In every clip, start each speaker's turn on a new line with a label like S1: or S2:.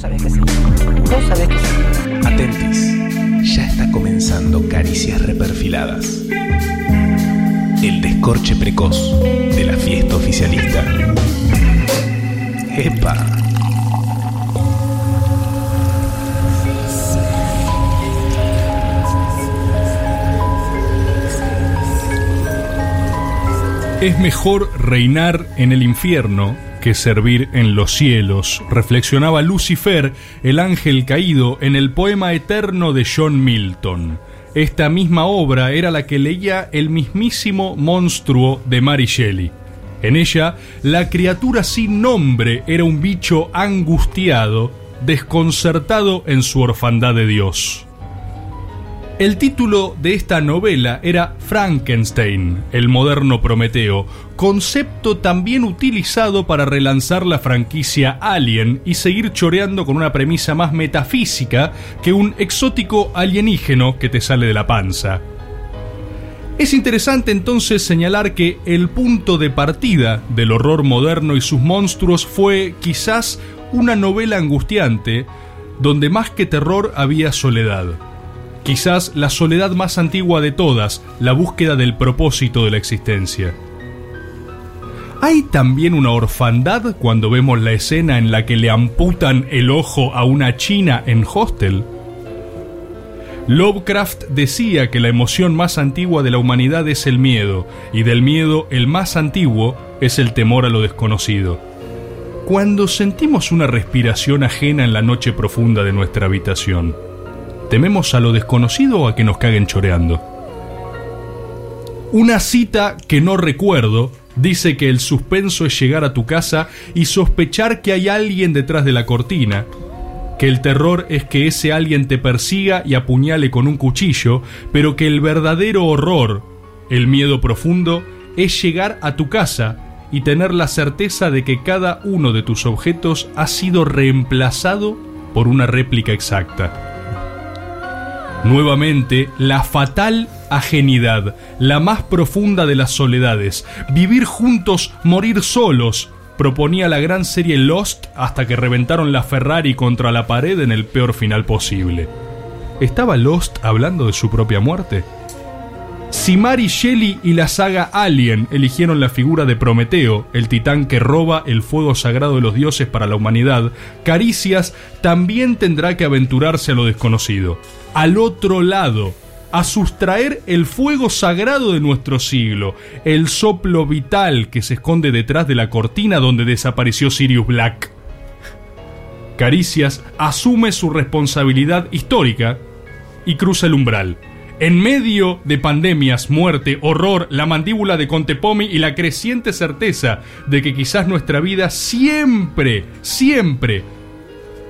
S1: sabés que sí. Vos sabés que sí.
S2: Atentis, ya está comenzando Caricias Reperfiladas. El descorche precoz de la fiesta oficialista. ¡Epa!
S3: Es mejor reinar en el infierno que servir en los cielos, reflexionaba Lucifer, el ángel caído, en el poema eterno de John Milton. Esta misma obra era la que leía el mismísimo monstruo de Mary Shelley. En ella, la criatura sin nombre era un bicho angustiado, desconcertado en su orfandad de Dios. El título de esta novela era Frankenstein, el moderno Prometeo, concepto también utilizado para relanzar la franquicia Alien y seguir choreando con una premisa más metafísica que un exótico alienígeno que te sale de la panza. Es interesante entonces señalar que el punto de partida del horror moderno y sus monstruos fue quizás una novela angustiante donde más que terror había soledad. Quizás la soledad más antigua de todas, la búsqueda del propósito de la existencia. ¿Hay también una orfandad cuando vemos la escena en la que le amputan el ojo a una china en hostel? Lovecraft decía que la emoción más antigua de la humanidad es el miedo, y del miedo el más antiguo es el temor a lo desconocido. Cuando sentimos una respiración ajena en la noche profunda de nuestra habitación, ¿tememos a lo desconocido o a que nos caguen choreando? Una cita que no recuerdo dice que el suspenso es llegar a tu casa y sospechar que hay alguien detrás de la cortina, que el terror es que ese alguien te persiga y apuñale con un cuchillo, pero que el verdadero horror, el miedo profundo, es llegar a tu casa y tener la certeza de que cada uno de tus objetos ha sido reemplazado por una réplica exacta. Nuevamente, la fatal ajenidad, la más profunda de las soledades. Vivir juntos, morir solos, proponía la gran serie Lost hasta que reventaron la Ferrari contra la pared en el peor final posible. ¿Estaba Lost hablando de su propia muerte? Si Mary Shelley y la saga Alien eligieron la figura de Prometeo, el titán que roba el fuego sagrado de los dioses para la humanidad, Caricias también tendrá que aventurarse a lo desconocido, al otro lado, a sustraer el fuego sagrado de nuestro siglo, el soplo vital que se esconde detrás de la cortina donde desapareció Sirius Black. Caricias asume su responsabilidad histórica y cruza el umbral. En medio de pandemias, muerte, horror, la mandíbula de Contepomi y la creciente certeza de que quizás nuestra vida siempre, siempre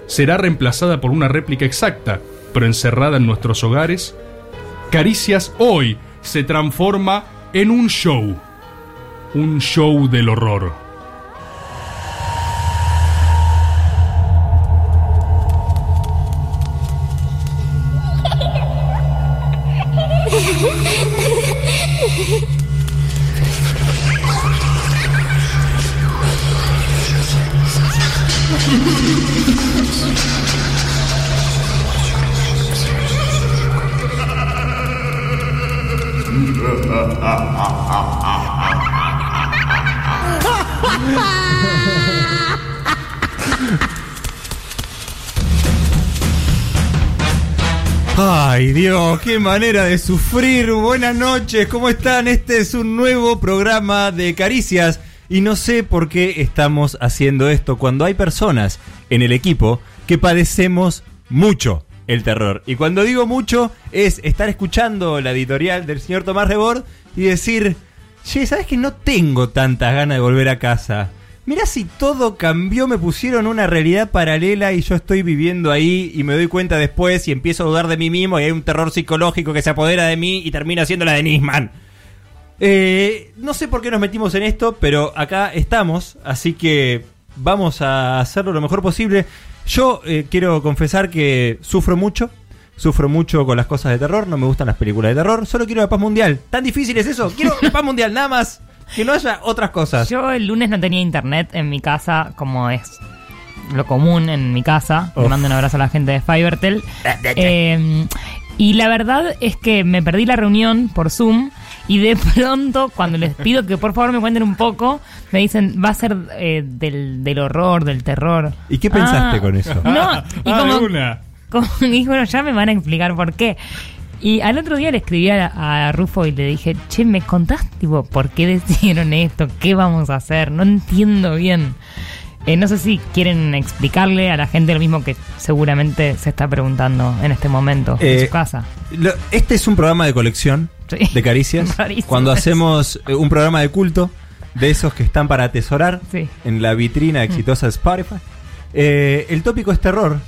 S3: será reemplazada por una réplica exacta, pero encerrada en nuestros hogares, Caricias hoy se transforma en un show, un show del horror.
S4: Ay Dios, qué manera de sufrir. Buenas noches, ¿cómo están? Este es un nuevo programa de Caricias y no sé por qué estamos haciendo esto cuando hay personas en el equipo que padecemos mucho el terror. Y cuando digo mucho es estar escuchando la editorial del señor Tomás Rebord y decir, che, ¿sabes que no tengo tantas ganas de volver a casa? Mirá si todo cambió, me pusieron una realidad paralela y yo estoy viviendo ahí y me doy cuenta después y empiezo a dudar de mí mismo y hay un terror psicológico que se apodera de mí y termina siendo la de Nisman. Eh, no sé por qué nos metimos en esto, pero acá estamos, así que vamos a hacerlo lo mejor posible. Yo eh, quiero confesar que sufro mucho, sufro mucho con las cosas de terror, no me gustan las películas de terror, solo quiero la paz mundial. ¿Tan difícil es eso? Quiero la paz mundial, nada más. Que no haya otras cosas.
S5: Yo el lunes no tenía internet en mi casa como es lo común en mi casa. Le mando un abrazo a la gente de Fivertel. Eh, y la verdad es que me perdí la reunión por Zoom y de pronto, cuando les pido que por favor me cuenten un poco, me dicen, va a ser eh, del, del horror, del terror. Ah.
S4: ¿Y qué pensaste con eso?
S5: No, y
S3: Ah,
S5: como,
S3: de una.
S5: como dije, bueno, ya me van a explicar por qué. Y al otro día le escribí a, a Rufo y le dije, che, ¿me contás tipo, por qué decidieron esto? ¿Qué vamos a hacer? No entiendo bien. Eh, no sé si quieren explicarle a la gente lo mismo que seguramente se está preguntando en este momento en
S4: Eh,
S5: su casa.
S4: Lo- este es un programa de colección
S5: Sí.
S4: de caricias.
S5: Rarísimo
S4: Cuando
S5: eso.
S4: hacemos eh, un programa de culto, de esos que están para atesorar
S5: Sí. Mm.
S4: en la vitrina exitosa de Spotify, eh, el tópico es terror.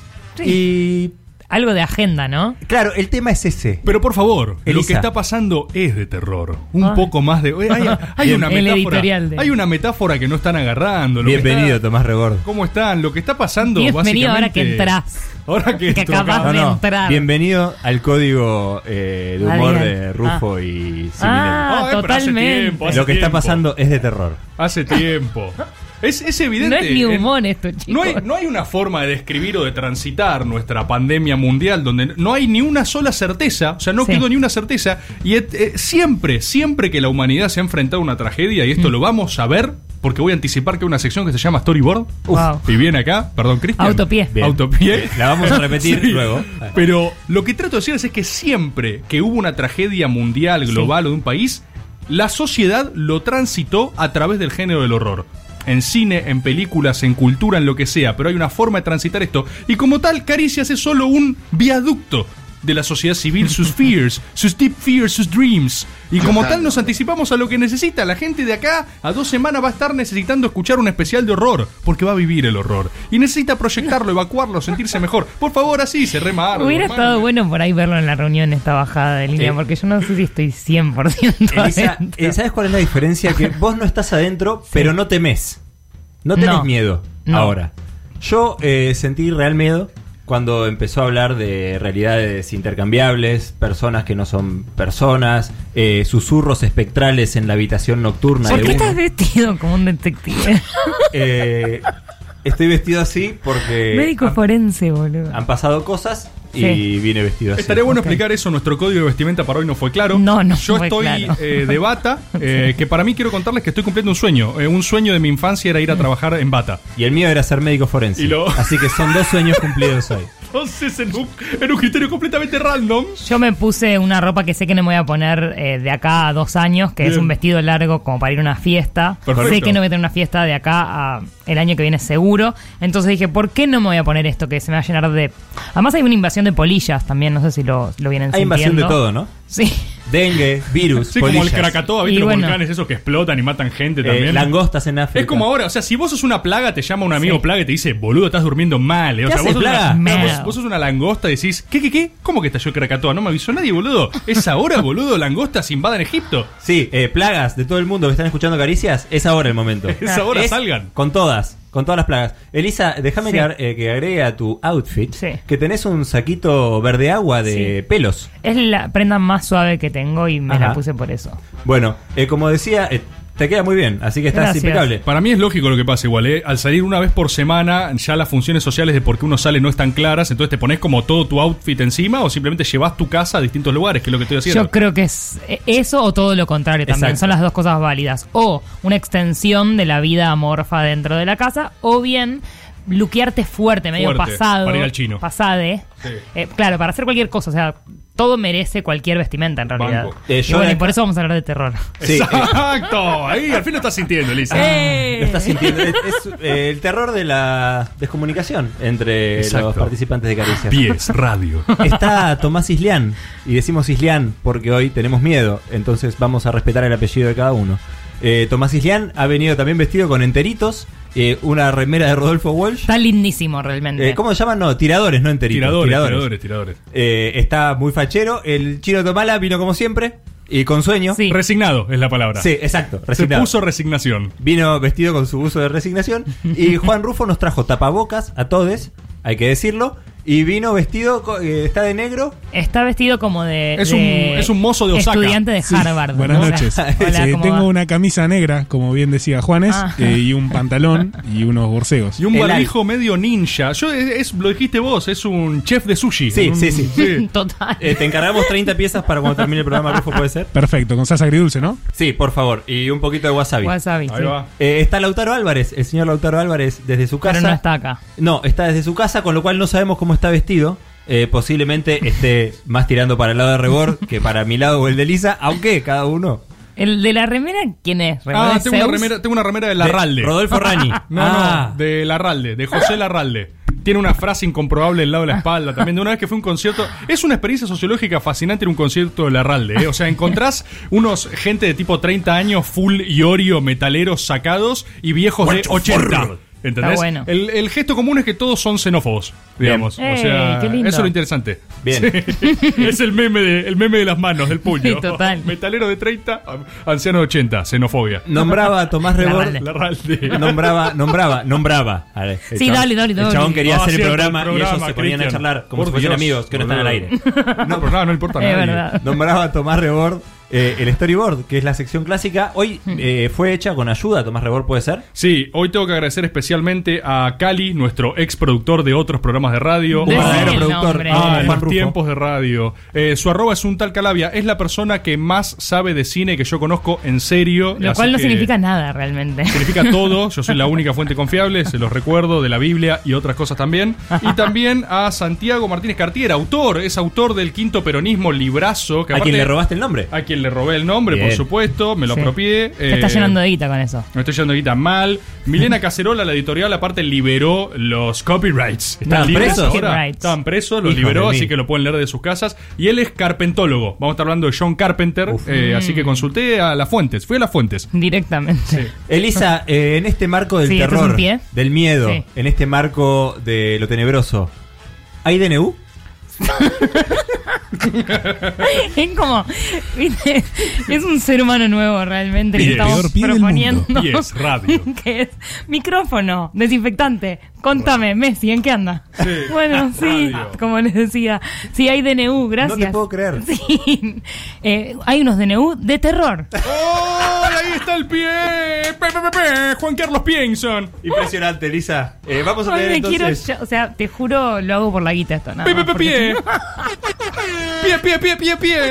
S5: Algo de agenda, ¿no?
S4: Y claro, el tema es ese.
S3: Pero por favor, lo
S4: Elisa.
S3: que está pasando es de terror. Un
S5: Ah.
S3: poco más de. eh, Hay, hay una
S5: El
S3: metáfora.
S5: editorial de-
S3: Hay una metáfora que no están agarrando. lo que
S4: Bienvenido,
S3: está-
S4: Tomás Rebord.
S3: ¿Cómo están? Lo que está pasando
S5: Bienvenido ahora
S3: básicamente-
S5: que entrás.
S3: Ahora que,
S5: Que
S3: entro acá.
S5: acabas de entrar.
S4: Bienvenido al código eh, de
S5: Ah,
S4: humor
S5: bien.
S4: de Rufo y Siminelli.
S5: Ah,
S3: Ah, eh, pero hace
S5: totalmente.
S3: tiempo, hace-
S4: Lo que está
S3: tiempo.
S4: pasando es de terror.
S3: Hace tiempo. Es, es
S5: No
S3: evidente.
S5: es ni
S3: en-
S5: humor esto, chicos.
S3: No hay, no hay una forma de describir o de transitar nuestra pandemia mundial donde no hay ni una sola certeza, o sea, no
S5: Sí.
S3: quedó ni una certeza. Y et- eh, siempre, siempre que la humanidad se ha enfrentado a una tragedia, y
S5: Mm.
S3: esto lo vamos a ver, porque voy a anticipar que hay una sección que se llama Storyboard,
S5: Wow.
S3: y viene acá, perdón, Cristian.
S5: Autopié.
S4: Bien.
S3: Autopié.
S4: La vamos a repetir
S3: Sí.
S4: luego.
S3: Pero lo que trato de decirles es que siempre que hubo una tragedia mundial, global o de un país, la sociedad lo transitó a través del género del horror. En cine, en películas, en cultura, en lo que sea, pero hay una forma de transitar esto. Y como tal, Caricias es solo un viaducto de la sociedad civil, sus fears, sus deep fears, sus dreams. Y como tal nos anticipamos a lo que necesita. La gente de acá a dos semanas va a estar necesitando escuchar un especial de horror, porque va a vivir el horror. Y necesita proyectarlo, evacuarlo, sentirse mejor. Por favor, así, se remar.
S5: Hubiera estado bueno por ahí verlo en la reunión esta bajada de línea,
S4: Eh,
S5: porque yo no sé si estoy 100%
S4: Elisa,
S5: adentro.
S4: eh, ¿sabes cuál es la diferencia? Que vos no estás adentro, pero no temes. No tenés
S5: No.
S4: miedo
S5: No.
S4: ahora. Yo eh, sentí real miedo cuando empezó a hablar de realidades intercambiables, personas que no son personas, eh, susurros espectrales en la habitación nocturna.
S5: ¿Por
S4: de
S5: qué
S4: uno.
S5: estás vestido como un detective?
S4: Eh, estoy vestido así porque
S5: Médico
S4: han,
S5: forense, boludo.
S4: han pasado cosas y
S5: Sí.
S4: vine vestido así.
S3: Estaría bueno
S5: ok.
S3: explicar eso. Nuestro código de vestimenta para hoy no fue claro.
S5: No, no
S3: Yo
S5: fue
S3: estoy
S5: claro.
S3: eh, de bata, eh, que para mí quiero contarles que estoy cumpliendo un sueño. Eh, un sueño de mi infancia era ir
S5: Mm.
S3: a trabajar en bata.
S4: Y el mío era ser médico forense.
S3: Y lo-
S4: Así que son dos sueños cumplidos hoy.
S3: Entonces, en un, en un criterio completamente random.
S5: Yo me puse una ropa que sé que no me voy a poner eh, de acá a dos años, que es
S3: Bien.
S5: un vestido largo como para ir a una fiesta.
S3: Perfecto.
S5: Sé que no voy a tener una fiesta de acá a el año que viene seguro. Entonces dije, ¿por qué no me voy a poner esto que se me va a llenar de... Además hay una invasión de polillas también, no sé si lo, lo vienen
S4: Hay invasión de
S5: sintiendo.
S4: todo, ¿no?
S5: Sí.
S4: Dengue, virus,
S3: Sí, como
S4: polillas,
S3: el Krakatoa, ¿viste?
S5: Y
S3: los
S5: bueno.
S3: volcanes esos que explotan y matan gente
S4: eh,
S3: también.
S4: langostas en África.
S3: es como ahora, o sea, si vos sos una plaga, te llama un amigo
S5: Sí.
S3: plaga y te dice, boludo, estás durmiendo mal. eh. O
S4: ¿Qué
S3: sea,
S4: haces,
S3: vos, sos
S4: plaga?
S3: Una, no,
S5: Meo.
S3: vos, vos sos una langosta y decís, ¿qué, qué, qué? ¿Cómo que estalló el Krakatoa? No me avisó nadie, boludo. Es ahora, boludo, langostas invadan Egipto.
S4: Sí, eh, plagas de todo el mundo que están escuchando caricias, es ahora el momento.
S3: Es ahora,
S4: Es
S3: salgan.
S4: Con todas, con todas las plagas. Elisa, déjame
S5: Sí.
S4: que, ar- eh, que agregue a tu outfit
S5: Sí.
S4: que tenés un saquito verde agua de pelos.
S5: Es la prenda más suave que tengo y me
S4: Ajá.
S5: la puse por eso.
S4: Bueno, eh, como decía, eh, te queda muy bien, así que estás
S5: Gracias.
S4: impecable.
S3: Para mí es lógico lo que pasa igual, ¿eh? Al salir una vez por semana, ya las funciones sociales de por qué uno sale no están claras, entonces te pones como todo tu outfit encima o simplemente llevas tu casa a distintos lugares, que es lo que estoy haciendo.
S5: Yo creo que es eh, eso o todo lo contrario también.
S4: Exacto.
S5: Son las dos cosas válidas. O una extensión de la vida amorfa dentro de la casa, o bien luquearte fuerte, medio
S3: Fuerte,
S5: pasado.
S3: para ir al chino.
S5: Pasade.
S3: Sí.
S5: Eh, claro, para hacer cualquier cosa. O sea, todo merece cualquier vestimenta en realidad.
S3: Banco.
S4: Eh,
S5: y,
S4: yo
S5: bueno,
S4: de
S5: y por
S4: acá-
S5: eso vamos a hablar de terror.
S4: Sí, eh,
S3: ¡Exacto! Ahí al fin lo estás sintiendo, Lisa.
S5: ¡Eh!
S4: Lo estás sintiendo. Es, es, eh, el terror de la descomunicación entre
S3: Exacto.
S4: los participantes de Caricias.
S3: 10, radio.
S4: Está Tomás Islián. Y decimos Islián porque hoy tenemos miedo. Entonces vamos a respetar el apellido de cada uno. Eh, Tomás Islián ha venido también vestido con enteritos. eh, una remera de Rodolfo Walsh.
S5: Está lindísimo realmente.
S4: Eh, ¿Cómo se llaman? No, tiradores, no enteritos.
S3: Tiradores, tiradores, tiradores.
S4: Eh, está muy fachero. El chino Tomala vino como siempre. Y con sueño.
S5: Sí.
S3: Resignado es la palabra.
S4: Sí, exacto.
S3: Se
S4: resignado.
S3: puso resignación.
S4: Vino vestido con su uso de resignación. Y Juan Rufo nos trajo tapabocas a todes, hay que decirlo. Y vino vestido, co- eh, está de negro.
S5: Está vestido como de.
S3: Es un-
S5: de
S3: es un mozo de Osaka.
S5: Estudiante de
S6: Sí,
S5: Harvard. ¿no?
S6: Buenas
S5: O sea,
S6: noches.
S5: hola,
S6: Eh,
S5: ¿cómo
S6: tengo
S5: va?
S6: una camisa negra, como bien decía Juanes,
S5: Ah.
S6: eh, y un pantalón y unos borcegos.
S3: Y un
S4: El al-
S3: barbijo medio ninja. Yo, es, es- lo dijiste vos, es un chef de sushi.
S4: Sí,
S3: Un-
S4: sí, sí.
S5: Total.
S4: Eh, te encargamos 30 piezas para cuando termine el programa, Rufo, ¿puede ser?
S6: Perfecto, con salsa agridulce, ¿no?
S4: Sí, por favor. Y un poquito de wasabi.
S5: Wasabi.
S3: Ahí
S5: sí.
S3: va.
S4: Eh, está Lautaro Álvarez, el señor Lautaro Álvarez, desde su casa.
S5: Pero no está acá.
S4: No, está desde su casa, con lo cual no sabemos cómo está vestido. Eh, posiblemente esté más tirando para el lado de Rebor que para mi lado o el de Lisa, aunque cada uno.
S5: ¿El de la remera quién es? ¿Remera
S3: Ah,
S5: de
S3: tengo una,
S5: Zeus?
S3: remera, tengo una remera de Larralde.
S4: De Rodolfo Rani.
S3: No,
S4: Ah.
S3: no, de Larralde, de José Larralde. Tiene una frase incomprobable al lado de la espalda también. De una vez que fue a un concierto. Es una experiencia sociológica fascinante en un concierto de Larralde. ¿eh? O sea, encontrás unos gente de tipo 30 años, full iorio, metaleros sacados y viejos de 80. ¿Entendés?
S5: Está bueno.
S3: el, el gesto común es que todos son xenófobos, digamos.
S5: Bien.
S3: O sea,
S5: Ey, qué lindo.
S3: eso es lo interesante.
S4: Bien.
S3: es el meme, de, el meme de las manos, del puño.
S5: Sí, total.
S3: Metalero de 30, anciano de 80, xenofobia.
S4: Nombraba a Tomás Rebor.
S5: Larralde.
S3: Larralde.
S4: Nombraba, nombraba, nombraba. A ver, el
S5: Sí, dale, dale,
S4: El
S5: dale.
S4: chabón quería
S3: Ah,
S4: hacer el
S3: cierto,
S4: programa,
S3: el
S4: y ellos
S3: programa,
S4: se ponían a
S3: Cristian.
S4: charlar como
S3: Por
S4: si fueran
S3: Dios,
S4: amigos que no están al aire.
S3: boludo. No, pero nada, no importa nada.
S5: Es verdad.
S4: Nombraba a Tomás Rebord eh, el storyboard, que es la sección clásica. Hoy
S5: Hmm.
S4: eh, fue hecha con ayuda, Tomás Rebord puede ser.
S3: Sí, hoy tengo que agradecer especialmente a Cali, nuestro ex productor de otros programas de radio.
S5: Un Decí verdadero el
S3: Ah,
S5: productor. nombre.
S3: Ah,
S4: Juan
S3: los
S4: Rufo.
S3: tiempos de radio. Eh, su arroba es un tal Calabia. Es la persona que más sabe de cine que yo conozco en serio.
S5: Lo
S3: así
S5: cual no
S3: que
S5: significa nada realmente.
S3: Significa todo. Yo soy la única fuente confiable, se los recuerdo, de la Biblia y otras cosas también. Y también a Santiago Martínez Cartier, autor. Es autor del Quinto Peronismo, librazo. Que
S4: A quien
S3: aparte-
S4: le robaste el nombre.
S3: A quien le robé el nombre, por
S4: Bien.
S3: supuesto. Me lo
S5: Sí.
S3: apropié.
S5: Se está
S3: eh,
S5: llenando de guita con eso.
S3: me estoy yendo guita mal. Milena Cacerola, la editorial, aparte liberó los copyrights.
S4: ¿Estaban
S3: libres
S4: presos?
S3: ahora.
S5: Copyrights.
S3: Estaban presos, los
S4: Hijos
S3: liberó,
S4: de mí.
S3: así que lo pueden leer de sus casas. Y él es carpentólogo. Vamos a estar hablando de John Carpenter. eh, Así que consulté a las fuentes. Fui a las fuentes.
S5: Directamente.
S4: Elisa, eh, en este marco del
S5: Sí, este es
S4: terror,
S5: un pie.
S4: del miedo,
S5: Sí.
S4: en este marco de lo tenebroso, ¿hay DNU?
S5: Es como, viste, es un ser humano nuevo realmente
S3: Pie,
S5: que estamos
S6: peor pie del
S5: proponiendo.
S3: mundo. Pies, radio.
S5: que es micrófono, desinfectante. Contame, Messi, ¿en qué anda? Bueno, sí,
S3: radio.
S5: como les decía, sí hay DNU, gracias.
S4: No te puedo creer.
S5: Sí. Eh, hay unos DNU de terror.
S3: ¡Oh! Ahí está el pie. Pe, pe, pe, pe. Juan Carlos Pienson.
S4: Impresionante, Elisa. Eh, vamos a
S5: Ay,
S4: tener
S5: me quiero
S4: entonces...
S5: ya- o sea, te juro, lo hago por la guita esto. nada
S3: Pie, pie,
S5: más,
S3: pie,
S5: porque
S3: pie. Pie, pie, pie, pie, pie.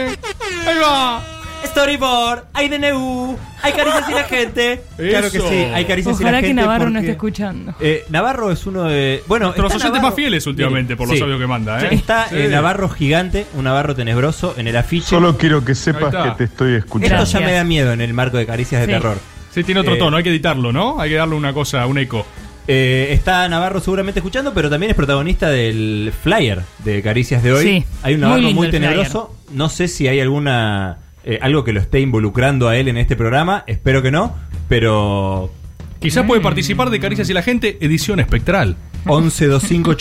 S3: Ahí va.
S4: Storyboard, hay DNU, hay caricias y la gente. Claro que
S3: Eso.
S4: sí, hay caricias y la
S5: Ojalá
S4: gente.
S5: que Navarro no
S4: porque-
S5: esté escuchando.
S4: Eh, Navarro es uno de. Bueno,
S3: Entre los
S4: está
S3: oyentes
S4: Navarro-
S3: más fieles últimamente, por los
S4: Sí.
S3: audios que manda, ¿eh?
S4: Está
S3: Sí.
S4: eh, Navarro gigante, un Navarro tenebroso en el afiche.
S7: Solo quiero que
S3: Ahí
S7: sepas
S3: está.
S7: que te estoy escuchando.
S4: Esto ya
S5: Gracias.
S4: me da miedo en el marco de caricias de
S5: Sí.
S4: terror.
S3: Sí, tiene otro
S4: Eh,
S3: tono, hay que editarlo, ¿no? Hay que darle una cosa, un eco.
S4: Eh, está Navarro seguramente escuchando, pero también es protagonista del flyer de Caricias de hoy.
S5: Sí,
S4: hay un
S5: muy
S4: Navarro muy,
S5: lindo el
S4: tenebroso. No sé si hay alguna eh, algo que lo esté involucrando a él en este programa. Espero que no, pero
S3: Quizás puede participar de Caricias y la Gente, edición espectral.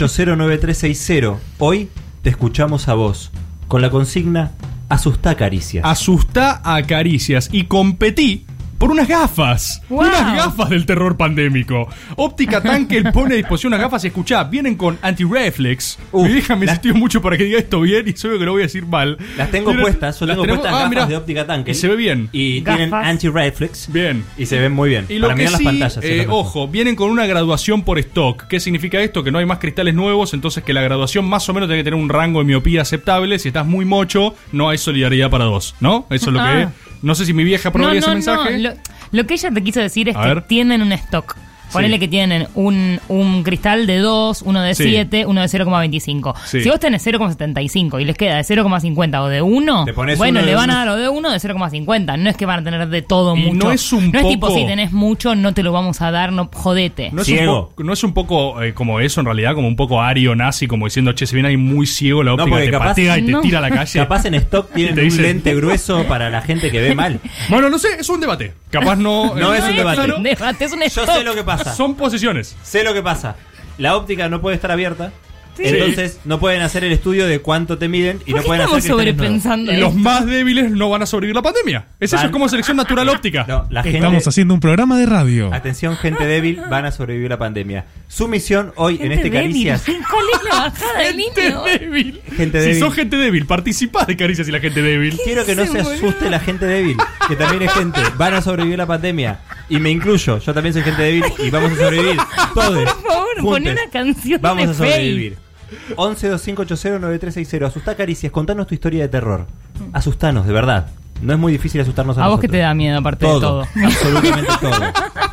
S4: 1125809360. Hoy te escuchamos a vos con la consigna Asusta Caricias.
S3: Asustá a Caricias y competí por unas gafas.
S5: ¡Wow!
S3: Unas gafas del terror pandémico. Óptica Tankel pone a disposición unas gafas y escuchá, vienen con anti-reflex.
S4: Uf,
S3: Mi vieja me
S4: las-
S3: insistió mucho para que diga esto bien y seguro que lo voy a decir mal.
S4: Las tengo
S3: Tienen-
S4: puestas, son
S3: las
S4: tengo
S3: tenemos-
S4: puestas
S3: ah,
S4: gafas
S3: mirá.
S4: de óptica tanque.
S3: Y se ve bien.
S4: Y
S5: Gafas.
S4: tienen anti-reflex.
S3: Bien.
S4: Y se ven muy bien.
S3: Y lo
S4: Para
S3: que
S4: mirar
S3: sí,
S4: las pantallas. es
S3: eh,
S4: lo mejor.
S3: ojo, vienen con una graduación por stock. ¿Qué significa esto? Que no hay más cristales nuevos, entonces que la graduación más o menos tiene que tener un rango de miopía aceptable. Si estás muy mocho, no hay solidaridad para dos, ¿no? Eso es lo que...
S5: Ah.
S3: No sé si mi vieja
S5: No,
S3: aprobaría
S5: no,
S3: ese mensaje.
S5: no. Lo, lo que ella te quiso decir es
S3: A
S5: que
S3: ver.
S5: tienen un stock. Ponele
S3: Sí.
S5: que tienen un, un cristal de 2, uno de
S3: Sí.
S5: 7, uno de 0,25.
S3: Sí.
S5: Si vos tenés 0,75 y les queda de 0,50 o de 1,
S4: Te pones
S5: bueno,
S4: uno
S5: le
S4: de
S5: van
S4: uno.
S5: a dar o de 1 o de 0,50. No es que van a tener de todo
S3: Y
S5: mucho.
S3: no es un
S5: No tipo,
S3: poco-
S5: si tenés mucho, no te lo vamos a dar, no jodete.
S3: ¿No es, un
S4: Ciego.
S3: po- no es un poco eh, como eso en realidad, como un poco ario nazi, como diciendo, che, si viene ahí muy ciego la
S4: No,
S3: óptica,
S4: porque
S3: te
S4: capaz-
S3: patea y te
S5: no.
S3: tira a la calle.
S4: Capaz en stock
S3: Y te
S4: tienen un
S3: dicen-
S4: lente grueso para la gente que ve mal.
S3: Bueno, no sé, es un debate. Capaz no...
S4: No, es un debate.
S3: claro,
S5: debate, es un
S4: Yo
S5: stock.
S4: sé lo que pasa.
S3: Son posiciones.
S4: Sé lo que pasa. La óptica no puede estar abierta.
S5: Sí.
S4: Entonces no pueden hacer el estudio de cuánto te miden y
S5: ¿Por
S4: no
S5: qué
S4: pueden hacer
S5: estamos
S4: cristales nuevos.
S5: sobrepensando
S3: Y los
S5: esto?
S3: más débiles no van a sobrevivir la pandemia. Es eso,
S4: Van-
S3: es como selección natural óptica.
S4: No, la gente,
S6: Estamos haciendo un programa de radio.
S4: atención gente débil, van a sobrevivir la pandemia. Su misión hoy en este
S5: Gente débil.
S4: Caricias,
S5: ¿Cuál es la bajada de línea?
S3: Gente débil.
S4: Gente
S3: Si
S4: débil.
S3: sos gente débil, participá de Caricias y la gente débil.
S4: quiero que no
S5: Sí,
S4: se
S5: boludo.
S4: asuste la gente débil, que también es gente, van a sobrevivir la pandemia. Y me incluyo, yo también soy gente débil y vamos a sobrevivir. Todos.
S5: Por favor, poné
S4: juntos.
S5: una canción
S4: Vamos
S5: de
S4: a sobrevivir. 1125809360. Asustá Caricias, contanos tu historia de terror. Asustanos, de verdad. No es muy difícil asustarnos a,
S5: A vos que
S4: nosotros.
S5: te da miedo, aparte
S4: todo,
S5: de todo.
S4: absolutamente todo.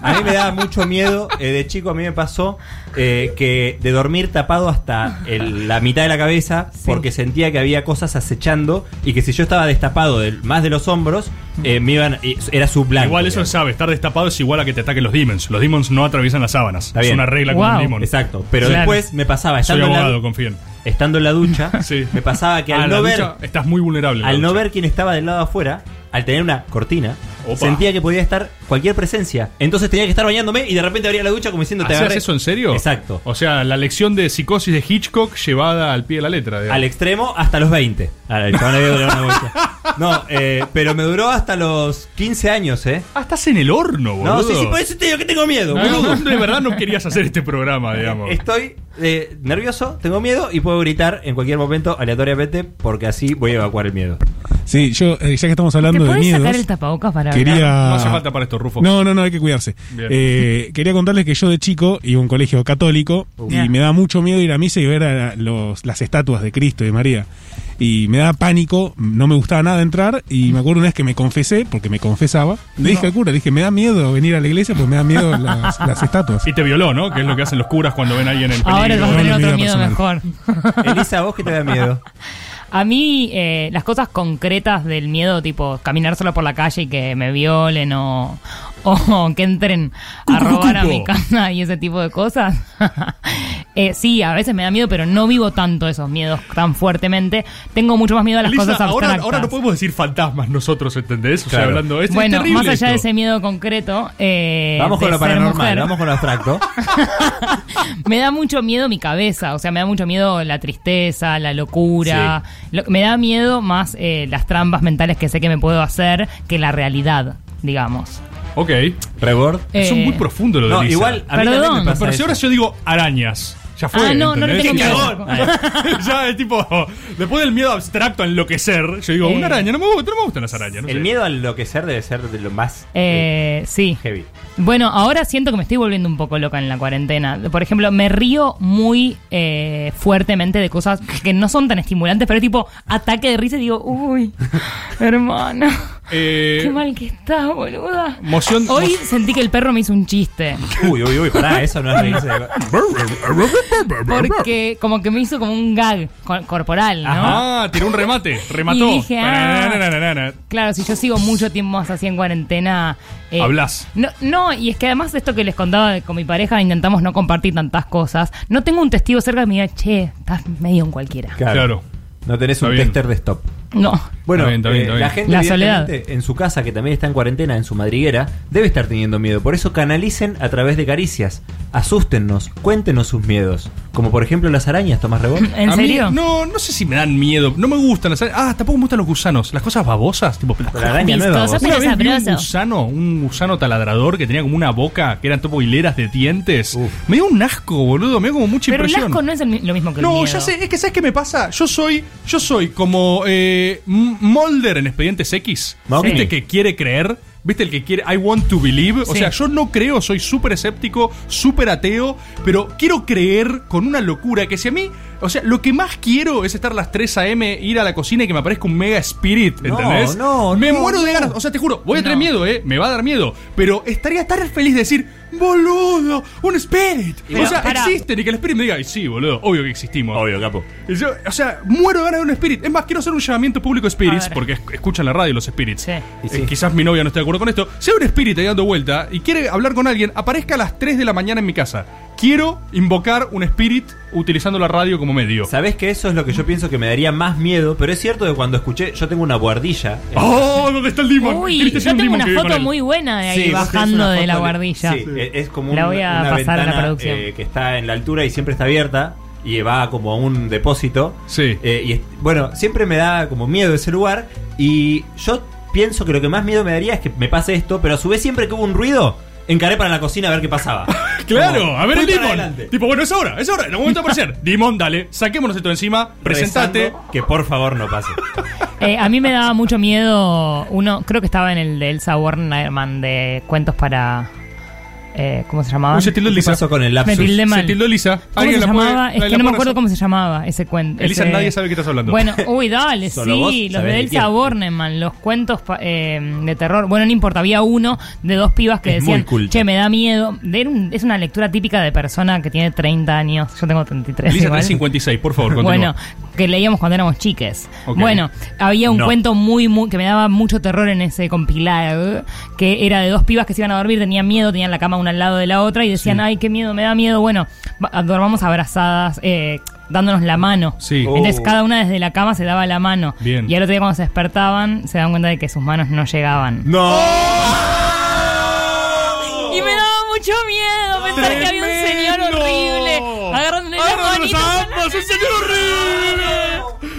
S4: A mí me daba mucho miedo, eh, de chico a mí me pasó eh, que de dormir tapado hasta el- la mitad de la cabeza porque sentía que había cosas acechando y que si yo estaba destapado del- más de los hombros, eh, me iban, y- era su blanco.
S3: Igual eso
S4: digamos.
S3: sabe, estar destapado es igual a que te ataquen los demons. Los demons no atraviesan las sábanas.
S4: Está
S3: Es
S4: bien.
S3: una regla con
S5: Wow.
S3: un demon.
S4: Exacto, pero
S5: Claro.
S4: después me pasaba,
S3: Soy
S4: estando, en,
S3: abogado,
S4: la,
S3: confíen.
S4: estando en la ducha,
S3: Sí.
S4: me pasaba que al
S3: Ah, la
S4: no ver...
S3: ducha, estás muy vulnerable. en la
S4: Al no
S3: ducha.
S4: ver quién estaba del lado de afuera, al tener una cortina,
S3: Opa.
S4: sentía que podía estar cualquier presencia. Entonces tenía que estar bañándome y de repente abría la ducha como diciendo te
S3: ¿Hacías
S4: agarré.
S3: eso en serio?
S4: Exacto.
S3: O sea, la lección de psicosis de Hitchcock llevada al pie de la letra. digamos.
S4: Al extremo hasta los 20. A ver, chabón, le voy a dar una vuelta. No, eh, pero me duró hasta los 15 años, ¿eh?
S3: Ah, estás en el horno, boludo.
S4: No, sí, sí, por eso te digo que tengo miedo,
S3: No,
S4: boludo.
S3: no, de verdad no querías hacer este programa, digamos.
S4: Estoy eh, nervioso, tengo miedo y puedo gritar en cualquier momento aleatoriamente porque así voy a evacuar el miedo.
S6: Sí, yo, eh, ya que estamos
S5: ¿Te
S6: hablando de
S5: podés sacar
S6: miedos.
S5: el tapabocas para hablar?
S6: Quería.
S3: No hace falta para esto, Rufo.
S6: No, no, no, hay que cuidarse.
S3: Bien.
S6: Eh, quería contarles que yo de chico iba a un colegio católico
S3: Uh.
S5: Ya.
S6: y me da mucho miedo ir a misa y ver a los- las estatuas de Cristo y de María. Y me da pánico, no me gustaba nada entrar y me acuerdo una vez que me confesé, porque me confesaba, le dije al cura, le dije, me da miedo venir a la iglesia porque me da miedo las, las estatuas.
S3: Y te violó, ¿no? Que es lo que hacen los curas cuando ven a alguien en
S5: Ahora
S3: peligro.
S5: vas a tener
S6: no,
S5: otro
S6: mi vida
S5: miedo
S6: personal.
S5: mejor.
S4: Elisa, ¿vos qué te da miedo?
S5: A mí, eh, las cosas concretas del miedo, tipo caminar solo por la calle y que me violen o, o que entren a
S3: Cucu,
S5: robar a
S3: cucu.
S5: mi casa y ese tipo de cosas. Eh, sí, a veces me da miedo, pero no vivo tanto esos miedos tan fuertemente. Tengo mucho más miedo a las
S3: Elisa,
S5: cosas
S3: ahora,
S5: abstractas.
S3: ahora no podemos decir fantasmas nosotros, ¿entendés? O sea,
S4: Claro.
S3: hablando de esto. es
S5: bueno,
S3: terrible
S5: más allá de
S3: esto.
S5: ese miedo concreto, eh,
S4: vamos con
S5: de
S4: lo
S5: ser
S4: paranormal,
S5: mujer,
S4: vamos con lo abstracto.
S5: me da mucho miedo mi cabeza, o sea, me da mucho miedo la tristeza, la locura. Lo- me da miedo más eh, las trampas mentales que sé que me puedo hacer que la realidad, digamos.
S3: Ok.
S4: Rebord.
S3: Eso es
S5: Eh,
S3: muy profundo lo de
S4: No,
S3: Elisa.
S4: igual a mí
S5: Perdón.
S4: también me pasa
S3: Pero si
S4: eso.
S3: ahora yo digo arañas. Ya fue.
S5: Ah, no, no le
S3: ¿entendés?
S5: tengo
S3: ¡Qué
S5: miedo!
S3: cagón! ya es tipo. Después del miedo abstracto a enloquecer, yo digo,
S5: Eh.
S3: una araña, no me, gusta, no me gustan las arañas. no
S4: El
S3: sé.
S4: miedo a enloquecer debe ser de lo más eh,
S5: Eh, sí.
S4: heavy.
S5: Bueno, ahora siento que me estoy volviendo un poco loca en la cuarentena. Por ejemplo, me río muy eh, fuertemente de cosas que no son tan estimulantes, pero tipo ataque de risa y digo, uy, hermano.
S3: Eh,
S5: Qué mal que estás, boluda.
S3: Moción-
S5: Hoy
S3: mo-
S5: sentí que el perro me hizo un chiste.
S4: Uy, uy, uy, pará, eso no es reírse. de-
S5: Porque como que me hizo como un gag co- corporal, ¿no?
S3: Ajá, Ah, tiró un remate, remató.
S5: Y dije, ah.
S3: Nananana.
S5: Claro, si yo sigo mucho tiempo más así en cuarentena... eh,
S3: Hablás.
S5: No, no, y es que además de esto que les contaba de- con mi pareja, intentamos no compartir tantas cosas. No tengo un testigo cerca que me diga, che, estás medio en cualquiera.
S3: Claro.
S4: No tenés
S3: Está
S4: un
S3: bien.
S4: tester de stop.
S5: No.
S4: Bueno,
S3: Está bien, está bien, está
S4: eh, la
S3: bien.
S4: gente
S5: La
S4: evidentemente, en su casa, que también está en cuarentena, en su madriguera, debe estar teniendo miedo. Por eso canalicen a través de caricias. Asústennos, cuéntenos sus miedos. Como por ejemplo las arañas, Tomás Rebord.
S5: ¿En
S3: A mí,
S5: serio?
S3: no, no sé si me dan miedo. No me gustan las arañas. Ah, tampoco me gustan los gusanos. Las cosas babosas, tipo.
S4: La araña nueva.
S5: Vistosa,
S4: vos.
S5: pero
S3: Una vez vi un
S5: sabroso.
S3: gusano, un gusano taladrador que tenía como una boca, que eran tipo hileras de dientes.
S4: Uf.
S3: Me dio un asco, boludo. Me dio como mucha
S5: Pero el
S3: impresión.
S5: asco no es el mi- lo mismo que el
S3: No,
S5: miedo.
S3: ya sé, es que ¿sabes qué me pasa? Yo soy, yo soy como eh, M- Mulder en Expedientes X.
S4: Mami.
S3: ¿Viste que quiere creer? ¿Viste el que quiere? I want to believe. O
S5: Sí.
S3: sea, yo no creo, soy súper escéptico, súper ateo, pero quiero creer con una locura que si a mí... O sea, lo que más quiero es estar a las 3 a.m., ir a la cocina y que me aparezca un mega spirit,
S4: No,
S3: ¿entendés?
S4: no,
S3: Me
S4: no,
S3: muero de
S4: no.
S3: ganas. O sea, te juro, voy a tener
S5: No.
S3: miedo, ¿eh? Me va a dar miedo. Pero estaría tan feliz de decir, boludo, un spirit.
S5: Pero,
S3: o sea,
S5: pará.
S3: existe y que el Spirit me diga, "Y sí, boludo, obvio que existimos.
S4: capo.
S3: Y yo, o sea, muero de ganas de un Spirit. Es más, quiero hacer un llamamiento público a Spirits,
S5: A ver.
S3: porque es- escuchan la radio los Spirits.
S5: Sí.
S4: Y
S3: Eh,
S4: sí.
S3: quizás mi novia no esté de acuerdo con esto. Si hay un Spirit ahí dando vuelta y quiere hablar con alguien, aparezca a las 3 de la mañana en mi casa. Quiero invocar un Spirit utilizando la radio como medio.
S4: Sabés que eso es lo que yo pienso que me daría más miedo, pero es cierto que cuando escuché, yo tengo una guardilla. en
S3: ¡Oh! ¿Dónde está el demon?
S5: Uy,
S3: Cristian
S5: yo
S3: tiene un
S5: tengo
S3: demon
S5: una
S3: que vive con
S5: foto
S3: él.
S5: muy buena de ahí
S4: Sí, vos tenés
S5: bajando
S4: una
S5: de la
S4: foto
S5: guardilla.
S4: Sí, es como
S5: La
S4: un-
S5: voy a
S4: una
S5: pasar a la
S4: ventana,
S5: producción.
S4: eh, que está en la altura y siempre está abierta. y va como a un depósito.
S3: Sí.
S4: Eh, y es- bueno, siempre me da como miedo ese lugar y yo pienso que lo que más miedo me daría es que me pase esto, pero a su vez siempre que hubo un ruido, encaré para la cocina a ver qué pasaba.
S3: Claro,
S4: Como,
S3: a ver el
S4: voy para
S3: Dimon.
S4: adelante.
S3: Tipo, bueno, es hora, es hora, en algún momento va a aparecer. Dimon, dale, saquémonos esto de encima, presentate.
S4: Rezando Que por favor no pase.
S5: Eh, a mí me daba mucho miedo. Uno, creo que estaba en el de Elsa Wernerman de cuentos para. eh, ¿Cómo se llamaba?
S3: Uy, se tildó
S4: ¿Qué
S3: Elisa.
S4: pasó con el
S5: Me
S4: lapsus?
S5: tildé
S3: Se
S5: mal.
S3: tildó Elisa.
S5: ¿Cómo se
S3: ¿Alguien la puede-
S5: llamaba?
S3: la-
S5: es que
S3: la
S5: no me
S3: puede
S5: acuerdo
S3: rezar?
S5: cómo se llamaba ese cuento.
S3: Elisa,
S5: ese-
S3: nadie sabe qué estás hablando.
S5: Bueno, uy, dale,
S4: Solo vos
S5: sí, los
S4: sabés
S5: de
S4: de
S5: Elsa
S4: quién.
S5: Bornemann, los cuentos pa- eh, de terror. Bueno, no importa, había uno de dos pibas que
S4: Es muy
S5: decían,
S4: culto.
S5: che, me da miedo. De- era un- es una lectura típica de persona que tiene 30 años, yo tengo 33.
S3: Elisa
S5: igual.
S3: 356, por favor, continúa.
S5: Bueno, que leíamos cuando éramos chiques.
S3: Ok.
S5: Bueno, había un
S4: No.
S5: cuento muy, muy que me daba mucho terror en ese compilado, que era de dos pibas que se iban a dormir, tenían miedo, tenían la cama una al lado de la otra y decían, ay, qué miedo, me da miedo. Bueno, va- ah, dormamos abrazadas, eh, dándonos la mano.
S3: Sí.
S4: Oh.
S5: Entonces cada una desde la cama se daba la mano.
S3: Bien.
S5: Y al otro día cuando se despertaban se daban cuenta de que sus manos no llegaban.
S4: No.
S5: Y me daba mucho miedo pensar que había un señor
S3: ¡Tremendo!
S5: horrible agarrándole las
S3: ¡Agarrándonos
S5: manitos.
S3: a ambos, un señor horrible!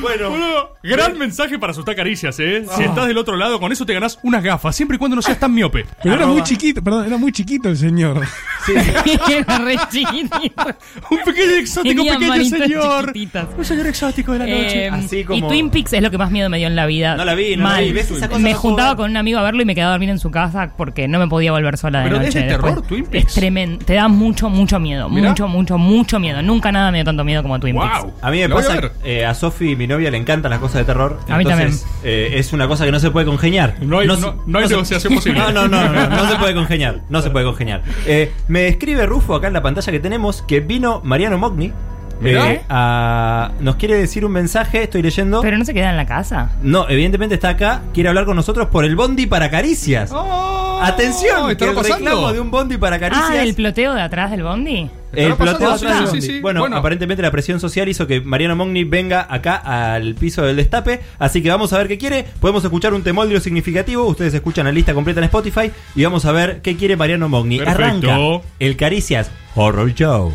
S3: Boludo, gran mensaje para asustar caricias, ¿eh?
S5: Ah.
S3: Si estás del otro lado, con eso te ganás unas gafas, siempre y cuando no seas tan miope.
S6: Pero era muy chiquito, perdón, era muy chiquito el señor.
S5: Era re chiquitito.
S3: Un pequeño exótico,
S5: Tenía
S3: pequeño
S5: manitas
S3: señor.
S5: chiquititas.
S3: Un señor exótico de la noche.
S5: Eh,
S4: Así como-
S5: Y Twin Peaks es lo que más miedo me dio en la vida.
S4: No la vi, no la vi. ¿Ves esa cosa?
S5: me
S4: No
S5: juntaba
S4: puedo ver.
S5: con un amigo a verlo y me quedaba a dormir en su casa porque no me podía volver sola de
S3: Pero es
S5: noche.
S3: de terror, Twin Peaks.
S5: Es tremendo. Te da mucho, mucho miedo.
S3: Mirá.
S5: Mucho, mucho, mucho miedo. Nunca nada me dio tanto miedo como Twin Peaks.
S3: Wow.
S4: A mí me
S3: La voy
S4: pasa,
S3: a ver.
S4: eh, a Sofi, mi novia, le encantan las cosas de terror.
S5: A mí
S4: entonces, eh, es una cosa que no se puede congeniar.
S3: No hay-
S4: se-
S3: no- no hay
S4: se-
S3: negociación posible.
S4: No, no, no, no, no, no se puede congeniar. No se puede congeniar. Eh, me escribe Rufo acá en la pantalla que tenemos que vino Mariano Mogni.
S3: Mirá.
S4: eh, a- nos quiere decir un mensaje, estoy leyendo.
S5: Pero no se queda en la casa.
S4: no, evidentemente está acá, quiere hablar con nosotros por el bondi para caricias.
S3: Oh,
S4: Atención, que
S3: ¿Está
S4: el reclamo
S3: pasando?
S4: de un bondi para caricias.
S5: Ah, del ploteo de atrás del Bondi.
S4: El
S3: Estará pasando,
S4: ploteo atrás
S3: sí,
S4: del
S3: sí,
S4: bondi.
S3: sí.
S4: Bueno,
S3: Bueno.
S4: aparentemente la presión social hizo que Mariano Mogni venga acá al piso del destape. Así que vamos a ver qué quiere. Podemos escuchar un temolio significativo. Ustedes escuchan la lista completa en Spotify. Y vamos a ver qué quiere Mariano Mogni.
S3: Perfecto.
S4: Arranca el Caricias Horror Show.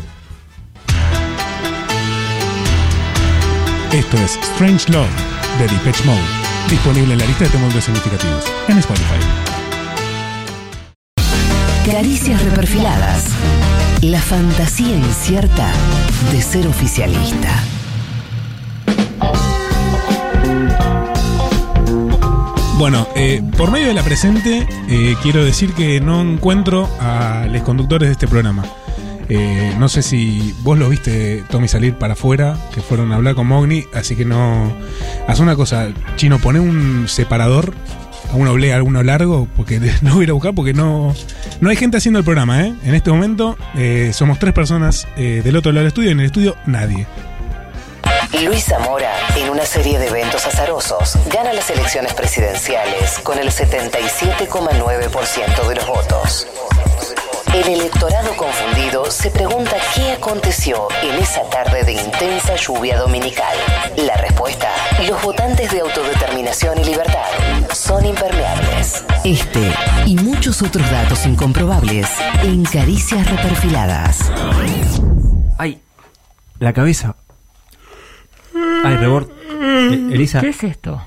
S6: Esto es Strange Love de Depeche Mode, disponible en la lista de temas significativos en Spotify.
S1: Caricias reperfiladas. La fantasía incierta de ser oficialista.
S6: Bueno, eh, por medio de la presente, eh, quiero decir que no encuentro a los conductores de este programa. Eh, no sé si vos lo viste, Tommy, salir para afuera, que fueron a hablar con Mogni, así que no. Haz una cosa, Chino, poné un separador, a uno oblea, a uno largo, porque no voy a ir a buscar, porque no, no hay gente haciendo el programa, ¿eh? En este momento eh, somos tres personas eh, del otro lado del estudio, y en el estudio nadie.
S1: Luis Zamora, en una serie de eventos azarosos, gana las elecciones presidenciales con el 77,9% de los votos. El electorado confundido se pregunta qué aconteció en esa tarde de intensa lluvia dominical. La respuesta, los votantes de autodeterminación y libertad son impermeables. Este y muchos otros datos incomprobables en Caricias Reperfiladas.
S4: Ay, la cabeza. Ay, rebord. Eh, Elisa,
S5: ¿Qué es esto?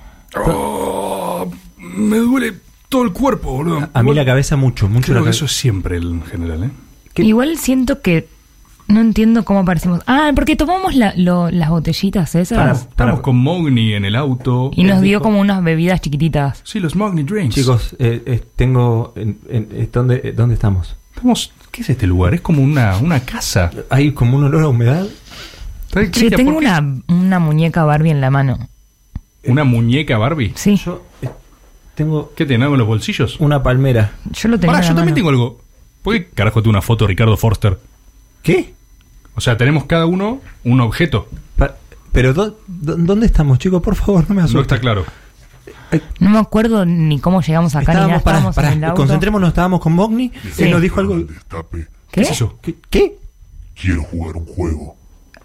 S3: Me duele todo el cuerpo, boludo.
S4: a mí la cabeza mucho, mucho la
S3: Creo que
S4: cabeza.
S3: eso es siempre en general, ¿eh?
S4: ¿Qué?
S5: Igual siento que no entiendo cómo aparecimos. Ah, porque tomamos la- lo- las botellitas esas
S3: Estamos con Mogni en el auto.
S5: y nos dio
S4: dijo-
S5: como unas bebidas chiquititas.
S3: Sí, los Mogni Drinks.
S4: eh, Chicos, eh, eh, tengo. en- en- eh, ¿dónde, eh, ¿Dónde estamos?
S3: Estamos, ¿Qué es este lugar? Es como una, una casa.
S4: Hay como un olor a humedad.
S5: Yo
S3: Cristian,
S5: tengo
S3: ¿por qué?
S5: una, una muñeca Barbie en la mano.
S3: ¿Una muñeca Barbie?
S5: Sí, yo,
S4: Eh, Yo eh, tengo
S3: ¿Qué tenés algo en los bolsillos?
S4: una palmera.
S5: lo tengo.
S3: Pará,
S5: en
S3: yo
S5: la
S3: también
S5: mano.
S3: tengo algo. ¿Por qué carajo tengo una foto de Ricardo Forster?
S4: ¿Qué?
S3: O sea, tenemos cada uno un objeto.
S4: Pa- Pero do- do- ¿dónde estamos, chicos? Por favor, no me asusten.
S3: No está claro.
S5: No me acuerdo ni cómo llegamos acá ni nada.
S4: Estábamos, pará,
S5: Estábamos
S4: pará,
S5: en el auto.
S4: concentrémonos, estábamos con Mogni.
S5: Sí.
S4: Él nos dijo algo.
S7: Destape,
S5: ¿Qué?
S3: es eso?
S4: ¿Qué? ¿Qué?
S7: quiero jugar un juego.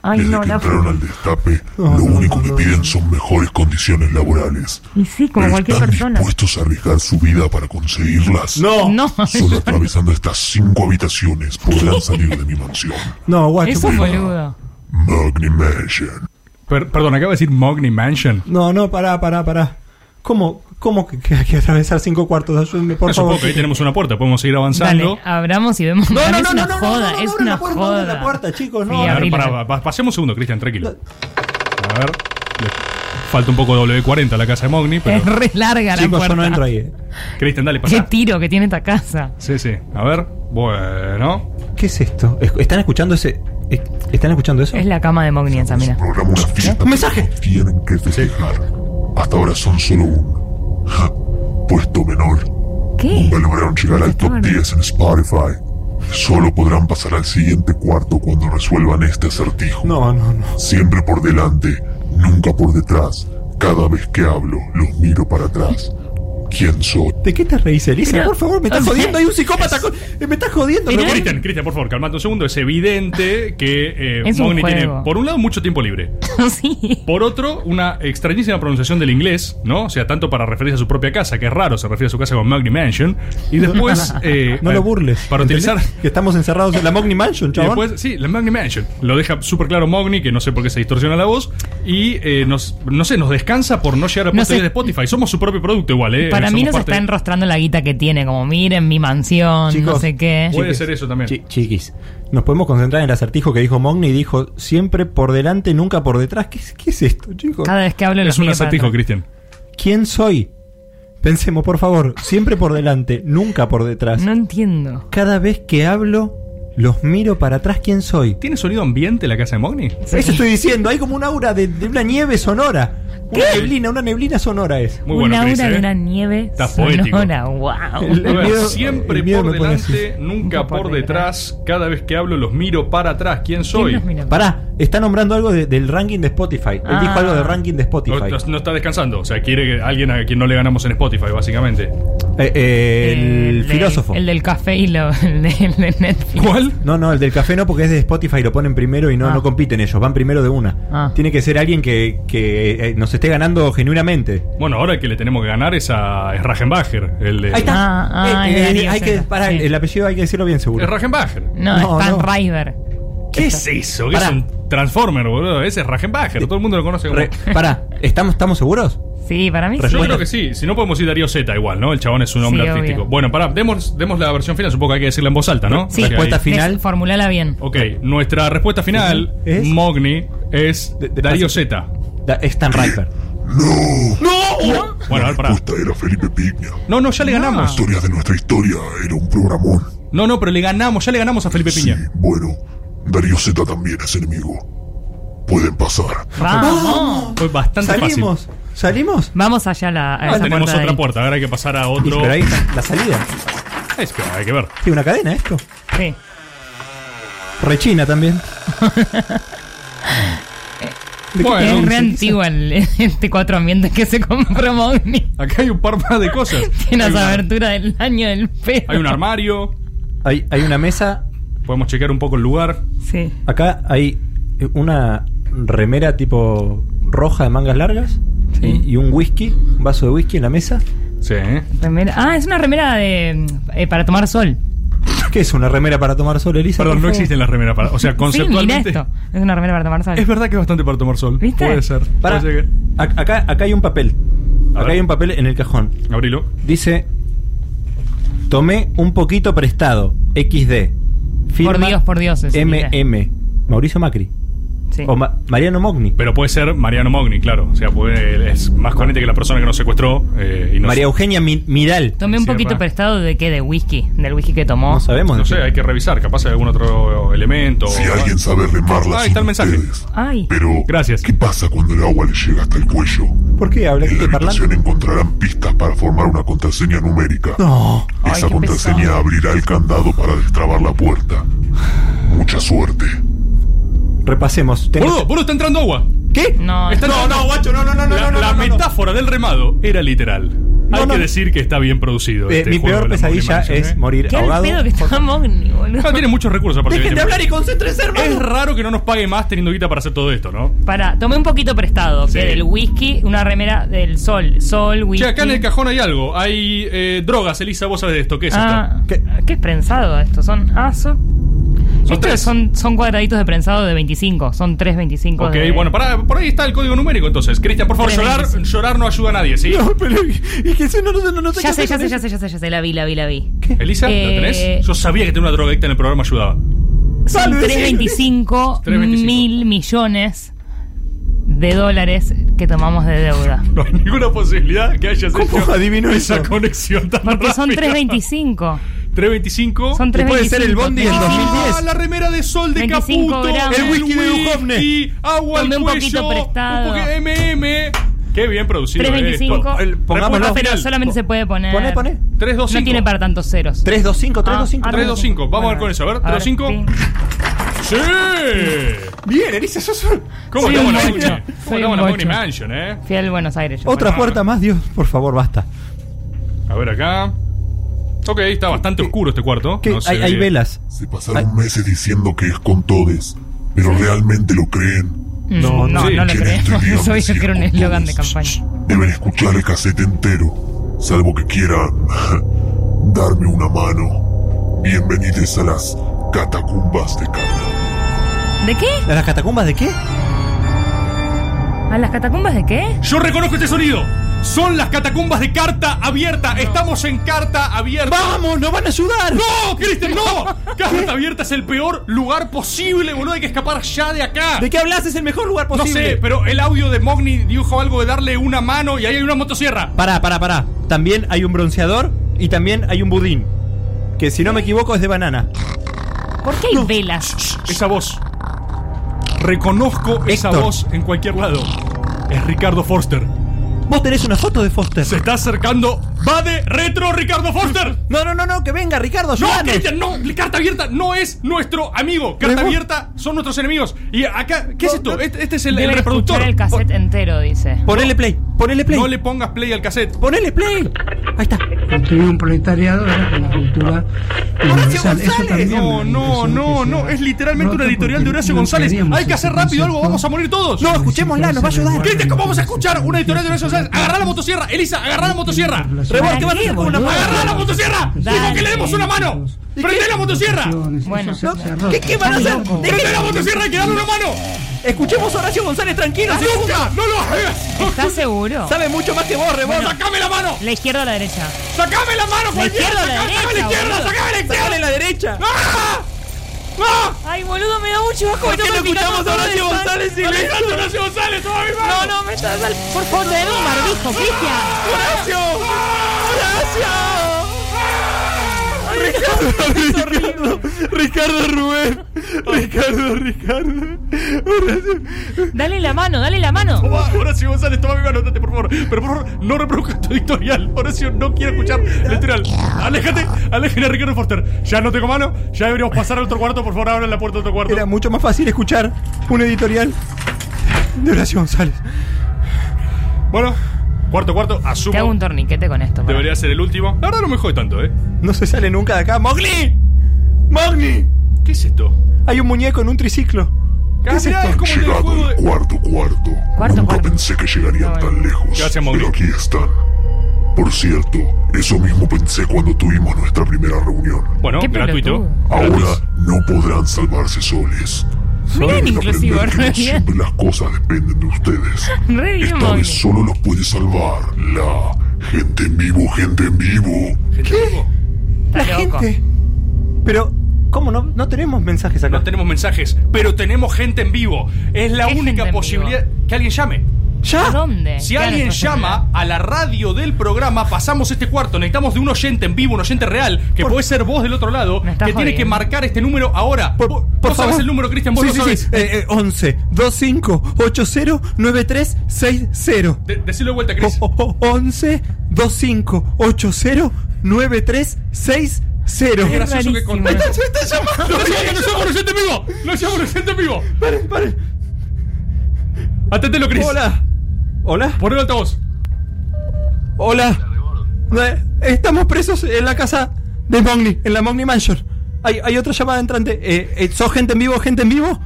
S5: Ay,
S7: Desde
S5: no,
S7: que
S5: la.
S7: entraron al destape,
S4: No,
S7: lo
S4: no,
S7: único
S4: no,
S7: que
S4: no,
S7: piden son mejores condiciones laborales.
S5: Y sí, como
S7: Pero
S5: cualquier
S7: ¿Están
S5: persona.
S7: dispuestos a arriesgar su vida para conseguirlas?
S5: No,
S7: Solo atravesando estas cinco habitaciones podrán salir de mi mansión.
S4: No, guacho.
S5: es
S4: por
S5: un
S4: favor.
S5: boludo.
S7: Magni Mansion.
S3: Per- perdón, acaba de decir Mogni Mansion.
S4: No, no, pará, pará, pará. ¿Cómo, cómo que, que hay que atravesar cinco cuartos? Ayúdenme, por
S3: Bueno,
S4: favor.
S3: supongo que ahí tenemos una puerta, podemos seguir
S5: Dale,
S3: avanzando.
S5: abramos y vemos.
S4: No, no,
S5: es
S4: no,
S5: una
S4: no, no,
S5: joda,
S4: no, no,
S5: es
S4: abran
S5: una
S4: la puerta,
S5: joda.
S4: abran la puerta, chicos, no.
S5: Sí,
S3: a ver,
S5: abrila.
S3: pará, pa- pa- pasemos un segundo, Cristian, tranquilo. A ver. le- Falta un poco de W40 a la casa de Mogni, pero.
S5: Es re larga la
S4: Chicos,
S5: puerta.
S4: yo no entro ahí. eh.
S3: Cristian, dale,
S5: Qué
S3: pasá.
S5: tiro que tiene esta casa.
S3: Sí, sí. A ver. Bueno.
S4: ¿Qué es esto? Es- ¿Están escuchando ese? es- ¿Están escuchando eso?
S5: Es la cama de Mogni esa, mira.
S7: Programa una fiesta.
S4: ¡Un mensaje!
S7: que Tienen que festejar. Hasta ahora son solo un ja, puesto menor.
S5: ¿Qué?
S7: Nunca lograron llegar al top 10 en Spotify. Solo podrán pasar al siguiente cuarto cuando resuelvan este acertijo.
S4: No, no, no.
S7: Siempre por delante, nunca por detrás. Cada vez que hablo, los miro para atrás. ¿Quién soy?
S4: ¿De qué te reís, Elisa?
S5: Pero-
S4: Por favor, me estás
S5: o sea-
S4: jodiendo. Hay un psicópata con... eh, Me estás jodiendo.
S5: Pero-
S4: Recuerda-
S3: Cristian, Cristian, por favor, calmate un segundo. Es evidente que eh,
S5: Es un
S3: Mogni
S5: juego.
S3: tiene, por un lado, mucho tiempo libre.
S5: sí.
S3: Por otro, una extrañísima pronunciación del inglés, ¿no? O sea, tanto para referirse a su propia casa, que es raro, se refiere a su casa con Magni Mansion. Y después. eh,
S4: No
S3: eh,
S4: lo burles.
S3: Para
S4: ¿entendés?
S3: utilizar.
S4: Que estamos encerrados en la Mogni Mansion,
S3: Y
S4: chabón.
S3: después, sí, la Magni Mansion. Lo deja súper claro Mogni, que no sé por qué se distorsiona la voz. Y eh, nos, no sé, nos descansa por no llegar a
S5: No
S3: puesto
S5: sé.
S3: 10 de Spotify. Somos su propio producto igual, ¿eh?
S5: Para mí
S3: Somos
S5: nos
S3: parte-
S5: está enrostrando la guita que tiene, como miren mi mansión, no
S4: Chicos,
S5: sé qué.
S3: Puede ser eso también.
S4: Chi- chiquis, nos podemos concentrar en el acertijo que dijo Mogni. Dijo siempre por delante, nunca por detrás. ¿Qué, es- qué es esto, chicos?
S5: Cada vez que hablo los
S3: Es un
S5: miro para
S3: acertijo,
S5: atrás.
S3: Cristian.
S4: ¿Quién soy? Pensemos, por favor. Siempre por delante, nunca por detrás.
S5: No entiendo.
S4: Cada vez que hablo, los miro para atrás. ¿Quién soy?
S3: ¿Tiene sonido ambiente la casa de Mogni?
S5: Sí.
S4: Eso estoy diciendo. Hay como un aura de, de una nieve sonora. Una neblina, una neblina sonora es.
S3: Muy
S5: Una
S3: bueno, Cris,
S5: aura
S3: ¿eh?
S5: de una nieve
S3: Está poético.
S5: sonora. Wow.
S4: El-
S3: A ver,
S4: miedo-
S3: siempre
S4: el miedo
S3: por
S4: me pone así.
S3: delante, nunca por detrás. Cada vez que hablo los miro para atrás. ¿Quién soy?
S4: Pará, está nombrando algo de- del ranking de Spotify. Él
S5: Ah.
S4: dijo algo del ranking de
S3: No,
S4: Spotify.
S3: no- no está descansando. O sea, quiere que alguien a quien no le ganamos en Spotify, básicamente.
S4: Eh, eh, el filósofo.
S5: El del café y lo, el, de, el de Netflix.
S3: ¿Cuál?
S4: No, no, el del café no, porque es de Spotify, lo ponen primero y no,
S5: Ah.
S4: no compiten ellos, van primero de una.
S5: Ah.
S4: Tiene que ser alguien que, que, eh, nos esté ganando genuinamente.
S3: Bueno, ahora el que le tenemos que ganar es a es Ragenbacher. El de,
S4: Ahí está.
S5: Ah, ah,
S4: Eh, eh,
S5: ahí va,
S4: hay
S5: ahí
S4: que,
S5: va.
S4: pará,
S5: Sí.
S4: el apellido hay que decirlo bien seguro.
S3: Es Ragenbacher.
S5: No,
S4: No,
S5: es Pan
S4: no.
S5: River.
S3: ¿Qué es eso? ¿Qué es
S4: Pará.
S3: un Transformer, boludo? Ese es Ragenbacher. Todo el mundo lo conoce como.
S4: Re- pará, ¿estamos, ¿estamos seguros?
S5: Sí, para mí
S3: Yo
S5: sí.
S3: creo que sí, si no podemos ir Darío Z igual, ¿no? El chabón es un hombre
S5: Sí, obvio.
S3: artístico. Bueno, pará, demos, demos la versión final, supongo que hay que decirla en voz alta, ¿no?
S5: Sí.
S3: Para que
S4: Respuesta
S3: ahí-
S4: final.
S5: Formulala bien.
S3: Ok, nuestra respuesta final,
S4: ¿Es?
S3: Mogni, es
S4: De- de-
S3: Darío
S4: fácil.
S3: Z.
S4: Da- es Tan Riper.
S3: Bueno, a
S7: La
S3: ver, pará.
S7: respuesta era Felipe Piña.
S3: No, no, ya le ganamos.
S7: Historias de nuestra historia era un programón.
S3: No, no, pero le ganamos, ya le ganamos a Felipe
S7: Sí,
S3: Piña.
S7: bueno, Darío Z también es enemigo. Pueden pasar.
S5: Vamos.
S3: Fue bastante
S4: ¿Salimos?
S3: fácil.
S4: ¿Salimos?
S5: Vamos allá a, la, a
S3: Ahora
S5: esa
S3: Ah, tenemos
S5: puerta de
S3: otra
S5: ahí.
S3: puerta, ahora hay que pasar a
S4: Y-
S3: otro.
S4: Pero ahí está la salida.
S3: Es que hay que ver.
S4: Tiene una cadena esto.
S5: Sí.
S4: Rechina también. ¿De qué
S3: Bueno,
S5: es
S4: se
S5: re
S4: dice?
S5: antiguo el, este cuatro ambientes que se compró Mogni.
S3: Acá hay un par más de cosas.
S5: Tiene
S3: hay,
S5: esa
S3: una-
S5: abertura del año del pelo.
S3: hay un armario,
S4: Hay, hay una mesa,
S3: podemos chequear un poco el lugar.
S5: Sí.
S4: acá hay eh, una remera tipo roja de mangas largas
S5: Sí.
S4: y, y un whisky, un vaso de whisky en la mesa.
S3: Sí, ¿eh?
S5: Remera- Ah, es una remera de eh, para tomar sol.
S4: ¿Qué es una remera para tomar sol, Elisa?
S3: Perdón,
S4: Por
S3: no
S4: favor.
S3: existen las remeras para. O sea, conceptualmente.
S5: Sí, mira esto. Es una remera para tomar sol.
S3: es verdad que es bastante para tomar sol.
S5: ¿Viste?
S3: Puede ser.
S4: Pará,
S3: Puede ser
S4: a- acá, acá hay un papel.
S3: A
S4: Acá
S3: ver.
S4: hay un papel en el cajón.
S3: que- Abrilo.
S4: Dice: Tomé un poquito prestado. XD.
S5: Por Dios, por Dios, es
S4: MM. Mauricio Macri.
S5: Sí.
S4: O Ma- Mariano Mogni.
S3: Pero puede ser Mariano Mogni, claro. O sea, puede- es más coherente que la persona que nos secuestró. eh, y nos-
S4: María Eugenia Mi- Miral.
S5: Tomé un
S3: Sí,
S5: poquito
S3: va.
S5: prestado de qué, de whisky, del whisky que tomó.
S4: No sabemos.
S3: No sé, hay que revisar. Capaz hay algún otro elemento.
S7: Si
S3: o-
S7: alguien sabe remarla,
S3: Ah, ahí está el
S7: son
S3: mensaje.
S7: ustedes.
S5: Ay,
S7: Pero,
S3: Gracias.
S7: ¿qué pasa cuando el agua le llega hasta el cuello?
S4: ¿Por qué habla
S7: En la
S4: este
S7: habitación
S4: parlante?
S7: encontrarán pistas para formar una contraseña numérica.
S4: No.
S7: Esa
S5: qué
S7: contraseña
S5: pesado.
S7: abrirá el candado para destrabar la puerta. Mucha suerte.
S4: Repasemos. Tenés-
S3: Boludo, boludo, está entrando agua.
S4: ¿Qué?
S5: no.
S3: Está entrando-
S4: guacho, no, no, no,
S3: la, la metáfora del remado era literal.
S4: No,
S3: hay
S4: no.
S3: que decir que está bien producido.
S4: Eh,
S3: este
S4: mi
S3: juego
S4: peor
S3: de la
S4: pesadilla
S3: Monkey Mansion,
S4: es
S3: ¿eh?
S4: morir
S5: Qué al
S4: ahogado.
S5: pedo que está Mogni, boludo.
S3: No, tiene muchos recursos aparte.
S4: Dejen de hablar y concéntrense,
S3: Es
S4: hermano.
S3: raro que no nos pague más teniendo guita para hacer todo esto, ¿no?
S5: Para, tomé un poquito prestado,
S3: Sí.
S5: que del whisky, una remera del sol, sol, whisky.
S3: Che, acá en el cajón hay algo. Hay eh, drogas, Elisa, vos sabés de esto. ¿Qué es
S5: Ah,
S3: esto?
S5: ¿qué? es prensado esto? ah, Son aso.
S3: Son
S5: Estos
S3: tres.
S5: son, son cuadraditos de prensado de 25. Son 3.25.
S3: Ok,
S5: de-
S3: bueno, pará, por ahí está el código numérico entonces. Cristian, por favor,
S5: Tres
S3: llorar,
S5: veinticinco.
S3: llorar no ayuda a nadie, ¿sí?
S8: pero es que si no, no, no, no sé
S5: Ya
S8: qué
S5: sé,
S8: hacer
S5: ya
S8: con
S5: sé,
S8: eso.
S5: ya sé, ya sé, ya sé. La vi, la vi, la vi.
S3: Elisa, ¿la
S5: Eh,
S3: tenés? Yo sabía que tener una drogadicta en el programa ayudaba.
S5: Son
S8: Salve,
S5: 325
S3: 3.25.
S5: mil millones de dólares que tomamos de deuda.
S3: No hay ninguna posibilidad que hayas hecho
S8: adivinó
S3: esa
S8: eso?
S3: conexión tan
S5: Porque son
S3: rápida.
S5: 325.
S3: 3.25.
S5: Son
S8: Y puede ser el
S5: 3.25,
S8: Bondi del
S5: no.
S3: Ah,
S8: 2010.
S3: la remera de sol de
S5: 25
S3: Caputo.
S5: gramos.
S8: El whisky de Duhovne.
S3: Y agua
S5: Tomé
S3: al
S5: un
S3: cuello.
S5: poquito prestado.
S3: un poqu- MM. Qué bien producido.
S5: 3.25.
S8: El- pongámoslo.
S5: Ah,
S3: Respuesta
S5: pero
S3: final.
S5: solamente se puede poner.
S8: Poné, poné.
S5: No
S3: 3.25.
S5: tiene para tantos ceros.
S8: 325, 325.
S5: Ah,
S3: 325. Vamos a ver con eso. A ver, 325.
S5: sí.
S3: ¡Sí!
S8: Bien, Elisa, sos un-
S3: ¿Cómo
S5: Soy
S3: estamos
S5: un
S3: la
S5: bocho.
S3: Bonnie?
S5: Soy
S3: ¿Cómo estamos
S5: un
S3: la
S5: bocho.
S3: Bonnie Mansion, eh?
S5: Fui al Buenos Aires. yo.
S8: Otra
S3: Bueno,
S8: puerta más, Dios, por favor, basta.
S3: A ver acá. Ok, está bastante oscuro este cuarto.
S8: ¿Qué?
S3: No se
S8: hay,
S3: ve.
S8: hay velas.
S7: Se pasaron meses diciendo que es con todes, pero realmente lo creen.
S5: Mm, No, no,
S3: sí.
S5: lo
S7: Quieren
S5: creemos.
S7: que digan
S5: Eso
S7: si
S5: obvio
S7: es
S5: que era un
S7: con
S5: eslogan de
S7: todes.
S5: campaña.
S7: Deben escuchar el casete entero, salvo que quieran darme una mano. Bienvenidos a las catacumbas de Carla.
S5: ¿De qué?
S8: ¿A ¿Las catacumbas de qué?
S5: ¿A las catacumbas de qué?
S3: Yo reconozco este sonido. Son las catacumbas de carta abierta. Estamos en carta abierta.
S8: ¡Vamos! ¡Nos van a ayudar!
S3: ¡No, Cristian, no! Carta abierta es el peor lugar posible, boludo. Hay que escapar ya de acá.
S8: ¿De qué hablas? Es el mejor lugar
S3: no
S8: posible.
S3: sé, pero el audio de Mogni dijo algo de darle una mano Ah, y ahí hay una motosierra.
S8: Pará, pará, pará. También hay un bronceador y también hay un budín. Que si no me equivoco es de banana.
S5: ¿Por qué hay velas?
S3: Esa voz. Reconozco esa
S8: Héctor.
S3: voz en cualquier lado. Es Ricardo Forster.
S8: Vos tenés una foto de Foster.
S3: Se está acercando. ¡Va de retro, Ricardo Forster!
S8: No, no, no, no, que venga, Ricardo,
S3: No,
S8: ayúdanos.
S3: Cristian, no, carta abierta no es nuestro amigo. Carta
S8: Pero-
S3: abierta son nuestros enemigos. Y acá, ¿qué es
S8: No,
S3: esto?
S8: no.
S3: Este, este es el, el
S5: Debe
S3: reproductor.
S5: escuchar el cassette entero, dice.
S8: Ponele play, ponele play.
S3: No le pongas play al cassette.
S8: Ponele play. Ahí está.
S9: construir un proletariado ¿verdad? con la cultura universal. Eso también me
S3: No, no,
S9: impresionó
S3: no,
S9: que
S3: no.
S9: sea
S3: Es literalmente una
S9: roto
S3: editorial
S9: porque
S3: de Horacio
S9: no
S3: González.
S9: queríamos
S3: Hay que hacer
S9: ese
S3: rápido algo,
S9: concepto.
S3: vamos a morir todos.
S8: No, escuchémosla, nos va a ayudar.
S9: ¿Qué?
S3: Cristian, ¿cómo vamos a escuchar una editorial de Horacio González? Agarrá la motosierra, Elisa, agarrá la motosierra.
S8: Rebor, ¿qué vas a
S5: qué,
S8: hacer con una
S5: boludo?
S3: ¡Agarrá la motosierra! ¡Dijo que le demos una mano! ¡Prende la motosierra!
S5: Bueno.
S9: Eso se ha roto.
S8: ¿Qué, qué van a hacer? Dejen-
S3: ¡Prende la motosierra y que dale una mano!
S8: Escuchemos a Horacio González tranquilo. un segundo.
S3: ¡Nunca! ¡No lo hagas!
S5: ¿Estás seguro?
S8: Sabe mucho más que vos, Rebor.
S3: ¡Sacame la mano!
S5: La izquierda o la derecha.
S3: ¡Sacame la mano, cualquiera!
S5: izquierda o
S3: ¡Sacame sacame la izquierda!
S5: la derecha, boludo?
S3: ¡Sacame la
S8: Dale
S3: izquierda!
S8: la derecha.
S3: ¡Ah! ¡Ah!
S5: Ay, boludo, me da mucho asco.
S8: ¿Por qué no escuchamos a Horacio González y le
S3: ¡Alejandro Horacio González! ¡Toma mi mano!
S5: No, me estás al. Por favor, de un barbijo, Cristian.
S8: ¡Horacio! ¡Horacio! Ricardo, Ricardo, Ricardo Rubén, Ricardo, Ricardo, Horacio.
S5: Dale la mano, dale la mano.
S3: Toma, Horacio González, toma mi mano, andate, por favor. Pero por favor, no reproduzcas tu editorial. Horacio, no quiero escuchar literal. Aléjate, aléjate, Ricardo Forster. Ya no tengo mano, ya deberíamos pasar al otro cuarto. Por favor, abran la puerta del otro cuarto.
S8: Era mucho más fácil escuchar un editorial de Horacio González.
S3: Bueno, cuarto, cuarto,
S5: Te hago
S3: asumo.
S5: un torniquete con esto. pará.
S3: Debería ser el último. La verdad no me jode tanto, ¿eh?
S8: No se sale nunca de acá. ¡Mogli! ¡Mogli!
S3: ¿Qué es esto?
S8: Hay un muñeco en un triciclo. ¿Qué
S3: Ah,
S8: es
S3: mirá,
S8: esto?
S3: es como el del
S7: Llegado
S3: juego
S7: el
S3: de...
S7: cuarto cuarto,
S5: Cuarto
S7: nunca
S5: cuarto.
S7: pensé que llegarían
S5: Ay.
S7: tan lejos,
S3: Gracias, Mauri.
S7: pero aquí están. Por cierto, eso mismo pensé cuando tuvimos nuestra primera reunión.
S3: Bueno,
S5: Qué
S3: gratuito.
S5: pelotudo.
S7: Ahora no podrán salvarse soles.
S5: Miren,
S7: Deben
S5: inclusivo,
S7: aprender que no
S5: re bien.
S7: siempre las cosas dependen de ustedes.
S5: Re bien,
S7: Esta
S5: Mogni.
S7: vez solo los puede salvar la gente en vivo, gente en vivo.
S3: ¿Qué?
S5: Está
S8: La
S5: loco.
S8: gente. Pero, ¿cómo no, no tenemos mensajes acá?
S3: No tenemos mensajes, pero tenemos gente en vivo. Es la
S5: ¿Qué gente
S3: única
S5: en
S3: posibilidad que alguien llame.
S5: ¿A
S8: ¿Ya?
S5: dónde?
S3: Si
S5: Claro,
S3: alguien
S5: está celular.
S3: llama a la radio del programa, pasamos este cuarto. Necesitamos de un oyente en vivo, un oyente real, que puede ser vos del otro lado,
S5: Me
S3: que
S5: estás
S3: tiene que
S5: jodiendo.
S3: marcar este número ahora.
S8: Por,
S3: Vos-
S8: por
S3: vos
S8: favor.
S3: sabés el número, Cristian, vos
S8: sí,
S3: lo
S8: sí,
S3: sabés.
S8: Sí, Eh, eh, 11 25 80 9360.
S3: De- decilo de vuelta,
S8: O-
S3: Cris.
S8: o- o- 11 25 80 9360.
S3: Es gracioso que con...
S5: rarísimo.
S3: ¡No
S8: Se está llamando.
S3: llama un oyente en vivo! ¡No llama un oyente en vivo!
S8: Paren, paren.
S3: Aténtelo, Cris.
S8: Hola. Hola.
S3: Ponelo altavoz.
S8: Hola. Eh, Estamos presos en la casa de Mogni, en la Mogni Mansion. Hay, hay otra llamada entrante. Eh, eh, ¿Sos gente en vivo, gente en vivo?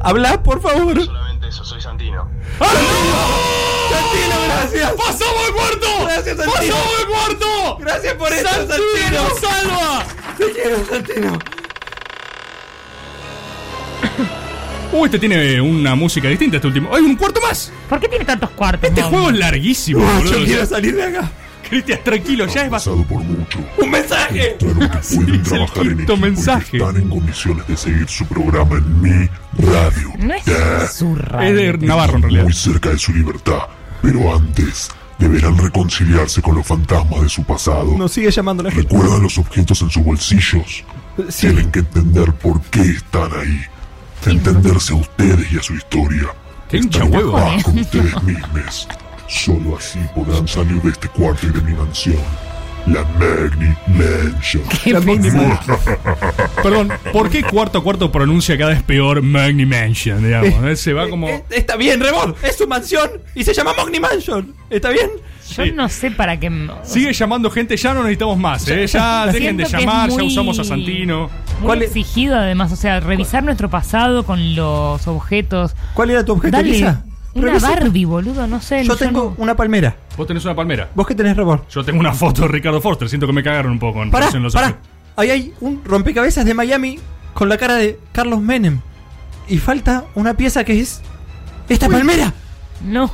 S8: Habla, por favor.
S10: Solamente eso, soy Santino.
S8: Santino, gracias.
S3: ¡Pasamos el cuarto!
S8: Gracias, Santino.
S3: ¡Pasamos el cuarto!
S8: Gracias por eso, Santino.
S3: nos salva!
S8: ¡Te quiero, Santino!
S3: Uh, este tiene una música distinta este último. ¡Hay un cuarto más!
S5: ¿Por qué tiene tantos cuartos?
S3: Este
S5: Mongo?
S3: juego es larguísimo, boludo.
S8: Oh, Yo
S3: O
S8: quiero
S3: sea,
S8: salir de acá.
S3: Cristian, tranquilo, ya es más.
S7: pasado por mucho.
S8: ¡Un mensaje!
S7: Claro que
S3: Sí, es el
S7: pueden trabajar en
S3: quinto
S7: equipo y que
S3: mensaje.
S7: están en condiciones de seguir su programa en mi radio.
S5: No es su radio.
S3: Es de Navarro en realidad.
S7: Muy cerca de su libertad. Pero antes, deberán reconciliarse con los fantasmas de su pasado.
S8: Nos sigue llamando la gente.
S7: Recuerdan los objetos en sus bolsillos.
S8: Sí.
S7: Tienen que entender por qué están ahí. Entenderse a ustedes y a su historia.
S3: Qué hincha
S7: Estar en
S3: huevo,
S7: paz
S5: eh.
S7: con ustedes mismos. Solo así podrán salir de este cuarto y de mi mansión. La Magni Mansion.
S5: Qué pesado.
S3: Perdón, ¿por qué cuarto a cuarto pronuncia cada vez peor Magni Mansion, digamos? Eh, Se va como...
S8: Eh, Está bien, Rebord. Es su mansión y se llama Mogni Mansion. ¿Está bien?
S5: Yo no sé para qué.
S3: Sigue llamando gente, ya no necesitamos más, ¿eh? Ya dejen de
S5: Siento que es
S3: llamar, ya
S5: muy-
S3: usamos a Santino.
S5: Muy
S8: ¿Cuál es-
S5: exigido además, o sea, revisar nuestro pasado con los objetos.
S8: ¿Cuál era tu objeto,
S5: Dale
S8: Lisa?
S5: una
S8: Revisa.
S5: Barbie, boludo, no sé.
S8: Yo tengo
S5: no-
S8: una palmera.
S3: Vos tenés una palmera.
S8: ¿Vos qué tenés, Rebord?
S3: Yo tengo una foto de Ricardo Forster, siento que me cagaron un poco en
S8: Pará,
S3: relación a los
S8: pará.
S3: objetos.
S8: Ahí hay un rompecabezas de Miami con la cara de Carlos Menem. Y falta una pieza que es. ¡Esta palmera!
S5: No.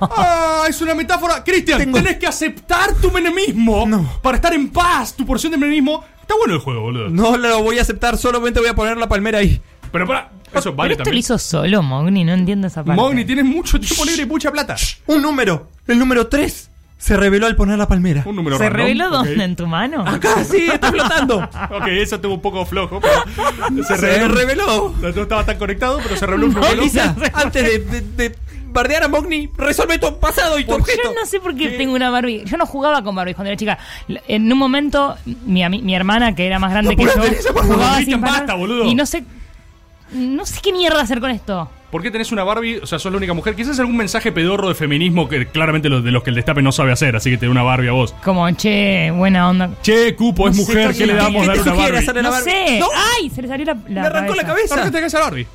S3: ¡Ah! Es una metáfora. Cristian,
S8: Tengo-
S3: tenés que aceptar tu menemismo
S8: No.
S3: para estar en paz. Tu porción de menemismo. Está bueno el juego, boludo.
S8: No lo voy a aceptar, solamente voy a poner la palmera ahí.
S3: Pero pará, eso
S5: Pero
S3: vale
S5: esto lo
S3: también.
S5: hizo solo Mogni, no entiendo esa parte.
S3: Mogni, tienes mucho tiempo libre y mucha plata.
S8: Un número, el número 3, se reveló al poner la palmera.
S3: Un número
S5: ¿Se
S3: random,
S5: reveló
S3: ok.
S5: dónde? ¿En tu mano?
S8: ¡Acá sí! ¡Está flotando!
S3: Ok, eso estuvo un poco flojo. pero se
S8: ¡Se
S3: reveló.
S8: reveló!
S3: No estaba tan conectado, pero se reveló un
S8: Eh,
S3: número.
S8: Lisa, antes de, de- de bardear a Mogni, resuelve tu pasado y tu objeto.
S5: Yo no sé por qué tengo una Barbie. Yo no jugaba con Barbie cuando era chica. L- En un momento, mi, ami- mi hermana, que era más grande que yo,
S8: apurate, Lisa, por favor.
S5: jugaba
S3: Cristian,
S5: sin parar.
S3: basta, boludo.
S5: Y no sé. No sé qué mierda hacer con esto.
S3: ¿Por qué tenés una Barbie? O sea, sos la única mujer. Quizás algún mensaje pedorro de feminismo que claramente los de los que el destape no sabe hacer, así que te una Barbie a vos.
S5: Como, che, buena onda.
S3: Che, cupo, es
S8: No sé,
S3: mujer, ¿qué le
S8: Carolina,
S3: damos
S8: ¿qué
S3: dar
S8: te
S3: una
S8: sugiere
S3: Barbie?
S8: hacer a la
S5: No
S8: Barbie?
S5: sé.
S8: ¡No!
S5: ¡Ay! Se le salió la.
S8: ¡Me arrancó la cabeza!
S3: ¿Por qué tenés que hacer Barbie?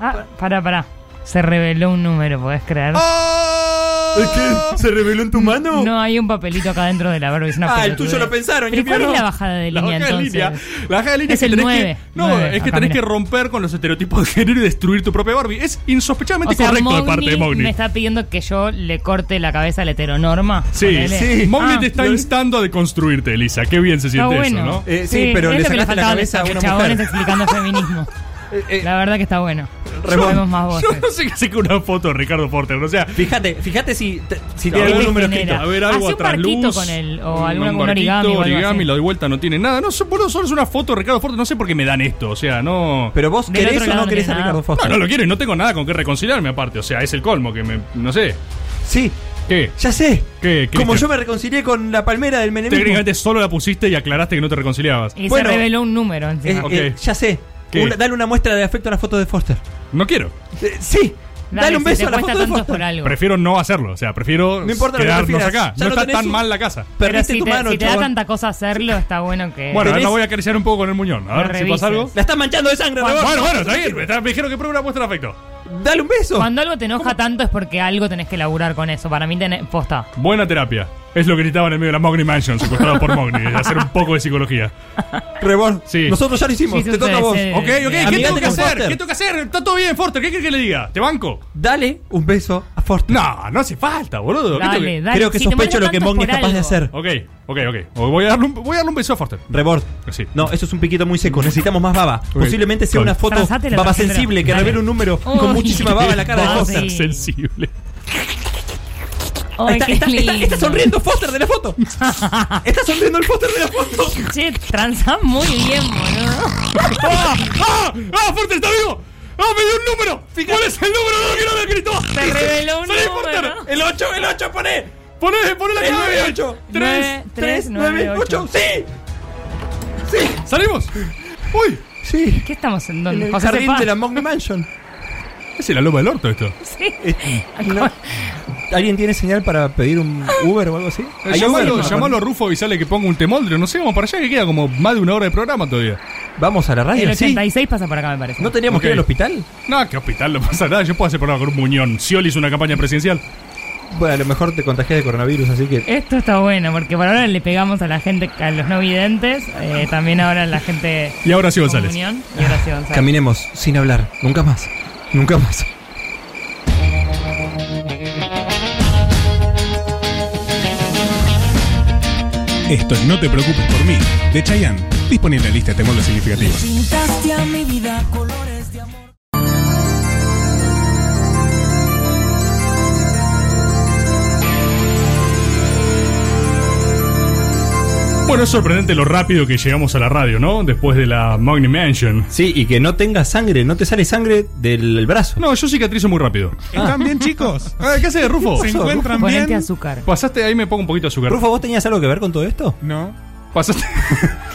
S5: Ah, pará, pará. Se reveló un número, ¿podés creer?
S3: Ah,
S8: ¿Qué? ¿Se reveló en tu mano?
S5: No hay un papelito acá dentro de la Barbie. Es una
S8: Ah, el
S5: pelotudez.
S8: tuyo lo pensaron,
S5: ¿Pero
S8: y el
S5: cuál
S8: mío
S5: es
S8: no.
S5: la bajada de línea
S3: bajada de
S5: entonces?
S3: línea. La bajada de línea
S5: Es
S3: que
S5: el
S3: tenés
S5: nueve,
S3: que. No,
S5: nueve,
S3: es que
S5: acá,
S3: tenés que
S5: mira.
S3: romper con los estereotipos de género y destruir tu propia Barbie. Es insospechadamente
S5: O sea,
S3: correcto de
S5: Mogni
S3: parte de
S5: Me
S3: Mogni.
S5: está pidiendo que yo le corte la cabeza a la heteronorma.
S3: Sí,
S5: Ponele.
S3: sí. Mogni
S5: Ah,
S3: te está instando a deconstruirte, Elisa. Qué bien se
S5: Está
S3: siente eso,
S5: bueno.
S3: ¿no?
S8: Eh, sí, pero
S5: es
S8: le
S5: lo que
S8: sacaste la
S5: faltaba
S8: cabeza a
S5: los
S8: una
S5: chabones
S8: mujer.
S5: explicando feminismo.
S8: Eh, eh,
S5: La verdad que está bueno.
S8: Ramón,
S5: Sabemos más voces.
S3: Yo no sé qué hacer con una foto de Ricardo Porter. O sea,
S8: Fíjate, fíjate si, te- si
S3: A
S8: tiene
S3: ver,
S8: algún
S5: ¿Qué
S8: número
S5: genera?
S8: escrito.
S3: A ver, algo
S5: Hace un
S3: atrás
S5: barquito
S3: luz.
S5: con él, o alguna-
S3: un
S5: algún origami o algo
S3: origami,
S5: así.
S3: lo de vuelta no tiene nada. No, so- boludo, solo es una foto de Ricardo Forte. No sé por qué me dan esto. O sea, no.
S8: Pero vos
S5: Del
S8: querés
S5: otro
S8: o
S5: lado
S8: no
S5: no
S8: querés a
S5: tiene nada.
S8: Ricardo
S3: no,
S8: Foster.
S3: no lo quiero y no tengo nada con qué reconciliarme aparte. O sea, es el colmo que me. No sé.
S8: Sí,
S3: ¿Qué?
S8: ya sé.
S3: ¿Qué,
S8: Como
S3: Cristian?
S8: yo me reconcilié con la palmera del menemismo.
S3: Técnicamente solo la pusiste y aclaraste que no te reconciliabas.
S5: Y
S8: Bueno.
S5: se reveló un número
S8: Eh,
S5: encima.
S3: Ok.
S8: eh, ya sé.
S3: ¿Qué?
S8: Una- dale una muestra de afecto a la foto de Foster.
S3: No quiero.
S8: Eh, sí. Dale, un
S5: si te
S8: beso a la
S5: cuesta
S8: foto de
S5: tanto es por
S8: Foster.
S5: algo.
S3: Prefiero no hacerlo. O sea, prefiero
S8: No importa lo que
S3: quedarnos
S8: prefieras.
S3: acá. No
S8: Ya no
S3: está
S8: tenés
S3: tan
S8: un-
S3: mal la casa.
S5: Pero
S8: Perdiste
S5: si
S8: tu
S5: te,
S8: mano,
S5: si te da
S8: chabón.
S5: tanta cosa hacerlo, está bueno que.
S3: Bueno, ahora
S8: tenés-
S3: la voy a acariciar un poco con el muñón. A ver
S5: Me
S3: si pasa algo.
S5: revises.
S8: La estás manchando de sangre,
S5: Juan,
S8: Roberto.
S3: Bueno, bueno, está bien. Me está- me dijeron que pruebe una muestra de afecto.
S8: Dale un beso.
S5: Cuando algo te enoja tanto es porque algo tenés que laburar con eso. Para mí, tenés, posta.
S3: Buena terapia. Es lo que gritaban en medio de la Mogni Mansion, secuestrado por Mogni. Hacer un poco de psicología.
S8: Rebord.
S3: Sí.
S8: Nosotros ya lo hicimos.
S5: Sí,
S8: te toca a
S5: ustedes,
S8: vos.
S5: eh.
S3: Ok, ok, ¿qué
S8: Amigate
S3: tengo que
S8: con
S3: hacer?
S8: Foster.
S3: ¿Qué tengo que hacer? Está todo bien, Forster. ¿Qué querés que le diga? ¿Te banco?
S8: Dale un beso a Foster.
S3: No, no hace falta, boludo. ¿Qué tengo
S5: Dale,
S3: que-
S5: dale.
S8: Creo que
S5: Si te
S8: sospecho
S5: molesta
S8: lo que
S5: tanto es
S8: Mogni es
S5: por
S8: capaz de
S5: algo.
S8: hacer.
S3: Ok, ok, ok. O Voy a, darle un, voy a darle un beso a Forster.
S8: Rebord.
S3: Sí.
S8: No, eso es un piquito muy seco. Necesitamos más baba. Posiblemente sea
S3: Con-
S8: una foto
S5: Trazate la
S8: baba
S5: tarjeta.
S8: sensible que
S5: Dale.
S8: revele un número
S4: Oh.
S8: con
S5: Uy.
S8: muchísima baba en la cara de
S5: Ah,
S8: Foster.
S5: sí.
S3: sensible.
S5: Ay,
S8: está, está-
S5: qué
S8: está-
S5: lindo.
S8: está sonriendo Foster de la foto. está sonriendo el Foster de la foto.
S5: Che, transa muy bien, boludo.
S3: ¡Ah! ¡Ah! ¡Ah! ¡Forster está vivo! ¡Ah! ¡Me dio un número! ¿Cuál es el número? ¡No lo quiero ver, Cristo!
S5: Se reveló un
S3: ¡Salí, Forster!
S5: número.
S8: El 8, el 8, poné.
S3: ¡Poné, poné la
S8: El
S3: clave!
S8: 9, 8.
S5: Nueve,
S8: 3,
S5: tres,
S8: 3,
S5: nueve,
S8: 9, 8. ¡Sí! ¡Sí!
S3: ¡Salimos! ¡Uy!
S8: Sí.
S5: ¿Qué estamos en dónde?
S8: El
S5: José
S8: jardín
S5: Sepa.
S8: de la Mogni Mansion.
S3: Es la loma del orto esto. Eh,
S5: Sí.
S8: No. ¿Alguien tiene señal para pedir un Uber o algo así?
S4: Eh,
S8: Hay
S3: Eh, Llamalo,
S8: Uber, ¿no?
S3: llamalo a Rufo y sale que ponga un temoldrio. No sé, vamos para allá que queda como más de una hora de programa todavía.
S8: Vamos a la
S5: El
S8: radio, sí.
S5: 86 pasa por acá, me parece.
S8: ¿No teníamos
S3: Ok.
S8: que ir al hospital?
S3: No, que hospital no pasa nada. Yo puedo hacer programa con un muñón. Scioli hizo una campaña presidencial.
S4: bueno, a lo mejor te contagias de coronavirus, así que.
S5: Esto está bueno, porque por ahora le pegamos a la gente, a los no videntes, eh, también ahora a la gente
S3: Y ahora sí,
S5: con
S3: González.
S5: comunión, y ahora sí, González.
S4: Caminemos sin hablar, nunca más, nunca más.
S6: Esto es No te preocupes por mí, de Chayanne. Disponible en lista de temolos significativos.
S10: Pintaste a mi vida colores de amor.
S3: Bueno, es sorprendente lo rápido que llegamos a la radio, ¿no? Después de la Magni Mansion.
S4: Sí, y que no tengas sangre, no te sale sangre del brazo.
S3: No, yo cicatrizo muy rápido.
S6: ¿Están bien, chicos?
S3: Ah, ¿Qué haces, Rufo?
S6: ¿Se encuentran
S5: Ponete
S6: bien?
S5: azúcar.
S3: Pasaste, ahí me pongo un poquito de azúcar.
S4: Rufo, ¿vos tenías algo que ver con todo esto?
S6: No.
S3: Pasaste,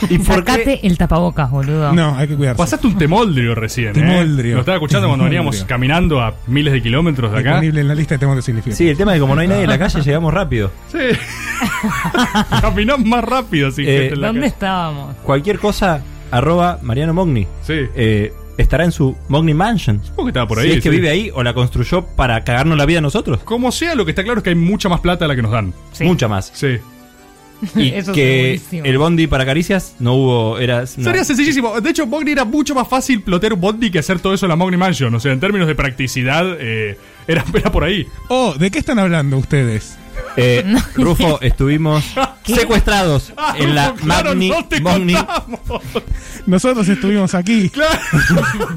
S4: ¿Y por qué?
S5: Sacate el tapabocas, boludo.
S6: No, hay que cuidarse.
S3: pasaste un temoldrio recién. ¿eh?
S6: Temoldrio.
S3: Lo estaba escuchando cuando
S6: Temoldrio.
S3: veníamos caminando a miles de kilómetros de acá.
S6: Disponible en la lista de temolos significativos.
S4: Sí, el tema es que como no hay nadie en la calle, llegamos rápido.
S5: Eh,
S3: Sí. Caminás más rápido sin
S4: Eh,
S3: gente en la
S5: ¿Dónde
S3: calle.
S5: estábamos?
S4: Cualquier cosa, arroba Mariano Mogni.
S3: Sí.
S4: Eh, estará en su Mogni Mansion.
S3: Supongo que estaba por ahí.
S4: si es que
S3: sí.
S4: vive ahí o la construyó para cagarnos la vida a nosotros.
S3: Como sea, lo que está claro es que hay mucha más plata de la que nos dan.
S5: Sí.
S4: Mucha más.
S3: Sí.
S4: Y
S5: Eso
S4: que
S5: segurísimo.
S4: el bondi para caricias no hubo. Era,
S3: Sería sencillísimo. De hecho, Bogni era mucho más fácil plotear un Bondi que hacer todo eso en la Mogni Mansion. O sea, en términos de practicidad, eh, era, era por ahí.
S6: Oh, ¿de qué están hablando ustedes?
S4: Eh, Rufo, estuvimos secuestrados en la
S3: Ah, claro,
S4: Magni
S3: no te
S4: Mogni.
S3: contamos.
S6: Nosotros estuvimos aquí.
S3: Claro.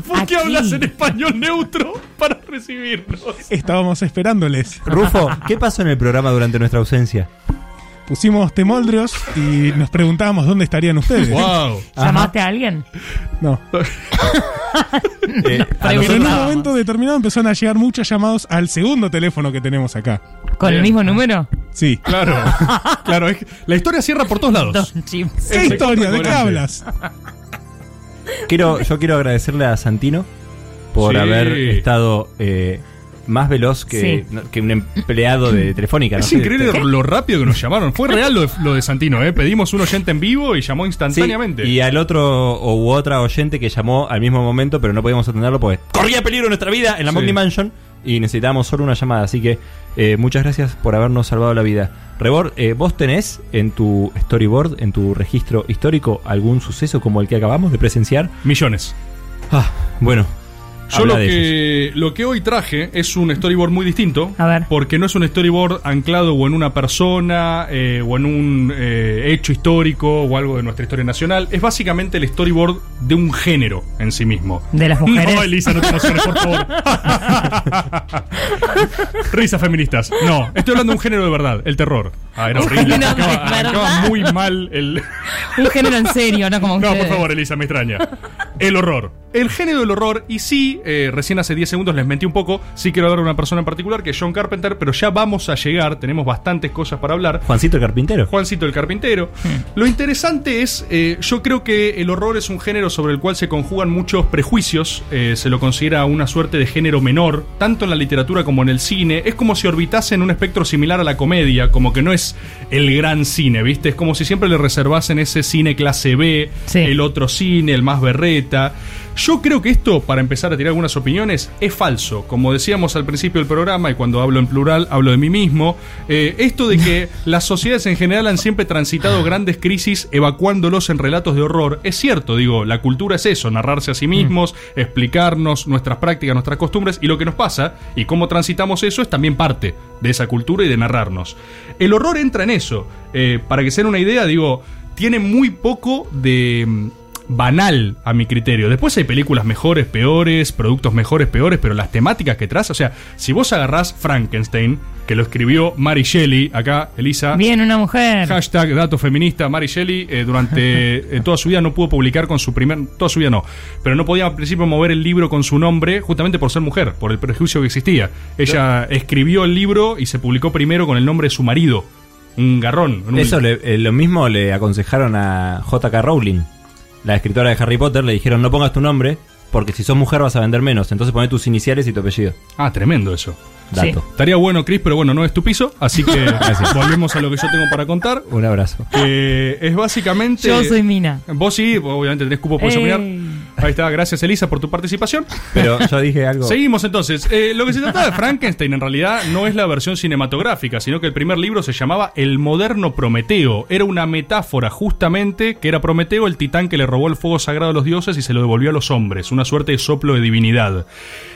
S3: ¿Por qué
S5: Aquí.
S3: hablas en español neutro para recibirnos?
S6: Estábamos esperándoles.
S4: Rufo, ¿qué pasó en el programa durante nuestra ausencia?
S6: Pusimos temoldrios y nos preguntábamos dónde estarían ustedes.
S3: Wow.
S5: ¿Llamaste a alguien?
S6: No.
S4: Eh, a
S5: preguntábamos.
S6: Pero en un
S4: nosotros-
S6: momento determinado empezaron a llegar muchos llamados al segundo teléfono que tenemos acá.
S5: ¿Con el
S3: Bien.
S5: mismo número?
S6: Sí.
S3: Claro. Claro. es que la historia cierra por todos lados.
S5: Dos chips.
S6: ¿Qué
S3: Ese
S6: historia? ¿De qué
S3: componente.
S6: hablas?
S4: quiero, yo quiero agradecerle a Santino por
S3: Sí.
S4: haber estado eh, más veloz que,
S5: Sí.
S4: no, que un empleado de Telefónica. no
S3: Es
S4: sé,
S3: increíble
S4: este-
S3: lo rápido que nos llamaron. Fue real lo de, lo de Santino, ¿eh? Pedimos un oyente en vivo y llamó
S4: Sí,
S3: instantáneamente.
S4: y al otro o u otra oyente que llamó al mismo momento, pero no podíamos atenderlo porque corría peligro nuestra vida en la
S3: Sí.
S4: Mogni Mansion y necesitábamos solo una llamada. Así que eh, muchas gracias por habernos salvado la vida. Rebord, eh, ¿vos tenés en tu storyboard, en tu registro histórico, algún suceso como el que acabamos de presenciar?
S3: Millones.
S4: Ah, bueno.
S3: Yo
S4: habla
S3: lo
S4: de ellos.
S3: que, lo que hoy traje es un storyboard muy distinto.
S5: A ver.
S3: Porque no es un storyboard anclado o en una persona eh, o en un eh, hecho histórico o algo de nuestra historia nacional. Es básicamente el storyboard de un género en sí mismo.
S5: ¿De las mujeres?
S3: No, Elisa, no te emociones, por favor. Risas feministas. No, estoy hablando de un género de verdad, el terror. Ah, era
S5: Un
S3: horrible.
S5: género de
S3: Arrancaba- arrancaba
S5: verdad.
S3: muy mal el.
S5: Un género en serio, no como
S3: No, por
S5: ustedes.
S3: favor, Elisa, me extraña. El horror. El género del horror, y sí, eh, recién hace 10 segundos les mentí un poco, sí quiero hablar de una persona en particular, que es John Carpenter, pero ya vamos a llegar, tenemos bastantes cosas para hablar.
S4: Juancito el carpintero.
S3: Juancito el Carpintero. Lo interesante es, eh, yo creo que el horror es un género sobre el cual se conjugan muchos prejuicios, eh, se lo considera una suerte de género menor, tanto en la literatura como en el cine, es como si orbitase en un espectro similar a la comedia, como que no es el gran cine, ¿viste? Es como si siempre le reservasen ese cine clase B,
S5: Sí.
S3: el otro cine, el más berreta. Yo creo que esto, para empezar a tirar algunas opiniones, es falso. Como decíamos al principio del programa, y cuando hablo en plural, hablo de mí mismo, eh, esto de que las sociedades en general han siempre transitado grandes crisis evacuándolos en relatos de horror, es cierto, digo, la cultura es eso, narrarse a sí mismos, explicarnos nuestras prácticas, nuestras costumbres y lo que nos pasa, y cómo transitamos eso es también parte de esa cultura y de narrarnos. El horror entra en eso. Eh, para que se den una idea, digo, tiene muy poco de mm, banal a mi criterio. Después hay películas mejores, peores, productos mejores, peores, pero las temáticas que traza, o sea, si vos agarrás Frankenstein, que lo escribió Mary Shelley, acá Elisa,
S5: Bien, una mujer.
S3: Hashtag dato feminista. Mary Shelley eh, durante eh, toda su vida no pudo publicar con su primer. Toda su vida no. Pero no podía al principio mover el libro con su nombre, justamente por ser mujer, por el prejuicio que existía. Ella escribió el libro y se publicó primero con el nombre de su marido. Un garrón. un-
S4: Eso le- eh, lo mismo le aconsejaron a J.K. Rowling, la escritora de Harry Potter, le dijeron no pongas tu nombre porque si sos mujer vas a vender menos, entonces poné tus iniciales y tu apellido.
S3: Ah, tremendo eso.
S4: Dato.
S3: Estaría bueno, Chris, pero bueno, no es tu piso. Así que volvemos a lo que yo tengo para contar.
S4: Un abrazo.
S3: que es básicamente.
S5: Yo soy Mina.
S3: Vos sí, obviamente tenés cupo por
S5: Ey.
S3: mirar. Ahí está, gracias Elisa por tu participación.
S4: Pero yo dije algo.
S3: Seguimos entonces. Eh, lo que se trata de Frankenstein en realidad no es la versión cinematográfica, sino que el primer libro se llamaba El moderno Prometeo. Era una metáfora justamente que era Prometeo el titán que le robó el fuego sagrado a los dioses y se lo devolvió a los hombres, una suerte de soplo de divinidad.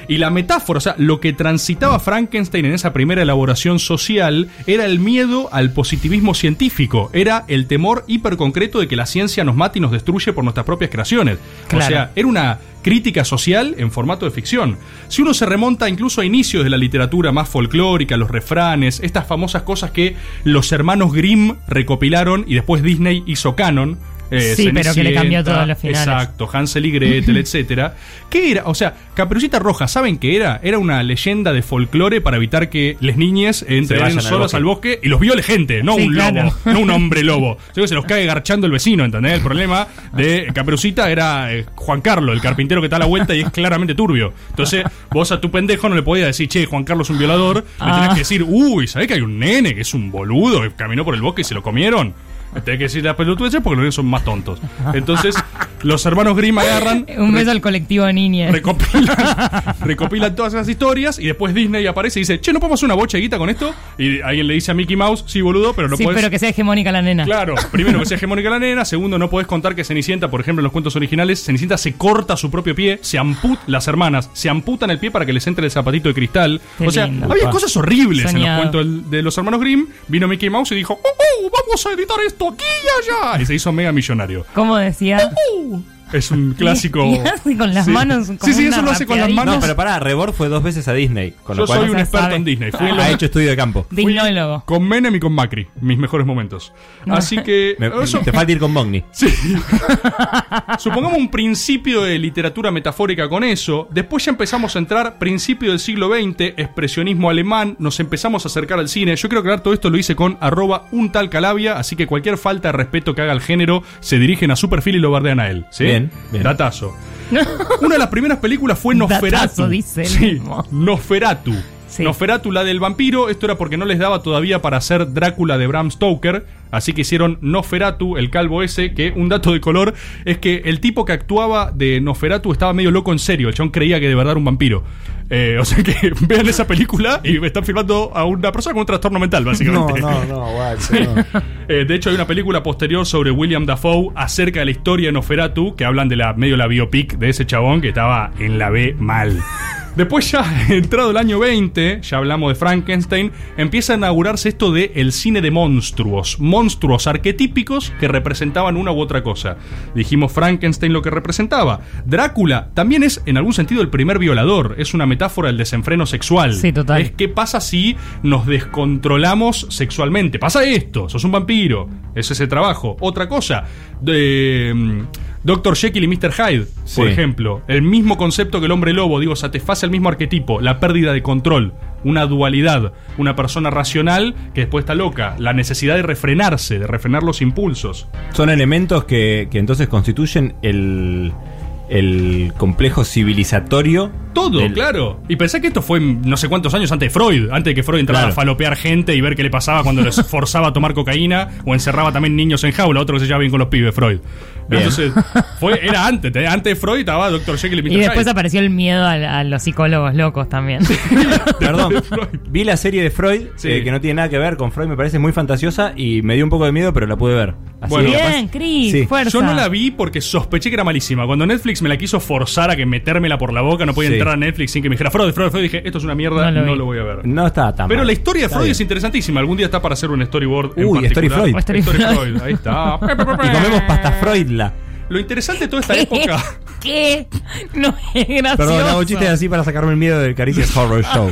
S3: Y la metáfora, o sea, lo que transitaba Frankenstein en esa primera elaboración social era el miedo al positivismo científico, era el temor hiperconcreto de que la ciencia nos mate y nos destruye por nuestras propias creaciones. O
S5: Claro.
S3: sea, era una crítica social en formato de ficción. Si uno se remonta incluso a inicios de la literatura más folclórica, los refranes, estas famosas cosas que los hermanos Grimm recopilaron y después Disney hizo canon. eh,
S5: Sí, pero que le cambió
S3: Cenicienta,
S5: todos los finales.
S3: Exacto, Hansel y Gretel, etcétera. ¿Qué era? O sea, Caperucita Roja, ¿saben qué era? Era una leyenda de folclore para evitar que las niñas
S4: vayan
S3: entren
S4: al
S3: solas
S4: bosque.
S3: al bosque y los viole gente, no
S5: Sí,
S3: un lobo,
S5: claro.
S3: no un hombre lobo. Yo que se los cae garchando el vecino, ¿entendés? El problema de Caperucita era eh, Juan Carlos, el carpintero que está a la vuelta y es claramente turbio. Entonces, vos a tu pendejo no le podías decir, che, Juan Carlos es un violador. Le
S5: Ah.
S3: tenías que decir, uy, ¿sabés que hay un nene que es un boludo que caminó por el bosque y se lo comieron? Le Tenés que decir las pelotudeces porque los nenes son más tontos. Entonces, los hermanos Grimm agarran.
S5: Un beso al colectivo niña.
S3: Recopilan, recopilan todas esas historias y después Disney aparece y dice, che, ¿no podemos hacer una bocha de guita con esto? Y alguien le dice a Mickey Mouse, sí, boludo, pero no
S5: sí,
S3: podés-
S5: pero que sea hegemónica la nena.
S3: Claro, primero que sea hegemónica la nena, segundo no podés contar que Cenicienta, por ejemplo, en los cuentos originales, Cenicienta se corta su propio pie, se amputan las hermanas, se amputan el pie para que les entre el zapatito de cristal.
S5: Qué
S3: o sea,
S5: lindo.
S3: había cosas horribles
S5: Soñado.
S3: en los cuentos del- de los hermanos Grimm. Vino Mickey Mouse y dijo, "Oh, oh, vamos a editar esto aquí y allá." Y se hizo mega millonario.
S5: Como decía.
S3: Es un clásico.
S5: Y hace con las
S3: Sí.
S5: manos como
S3: Sí, sí,
S5: una
S3: eso lo hace con las
S5: rapeadita.
S3: manos.
S4: No, pero pará, Rebor fue dos veces a Disney. Con
S3: Yo
S4: lo cual
S3: soy un
S5: Ya
S3: experto
S5: sabe.
S3: en Disney. Fui en los-
S4: ha hecho estudio de campo.
S5: Dignólogo.
S3: con Menem y con Macri, mis mejores momentos. Así que
S4: Me-
S3: eso-
S4: te falta ir con Mogni.
S3: Sí. Supongamos un principio de literatura metafórica con eso. Después ya empezamos a entrar, principio del siglo XX, expresionismo alemán. Nos empezamos a acercar al cine. Yo creo que todo esto lo hice con arroba un tal calavia. Así que cualquier falta de respeto que haga el género se dirigen a su perfil y lo bardean a él. ¿sí?
S4: Bien, bien.
S3: Datazo. Una de las primeras películas fue Nosferatu.
S5: Datazo, dice él
S3: Sí,
S5: mismo.
S3: Nosferatu.
S5: Sí.
S3: Nosferatu, la del vampiro, esto era porque no les daba todavía para hacer Drácula de Bram Stoker, así que hicieron Nosferatu, el calvo ese, que un dato de color es que el tipo que actuaba de Nosferatu estaba medio loco en serio, el chon creía que de verdad era un vampiro. Eh, o sea que vean esa película y me están filmando a una persona con un trastorno mental, básicamente.
S4: no, guay.
S3: Eh, de hecho, hay una película posterior sobre William Dafoe acerca de la historia de Nosferatu, que hablan de la medio la biopic de ese chabón que estaba en la B mal. Después ya entrado el año 20, ya hablamos de Frankenstein, empieza a inaugurarse esto de el cine de monstruos, monstruos arquetípicos que representaban una u otra cosa. Dijimos Frankenstein lo que representaba. Drácula también es en algún sentido el primer violador, es una metáfora del desenfreno sexual.
S5: Sí, total.
S3: Es ¿Qué pasa si nos descontrolamos sexualmente? Pasa esto, sos un vampiro, es ese trabajo. Otra cosa, de, mm, Dr. Jekyll y Mr. Hyde, por
S4: Sí.
S3: ejemplo, el mismo concepto que el hombre lobo, digo, satisface el mismo arquetipo, la pérdida de control, una dualidad, una persona racional que después está loca, la necesidad de refrenarse, de refrenar los impulsos.
S4: Son elementos que, que entonces constituyen el, el complejo civilizatorio.
S3: Todo,
S4: del-
S3: claro. Y pensé que esto fue no sé cuántos años antes de Freud, antes de que Freud entrara
S4: Claro.
S3: a falopear gente y ver qué le pasaba cuando les forzaba a tomar cocaína o encerraba también niños en jaula, otro que se llevaba bien con los pibes, Freud.
S4: Bien.
S3: Entonces, fue, era antes, ¿eh? antes de Freud estaba Dr. Jekyll y Mr.
S5: Y después
S3: Hyde.
S5: apareció el miedo a, a los psicólogos locos también.
S4: Perdón, vi la serie de Freud,
S3: Sí.
S4: eh, que no tiene nada que ver con Freud, me parece muy fantasiosa y me dio un poco de miedo, pero la pude ver. Así
S3: Bueno.
S4: que capaz-
S5: Bien, Cris,
S4: Sí.
S5: fuerza.
S3: Yo no la vi porque sospeché que era malísima. Cuando Netflix me la quiso forzar a que metérmela por la boca, no podía
S4: Sí.
S3: entrar a Netflix sin que me dijera Freud, Freud, Freud. Dije, esto es una mierda,
S5: No
S3: no
S5: lo
S3: lo, voy
S5: vi.
S3: a ver.
S4: No está tan
S3: Pero
S4: Ah, mal.
S3: la historia de
S4: Está
S3: Freud
S4: bien.
S3: es interesantísima. Algún día está para hacer un storyboard. en
S4: Uy, Story
S3: particular.
S4: Freud.
S5: Story
S3: Story
S5: Freud.
S3: Freud, Ahí está.
S4: Y comemos pasta
S5: Ah.
S4: Freudla.
S3: Lo interesante de toda esta época.
S5: ¿Qué? No es gracioso.
S4: Perdón, hago chistes así para sacarme el miedo del Caricias Horror Show.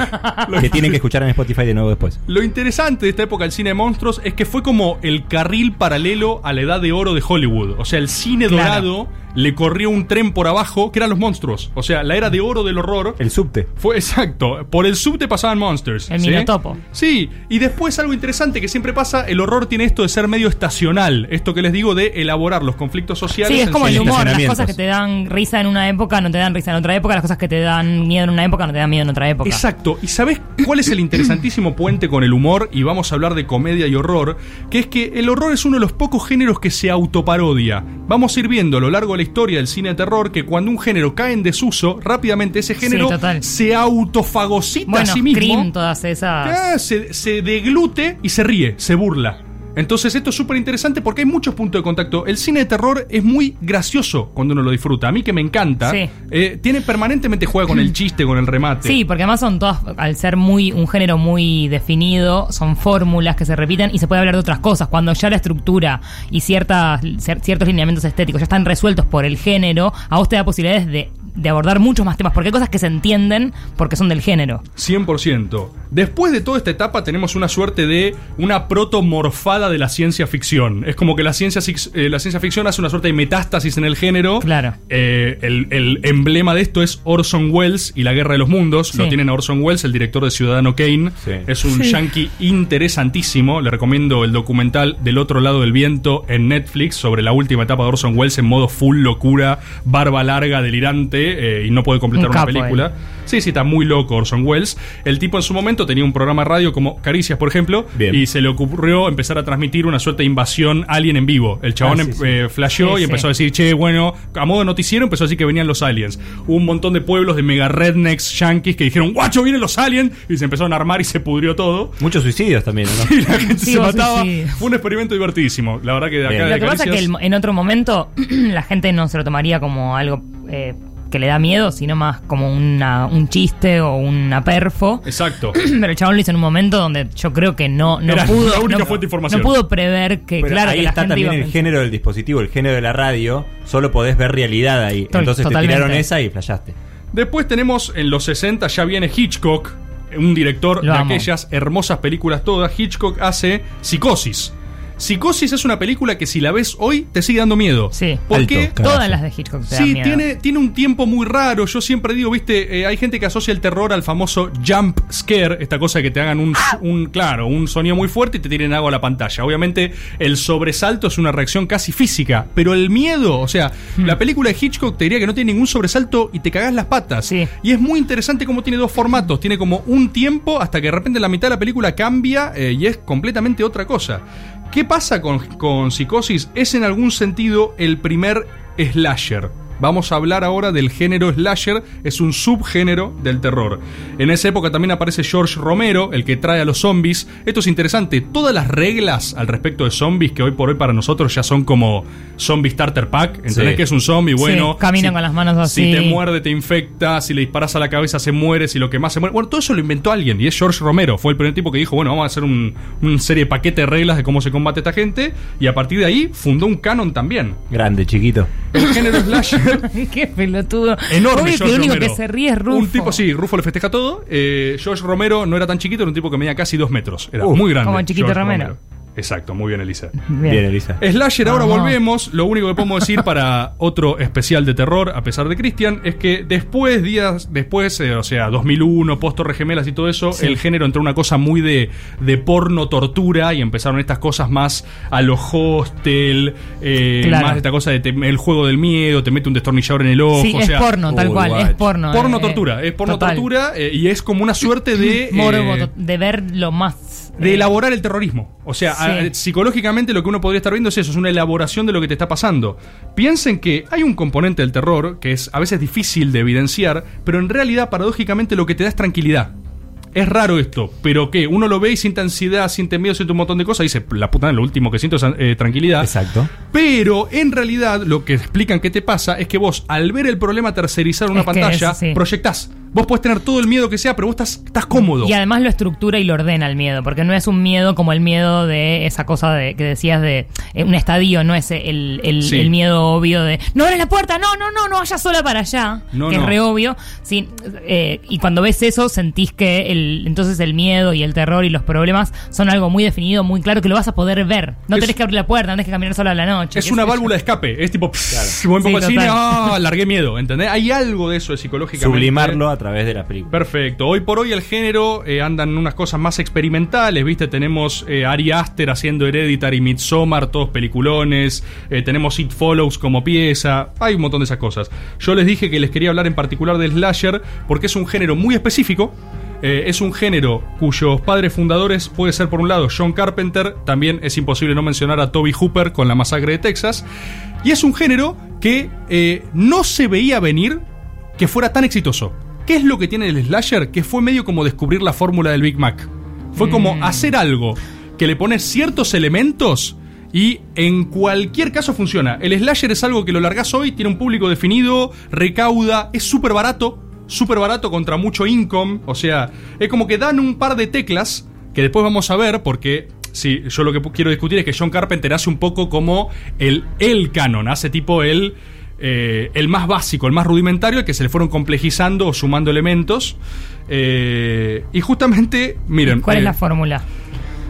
S4: que tienen que escuchar en Spotify de nuevo después.
S3: Lo interesante de esta época del cine de monstruos es que fue como el carril paralelo a la edad de oro de Hollywood. O sea, el cine
S5: Claro.
S3: dorado le corrió un tren por abajo que eran los monstruos. O sea, la era de oro del horror.
S4: El subte.
S3: Fue exacto. Por el subte pasaban Monsters.
S5: El
S3: ¿sí?
S5: minotopo.
S3: Sí, y después algo interesante que siempre pasa: el horror tiene esto de ser medio estacional. Esto que les digo de elaborar los conflictos sociales.
S5: Sí, es
S3: en
S5: como
S3: su-
S5: el humor. Las
S4: estacionamientos.
S5: cosas que te dan risa en una época no te dan risa en otra época. Las cosas que te dan miedo en una época no te dan miedo en otra época.
S3: Exacto. ¿Y sabes cuál es el interesantísimo puente con el humor? Y vamos a hablar de comedia y horror, que es que el horror es uno de los pocos géneros que se autoparodia. Vamos a ir viendo a lo largo de la la historia del cine de terror que cuando un género cae en desuso, rápidamente ese género
S5: total.
S3: se autofagocita
S5: Bueno,
S3: a sí mismo.
S5: Scream, todas esas.
S3: Ah, se, se deglute y se ríe, se burla. Entonces esto es súper interesante porque hay muchos puntos de contacto. El cine de terror es muy gracioso cuando uno lo disfruta. A mí que me encanta,
S5: Sí.
S3: eh, tiene permanentemente juega con el chiste, con el remate.
S5: Sí, porque además son todas, al ser muy un género muy definido, son fórmulas que se repiten y se puede hablar de otras cosas. Cuando ya la estructura y ciertas, cier- ciertos lineamientos estéticos ya están resueltos por el género, a vos te da posibilidades de, de abordar muchos más temas, porque hay cosas que se entienden porque son del género.
S3: 100%. Después de toda esta etapa tenemos una suerte de una protomorfada de la ciencia ficción. Es como que la ciencia, fic- eh, la ciencia ficción hace una suerte de metástasis en el género.
S5: Claro.
S3: Eh, el, el emblema de esto es Orson Welles y la Guerra de los Mundos. Lo
S5: Sí.
S3: tienen a Orson Welles, el director de Ciudadano Kane.
S4: Sí.
S3: Es un yankee interesantísimo. Le recomiendo el documental Del otro lado del viento en Netflix sobre la última etapa de Orson Welles en modo full locura, barba larga, delirante eh, y no puede completar
S5: Un
S3: una
S5: capo,
S3: película.
S5: él.
S3: Sí, sí, está muy loco Orson Welles. El tipo en su momento tenía un programa de radio como Caricias, por ejemplo,
S4: Bien.
S3: y se le ocurrió empezar a transmitir una suerte de invasión alien en vivo. El chabón
S4: Ah, sí,
S3: em-
S4: sí.
S3: eh, flasheó
S5: Sí,
S3: y
S5: sí.
S3: empezó a decir, che, bueno, a modo de noticiero empezó a decir que venían los aliens. Hubo un montón de pueblos de mega rednecks yankees que dijeron, guacho, vienen los aliens, y se empezaron a armar y se pudrió todo.
S4: Muchos suicidios también, ¿o ¿no?
S3: Y la gente
S5: Sí,
S3: se
S5: vos
S3: mataba.
S5: decís.
S3: Fue un experimento divertidísimo. La verdad que de acá
S4: Bien.
S3: de
S5: Lo que pasa es
S3: Caricias-
S5: que el- en otro momento la gente no se lo tomaría como algo eh, que le da miedo, sino más como una- un chiste o una perfo.
S3: Exacto.
S5: Pero el chabón lo hizo en un momento donde yo creo que no, no
S3: Era
S5: pudo.
S3: la única
S5: no-
S3: fuente de información.
S5: no pudo prever que,
S4: Pero
S5: claro,
S4: ahí
S5: que la
S4: está
S5: gente
S4: también
S5: iba a
S4: el
S5: pensar-
S4: género del dispositivo, el género de la radio. Solo podés ver realidad ahí.
S5: Tol-
S4: Entonces
S5: totalmente.
S4: te tiraron esa y flashaste.
S3: Después tenemos en los 60 ya viene Hitchcock, un director
S5: Lo
S3: de
S5: amo.
S3: aquellas hermosas películas todas. Hitchcock hace Psicosis. Psicosis es una película que si la ves hoy te sigue dando miedo.
S5: Sí.
S3: Porque
S4: Alto,
S5: Todas las de Hitchcock te dan
S3: Sí,
S5: miedo.
S3: tiene, tiene un tiempo muy raro. Yo siempre digo, viste, eh, hay gente que asocia el terror al famoso jump scare, esta cosa que te hagan un, un, claro, un sonido muy fuerte y te tiren algo a la pantalla. Obviamente, el sobresalto es una reacción casi física, pero el miedo, o sea, la película de Hitchcock te diría que no tiene ningún sobresalto y te cagás las patas.
S5: Sí.
S3: Y es muy interesante cómo tiene dos formatos. Tiene como un tiempo hasta que de repente la mitad de la película cambia eh, y es completamente otra cosa. ¿Qué pasa con, con Psicosis? Es en algún sentido el primer slasher. Vamos a hablar ahora del género slasher, es un subgénero del terror. En esa época también aparece George Romero, el que trae a los zombies. Esto es interesante, todas las reglas al respecto de zombies que hoy por hoy para nosotros ya son como zombie starter pack, ¿entendés
S4: Sí.
S3: que es un zombie? Bueno,
S5: Sí, caminan con las manos
S3: Si
S5: así.
S3: te muerde, te infecta, si le disparas a la cabeza, se muere, si lo que más se muere. Bueno, todo eso lo inventó alguien y es George Romero. Fue el primer tipo que dijo, bueno, vamos a hacer un, un serie de paquete de reglas de cómo se combate esta gente y a partir de ahí fundó un canon también.
S4: Grande, chiquito.
S3: El género slasher.
S5: Qué pelotudo.
S3: Enorme,
S5: Obvio que
S3: George
S5: el único
S3: Romero.
S5: que se ríe es Rufo.
S3: Un tipo, sí, Rufo le festeja todo. Eh, George Romero no era tan chiquito, era un tipo que medía casi dos metros. Era
S4: Uh,
S3: muy grande.
S5: como el chiquito
S3: George
S5: Romero.
S3: Exacto, muy bien, Elisa.
S5: Bien.
S4: Bien, Elisa.
S3: Slasher, ahora
S5: Vamos.
S3: volvemos. Lo único que podemos decir para otro especial de terror, a pesar de Cristian, es que después, días después, eh, o sea, 2001, post Torre Gemelas y todo eso, el género entró una cosa muy de, de porno, tortura, y empezaron estas cosas más a los hostel, eh,
S5: Claro.
S3: más esta cosa de te- el juego del miedo, te mete un destornillador en el ojo.
S5: Sí,
S3: o
S5: es
S3: sea,
S5: porno, tal
S4: Uy,
S5: cual.
S4: guacho.
S5: Es porno.
S3: Porno
S5: eh,
S3: tortura, es porno
S5: total.
S3: tortura eh, y es como una suerte de...
S5: Morbo,
S3: eh,
S5: to- de ver lo más.
S3: de
S5: eh,
S3: elaborar el terrorismo. O sea,
S5: Sí.
S3: a- eh, psicológicamente lo que uno podría estar viendo es eso, es una elaboración de lo que te está pasando. Piensen que hay un componente del terror que es a veces difícil de evidenciar, pero en realidad, paradójicamente, lo que te da es tranquilidad. Es raro esto, pero que uno lo ve y siente ansiedad, siente miedo, siente un montón de cosas, y dice, la puta, lo último que siento es eh, tranquilidad.
S4: Exacto.
S3: Pero en realidad lo que explican que te pasa es que vos al ver el problema tercerizar una
S5: Es que
S3: pantalla,
S5: es, sí.
S3: proyectás. Vos podés tener todo el miedo que sea, pero vos estás, estás cómodo.
S5: Y además lo estructura y lo ordena el miedo, porque no es un miedo como el miedo de esa cosa de, que decías de eh, un estadio, no es el, el-
S3: Sí.
S5: el miedo obvio de no abres la puerta, no, no, no, no vayas sola para allá,
S3: No,
S5: que
S3: no.
S5: es re obvio. Sí, eh, y cuando ves eso, sentís que el, entonces el miedo y el terror y los problemas son algo muy definido, muy claro, que lo vas a poder ver. No
S3: Es-
S5: tenés que abrir la puerta, no tenés que caminar sola a la noche.
S3: Es
S5: qué
S3: una
S5: sé yo.
S3: válvula de escape. Es tipo, pss, voy un
S5: Sí,
S3: poco al
S5: total.
S3: cine, ah, largué miedo, ¿entendés? Hay algo de eso de psicológicamente.
S4: Sublimarlo a través de la película.
S3: Perfecto. Hoy por hoy el género eh, andan unas cosas más experimentales, ¿viste? Tenemos eh, Ari Aster haciendo Hereditary, Midsommar, todos peliculones. eh, tenemos It Follows como pieza. Hay un montón de esas cosas. Yo les dije que les quería hablar en particular del slasher porque es un género muy específico. Eh, es un género cuyos padres fundadores puede ser por un lado John Carpenter, también es imposible no mencionar a Toby Hooper con la masacre de Texas, Y es un género que eh, no se veía venir que fuera tan exitoso. ¿Qué es lo que tiene el slasher? Que fue medio como descubrir la fórmula del Big Mac. Fue como hacer algo que le pones ciertos elementos y en cualquier caso funciona. El slasher es algo que lo largas hoy, tiene un público definido, recauda, es súper barato, súper barato contra mucho income. O sea, es como que dan un par de teclas que después vamos a ver porque... Sí, yo lo que pu- quiero discutir es que John Carpenter hace un poco como el, el canon, hace tipo el, eh, el más básico, el más rudimentario, el que se le fueron complejizando o sumando elementos. Eh, y justamente, miren,
S5: ¿Cuál es
S3: eh,
S5: la fórmula?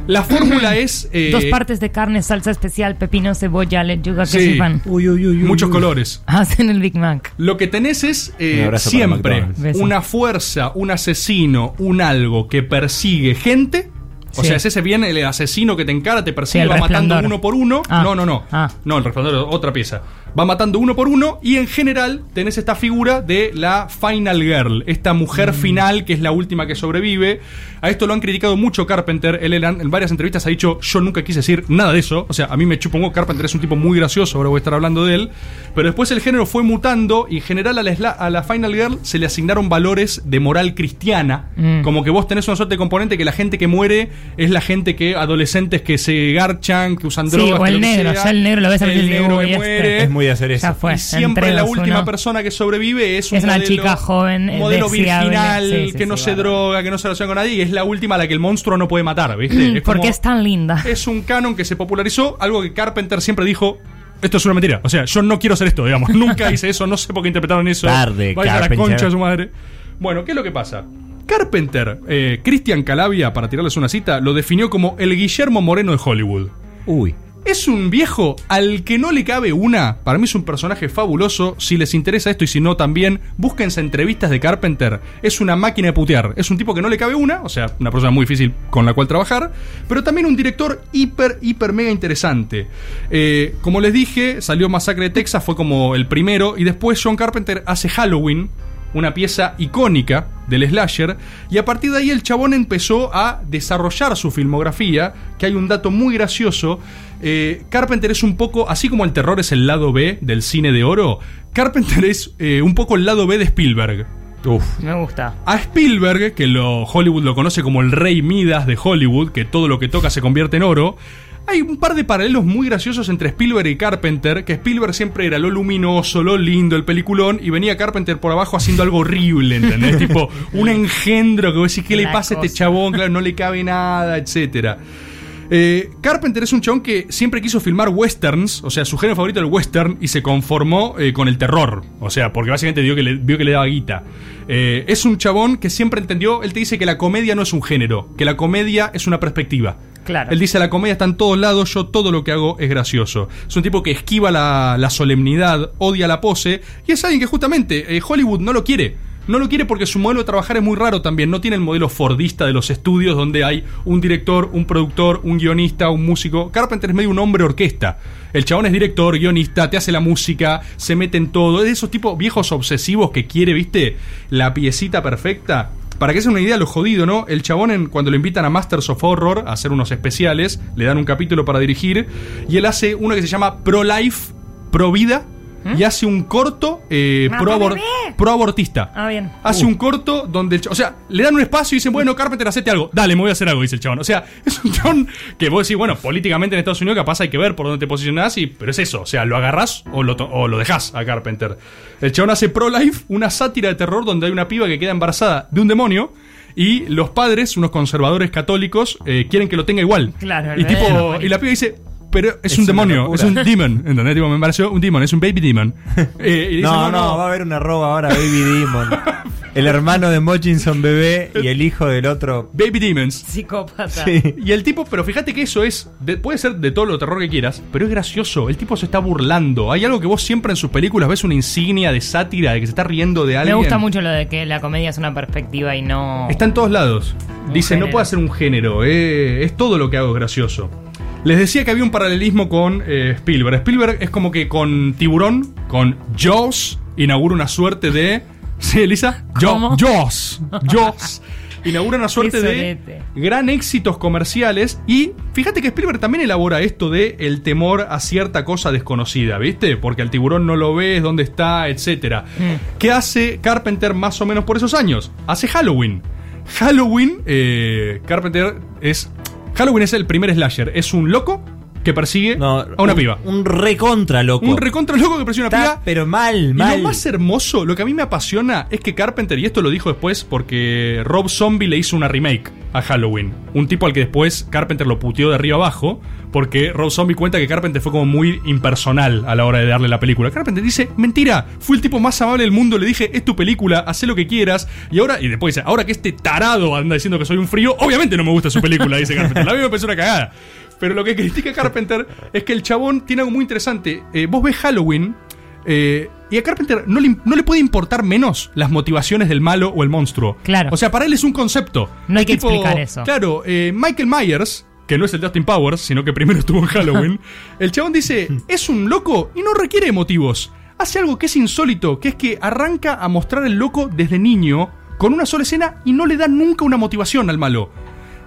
S3: la fórmula es... eh,
S5: Dos partes de carne, salsa especial, pepino, cebolla, lechuga,
S3: Sí.
S5: que sepan.
S9: Uy, uy, uy, uy,
S3: muchos
S9: uy.
S3: colores.
S5: Hacen el Big Mac.
S3: Lo que tenés es eh,
S4: Un abrazo para
S3: siempre
S4: McDonald's.
S5: Beso.
S3: una fuerza, un asesino, un algo que persigue gente. O
S5: Sí.
S3: sea, es ese bien el asesino que te encara, te persigue,
S5: Sí, el
S3: va matando
S5: Resplandor.
S3: uno por uno.
S5: Ah.
S3: No, no, no.
S5: Ah.
S3: No, el resplandor es otra pieza. Va matando uno por uno y en general tenés esta figura de la Final Girl, esta
S5: Mm.
S3: mujer final que es la última que sobrevive. A esto lo han criticado mucho Carpenter. Él en, en varias entrevistas ha dicho, yo nunca quise decir nada de eso. O sea, a mí me chupongo, Carpenter es un tipo muy gracioso, ahora voy a estar hablando de él. Pero después el género fue mutando y en general a la, sla- a la Final Girl se le asignaron valores de moral cristiana,
S5: Mm.
S3: como que vos tenés una suerte de componente que la gente que muere es la gente que adolescentes que se garchan, que usan
S5: Sí,
S3: drogas,
S5: o
S3: que
S5: el
S3: lo que
S5: negro,
S3: sea.
S5: ya el negro lo ves a veces
S3: el
S5: y digo,
S3: negro que
S5: "Uy, este".
S3: muere.
S4: Es muy de hacer eso.
S5: Ya fue.
S3: y siempre
S5: en
S3: la
S5: tres,
S3: última
S5: uno.
S3: persona que sobrevive es, un
S5: Es una
S3: modelo-
S5: chica joven, eh,
S3: modelo
S5: deseable.
S3: virginal,
S5: Sí, sí,
S3: que
S5: sí,
S3: no se
S5: bárbaro.
S3: droga, que no se relaciona con nadie, y es la última a la que el monstruo no puede matar, ¿viste? Es
S5: Mm, Porque
S3: como-
S5: es tan linda.
S3: es un canon que se popularizó, algo que Carpenter siempre dijo. Esto es una mentira. O sea, yo no quiero hacer esto, digamos. Nunca hice eso, no sé por qué interpretaron eso.
S4: Tarde,
S3: Vaya la
S4: Carpenter.
S3: concha de su madre. Bueno, ¿qué es lo que pasa? Carpenter, eh, Christian Calavia, para tirarles una cita, lo definió como el Guillermo Moreno de Hollywood.
S4: Uy.
S3: Es un viejo al que no le cabe una. Para mí es un personaje fabuloso. Si les interesa esto y si no también, búsquense entrevistas de Carpenter. Es una máquina de putear. Es un tipo que no le cabe una, o sea, una persona muy difícil con la cual trabajar, pero también un director hiper, hiper, mega interesante. Eh, como les dije, salió Masacre de Texas, fue como el primero, y después John Carpenter hace Halloween, una pieza icónica del slasher, y a partir de ahí el chabón empezó a desarrollar su filmografía, que hay un dato muy gracioso. Eh, Carpenter es un poco, así como el terror es el lado B del cine de oro, Carpenter es eh, un poco el lado B de Spielberg.
S5: Me gusta.
S3: A Spielberg, que lo, Hollywood lo conoce como el rey Midas de Hollywood, que todo lo que toca se convierte en oro, hay un par de paralelos muy graciosos entre Spielberg y Carpenter, que Spielberg siempre era lo luminoso, lo lindo, el peliculón, y venía Carpenter por abajo haciendo algo horrible, ¿entendés? tipo, un engendro que vos decís, ¿qué le
S5: La
S3: pasa a este
S5: cosa.
S3: chabón? Claro, no le cabe nada, etcétera. Eh, Carpenter es un chabón que siempre quiso filmar westerns, o sea, su género favorito era el western, y se conformó eh, con el terror. O sea, porque básicamente vio que le, vio que le daba guita. Eh, es un chabón que siempre entendió, él te dice que la comedia no es un género, que la comedia es una perspectiva.
S5: Claro.
S3: Él dice, la comedia está en todos lados, yo todo lo que hago es gracioso. Es un tipo que esquiva la, la solemnidad, odia la pose, y es alguien que justamente eh, Hollywood no lo quiere. No lo quiere porque su modelo de trabajar es muy raro también. No tiene el modelo fordista de los estudios donde hay un director, un productor, un guionista, un músico. Carpenter es medio un hombre orquesta. El chabón es director, guionista, te hace la música, se mete en todo. Es de esos tipos viejos obsesivos que quiere, viste, la piecita perfecta. Para que se den una idea, lo jodido, ¿no? El chabón, en- cuando lo invitan a Masters of Horror a hacer unos especiales, le dan un capítulo para dirigir, y él hace uno que se llama Pro Life, Pro Vida, y hace un corto eh,
S5: Mamá,
S3: pro, abor-
S5: bebé.
S3: pro abortista.
S5: Ah, bien.
S4: Uh.
S3: Hace un corto donde, el cha- o sea, le dan un espacio y dicen, bueno, Carpenter, hacete algo. Dale, me voy a hacer algo, dice el chabón. O sea, es un chabón que vos decís, bueno, políticamente en Estados Unidos capaz hay que ver por dónde te posicionás, y, pero es eso. O sea, lo agarrás o lo, to- o lo dejás a Carpenter. El chabón hace pro-life, una sátira de terror donde hay una piba que queda embarazada de un demonio. Y los padres, unos conservadores católicos, eh, quieren que lo tenga igual.
S5: Claro, el
S3: y, tipo,
S5: bebé no,
S3: y la piba dice, pero es,
S4: Es
S3: un
S4: una
S3: demonio,
S4: locura.
S3: es un demon, ¿entendés? Tipo, me pareció un demon, es un baby demon. Eh, y dice,
S4: No, no, va a haber una roba ahora, Baby Demon. El hermano de Mochinson bebé y el hijo del otro.
S3: Baby Demons.
S5: Psicópata.
S4: Sí.
S3: Y el tipo, pero fíjate que eso es, de- puede ser de todo lo terror que quieras, pero es gracioso. El tipo se está burlando. Hay algo que vos siempre en sus películas ves una insignia de sátira, de que se está riendo de
S5: Me
S3: alguien.
S5: gusta mucho lo de que la comedia es una perspectiva y no.
S3: Está en todos lados.
S5: Un
S3: Dice, no
S5: género.
S3: puede ser un género, eh, es todo lo que hago es gracioso. Les decía que había un paralelismo con eh, Spielberg. Spielberg es como que con Tiburón, con Jaws, inaugura una suerte de... ¿Sí, Elisa? Jo-
S5: ¿Cómo?
S3: Jaws. Jaws. inaugura una suerte
S5: Qué
S3: de
S5: sorete.
S3: gran éxitos comerciales. Y fíjate que Spielberg también elabora esto de el temor a cierta cosa desconocida, ¿viste? Porque al tiburón no lo ves, dónde está, etcétera.
S5: Mm.
S3: ¿Qué hace Carpenter más o menos por esos años? Hace Halloween. Halloween, eh, Carpenter es. Halloween es el primer slasher. Es un loco que persigue
S4: No,
S3: a una
S4: un-
S3: piba.
S4: Un recontra, loco.
S3: Un recontra loco que persigue a una
S4: Está,
S3: piba.
S4: pero mal,
S3: Y
S4: mal.
S3: lo más hermoso, lo que a mí me apasiona es que Carpenter, y esto lo dijo después porque Rob Zombie le hizo una remake a Halloween. Un tipo al que después Carpenter lo puteó de arriba abajo, porque Rob Zombie cuenta que Carpenter fue como muy impersonal a la hora de darle la película. Carpenter dice, mentira, fui el tipo más amable del mundo, le dije, es tu película, haz lo que quieras. Y ahora, y después dice, ahora que este tarado anda diciendo que soy un frío, obviamente no me gusta su película, dice Carpenter. La misma persona cagada. Pero lo que critica Carpenter es que el chabón tiene algo muy interesante. Eh, vos ves Halloween eh, y a Carpenter no le, no le puede importar menos las motivaciones del malo o el monstruo.
S5: Claro.
S3: O sea, para él es un concepto.
S5: No hay que
S3: Tipo,
S5: explicar eso.
S3: Claro, eh, Michael Myers, que no es el de Austin Powers, sino que primero estuvo en Halloween, el chabón dice, es un loco y no requiere motivos. Hace algo que es insólito, que es que arranca a mostrar el loco desde niño con una sola escena y no le da nunca una motivación al malo.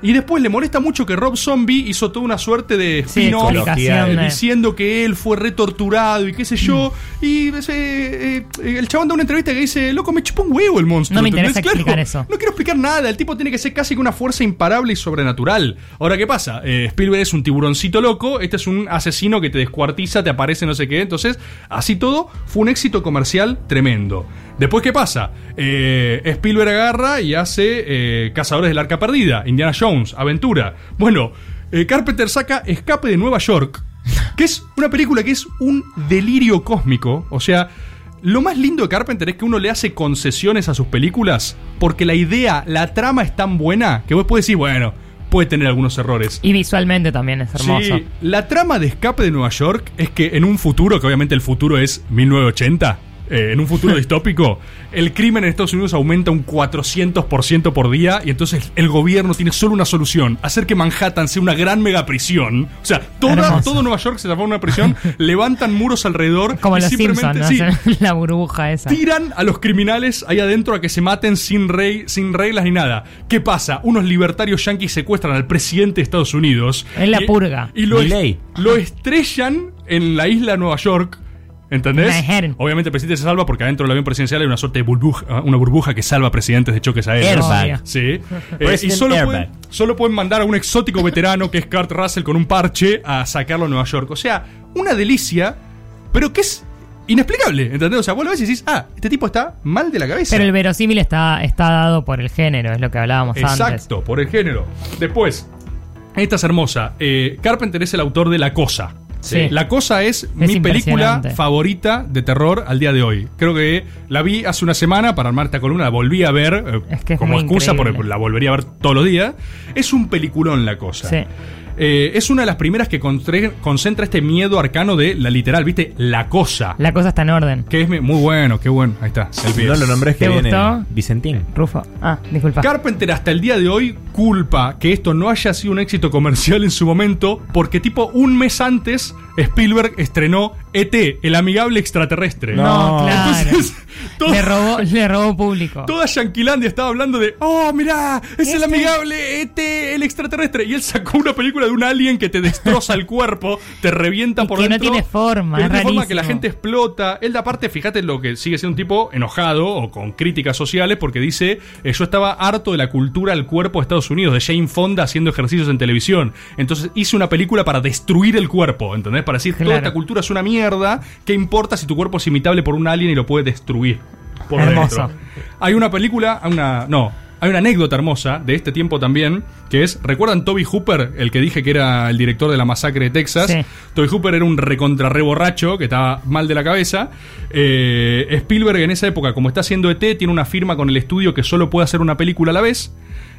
S3: Y después le molesta mucho que Rob Zombie hizo toda una suerte de
S5: Sí,
S3: spin-off
S5: explicación.
S3: eh,
S5: de-
S3: diciendo que él fue retorturado y qué sé yo. Y ese, eh, el chabón da una entrevista que dice, loco, me chupó un huevo el monstruo.
S5: No me
S3: ¿entendés?
S5: interesa explicar eso.
S3: No quiero explicar nada, el tipo tiene que ser casi que una fuerza imparable y sobrenatural. Ahora, ¿qué pasa? Eh, Spielberg es un tiburoncito loco, este es un asesino que te descuartiza, te aparece no sé qué. Entonces, así todo, fue un éxito comercial tremendo. Después, ¿qué pasa? Eh, Spielberg agarra y hace eh, Cazadores del Arca Perdida, Indiana Jones, Aventura. Bueno, eh, Carpenter saca Escape de Nueva York, que es una película que es un delirio cósmico. O sea, lo más lindo de Carpenter es que uno le hace concesiones a sus películas porque la idea, la trama es tan buena que vos puedes decir, bueno, puede tener algunos errores.
S5: Y visualmente también es hermoso.
S3: Sí, la trama de escape de Nueva York es que en un futuro, que obviamente el futuro es 1980, eh, en un futuro distópico, el crimen en Estados Unidos aumenta un 400% por día y entonces el gobierno tiene solo una solución, hacer que Manhattan sea una gran megaprisión. O sea, toda,
S5: Hermoso.
S3: todo Nueva York se transforma en una prisión, levantan muros alrededor
S5: Como
S3: y
S5: los Simpsons,
S3: simplemente...
S5: ¿no?
S3: sí,
S5: Hacen la burbuja esa.
S3: Tiran a los criminales ahí adentro a que se maten sin, rey, sin reglas ni nada. ¿Qué pasa? Unos libertarios yanquis secuestran al presidente de Estados Unidos.
S5: Es la
S3: Y-
S5: purga.
S3: Y lo, est-
S4: Milei.
S3: lo estrellan en la isla de Nueva York. ¿Entendés?
S5: Manhattan.
S3: Obviamente el presidente se salva porque adentro del avión presidencial hay una suerte de burbuja, una burbuja que salva a presidentes de choques aéreos.
S5: Airbag.
S3: Sí. Eh, y
S4: President
S3: solo pueden,
S4: Airbag.
S3: solo pueden mandar a un exótico veterano que es Kurt Russell con un parche a sacarlo a Nueva York. O sea, una delicia, pero que es inexplicable, ¿entendés? O sea, vos lo ves y decís, ah, este tipo está mal de la cabeza.
S5: Pero el verosímil está, está dado por el género, es lo que hablábamos antes.
S3: Exacto, por el género. Después, esta es hermosa. Eh, Carpenter es el autor de La Cosa.
S5: Sí.
S3: La Cosa es, mi película
S5: impresionante.
S3: favorita de terror al día de hoy. Creo que la vi hace una semana para armar esta columna, la volví a ver eh,
S5: Es que es
S3: como
S5: muy
S3: excusa,
S5: increíble.
S3: porque la volvería a ver todos los días. Es un peliculón La Cosa.
S5: Sí.
S3: Eh, es una de las primeras que contre- concentra este miedo arcano de la literal, ¿viste? La cosa.
S5: La cosa está en orden.
S3: que es mi- muy bueno, qué bueno. Ahí está. el pie.
S4: No lo nombres que
S5: ¿Te
S4: viene
S5: gustó?
S4: Vicentín.
S5: Rufo. Ah, disculpa.
S3: Carpenter hasta el día de hoy culpa que esto no haya sido un éxito comercial en su momento, porque tipo un mes antes Spielberg estrenó ET, el amigable extraterrestre.
S5: No, claro.
S3: Entonces, todo-
S5: Le robó, le robó público.
S3: Toda Yanquilandia estaba hablando de, oh, mirá, es el
S5: Este.
S3: amigable ET, el extraterrestre. Y él sacó una película de un alien que te destroza el cuerpo, te revienta
S5: Y
S3: por
S5: que no
S3: dentro.
S5: tiene forma,
S3: Que no
S5: es
S3: tiene forma que
S5: rarísimo.
S3: la gente explota. Él, aparte, fíjate lo que sigue siendo un tipo enojado o con críticas sociales porque dice, eh, yo estaba harto de la cultura al cuerpo de Estados Unidos, de Jane Fonda haciendo ejercicios en televisión. Entonces hice una película para destruir el cuerpo, ¿entendés? Para decir, toda
S5: Claro.
S3: esta cultura es una mierda, ¿qué importa si tu cuerpo es imitable por un alien y lo puede destruir? por
S5: Hermoso.
S3: dentro. Hay una película, una. No. Hay una anécdota hermosa de este tiempo también, que es, ¿recuerdan Toby Hooper, el que dije que era el director de la masacre de Texas?
S5: Sí.
S3: Toby Hooper era un recontra re borracho que estaba mal de la cabeza. Eh, Spielberg en esa época, como está haciendo ET, tiene una firma con el estudio que solo puede hacer una película a la vez.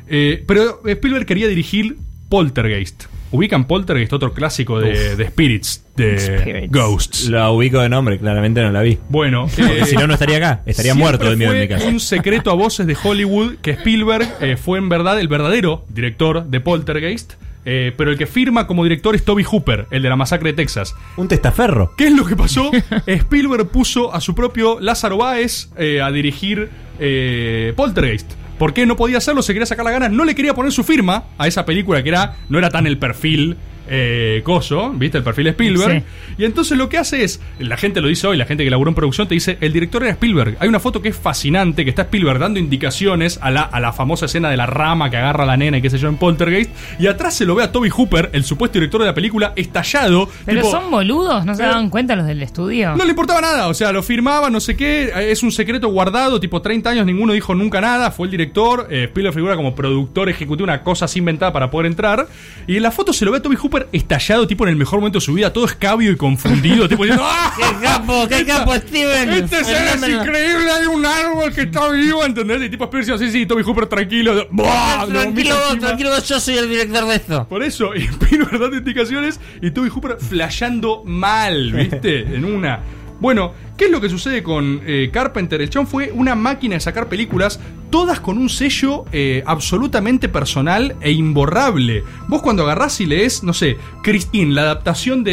S3: Eh, pero Spielberg quería dirigir Poltergeist. Ubican Poltergeist, otro clásico de, de Spirits, de
S5: Spirits.
S3: Ghosts.
S4: La ubico de nombre, claramente no la vi.
S3: Bueno,
S4: Porque
S3: eh,
S4: si no, no estaría acá. Estaría
S3: Siempre
S4: muerto de miedo
S3: fue
S4: en mi casa.
S3: Un secreto a voces de Hollywood que Spielberg eh, fue en verdad el verdadero director de Poltergeist, eh, pero el que firma como director es Toby Hooper, el de la masacre de Texas.
S4: Un testaferro.
S3: ¿Qué es lo que pasó? Spielberg puso a su propio Lázaro Báez eh, a dirigir eh, Poltergeist. ¿Por qué no podía hacerlo? Se quería sacar las ganas. No le quería poner su firma a esa película que era no era tan el perfil eh, coso, ¿viste? El perfil Spielberg. Y entonces lo que hace es, la gente lo dice hoy, la gente que laburó en producción te dice, el director era Spielberg. Hay una foto que es fascinante, que está Spielberg dando indicaciones a la, a la famosa escena de la rama que agarra a la nena y qué sé yo en Poltergeist. Y atrás se lo ve a Toby Hooper, el supuesto director de la película, estallado.
S5: Pero
S3: tipo,
S5: son boludos, ¿no se
S3: Pero-
S5: daban cuenta los del estudio?
S3: no le importaba nada, o sea, lo firmaba, no sé qué, eh, es un secreto guardado, tipo 30 años, ninguno dijo nunca nada, fue el director, eh, Spielberg figura como productor ejecutivo, una cosa así inventada para poder entrar, y en la foto se lo ve a Toby Hooper estallado, tipo en el mejor momento de su vida, todo escabio y confundido, tipo diciendo, ¡ah!
S5: capo, qué capo, Steven!
S3: Este ser es increíble, hay un árbol que está vivo, ¿entendés? Y tipo Spielberg, decía, sí, sí, Toby Hooper, tranquilo, ¡buah! Lo vomita encima.
S5: yo soy el director de esto.
S3: Por eso, y Spielberg dando indicaciones y Toby Hooper flasheando mal, ¿viste? En una. Bueno, ¿qué es lo que sucede con eh, Carpenter? El chon fue una máquina de sacar películas, todas con un sello eh, absolutamente personal e imborrable. Vos cuando agarrás y lees, no sé, Christine, la adaptación de,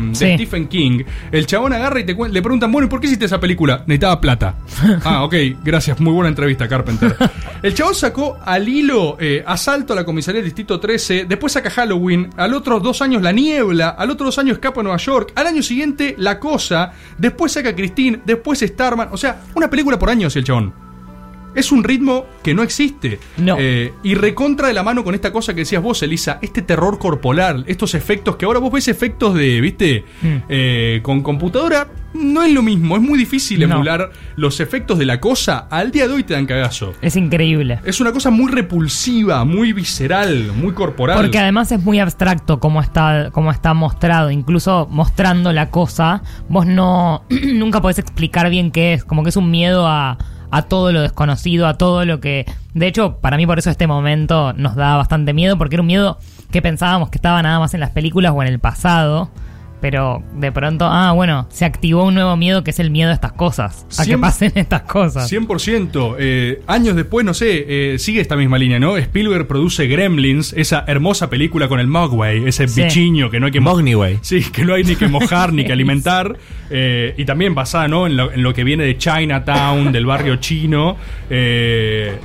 S3: de
S5: Sí.
S3: Stephen King, el chabón agarra y te cuen- le preguntan, bueno, ¿y por qué hiciste esa película? Necesitaba plata. Ah, ok, gracias, muy buena entrevista, Carpenter. El chabón sacó al hilo eh, Asalto a la comisaría del Distrito 13, después saca Halloween, al otro dos años La Niebla, al otro dos años Escapo a Nueva York, al año siguiente La Cosa, después saca Christine, después Starman, o sea, una película por año hacía el chabón. Es un ritmo que no existe.
S5: No.
S3: Eh, y recontra de la mano con esta cosa que decías vos, Elisa, este terror corporal, estos efectos que ahora vos ves efectos de, viste,
S5: Hmm.
S3: Eh, con computadora, no es lo mismo, es muy difícil
S5: No.
S3: emular los efectos de la cosa, al día de hoy te dan cagazo.
S5: Es increíble.
S3: Es una cosa muy repulsiva, muy visceral, muy corporal.
S5: Porque además es muy abstracto como está, como está mostrado. Incluso mostrando la cosa, vos no nunca podés explicar bien qué es. Como que es un miedo a, a todo lo desconocido, a todo lo que. De hecho, para mí por eso este momento nos da bastante miedo, porque era un miedo que pensábamos que estaba nada más en las películas o en el pasado. Pero de pronto, ah, bueno, se activó un nuevo miedo que es el miedo a estas cosas. A que
S3: Siempre-
S5: pasen estas cosas.
S3: 100%. eh, años después, no sé, eh, sigue esta misma línea, ¿no? Spielberg produce Gremlins, esa hermosa película con el Mogwai, ese
S5: Sí.
S3: bichiño que no hay que
S4: Mogniway.
S3: Sí, que no hay ni que mojar ni que alimentar. Eh, y también basada ¿no? en, lo, en lo que viene de Chinatown, del barrio chino. Eh,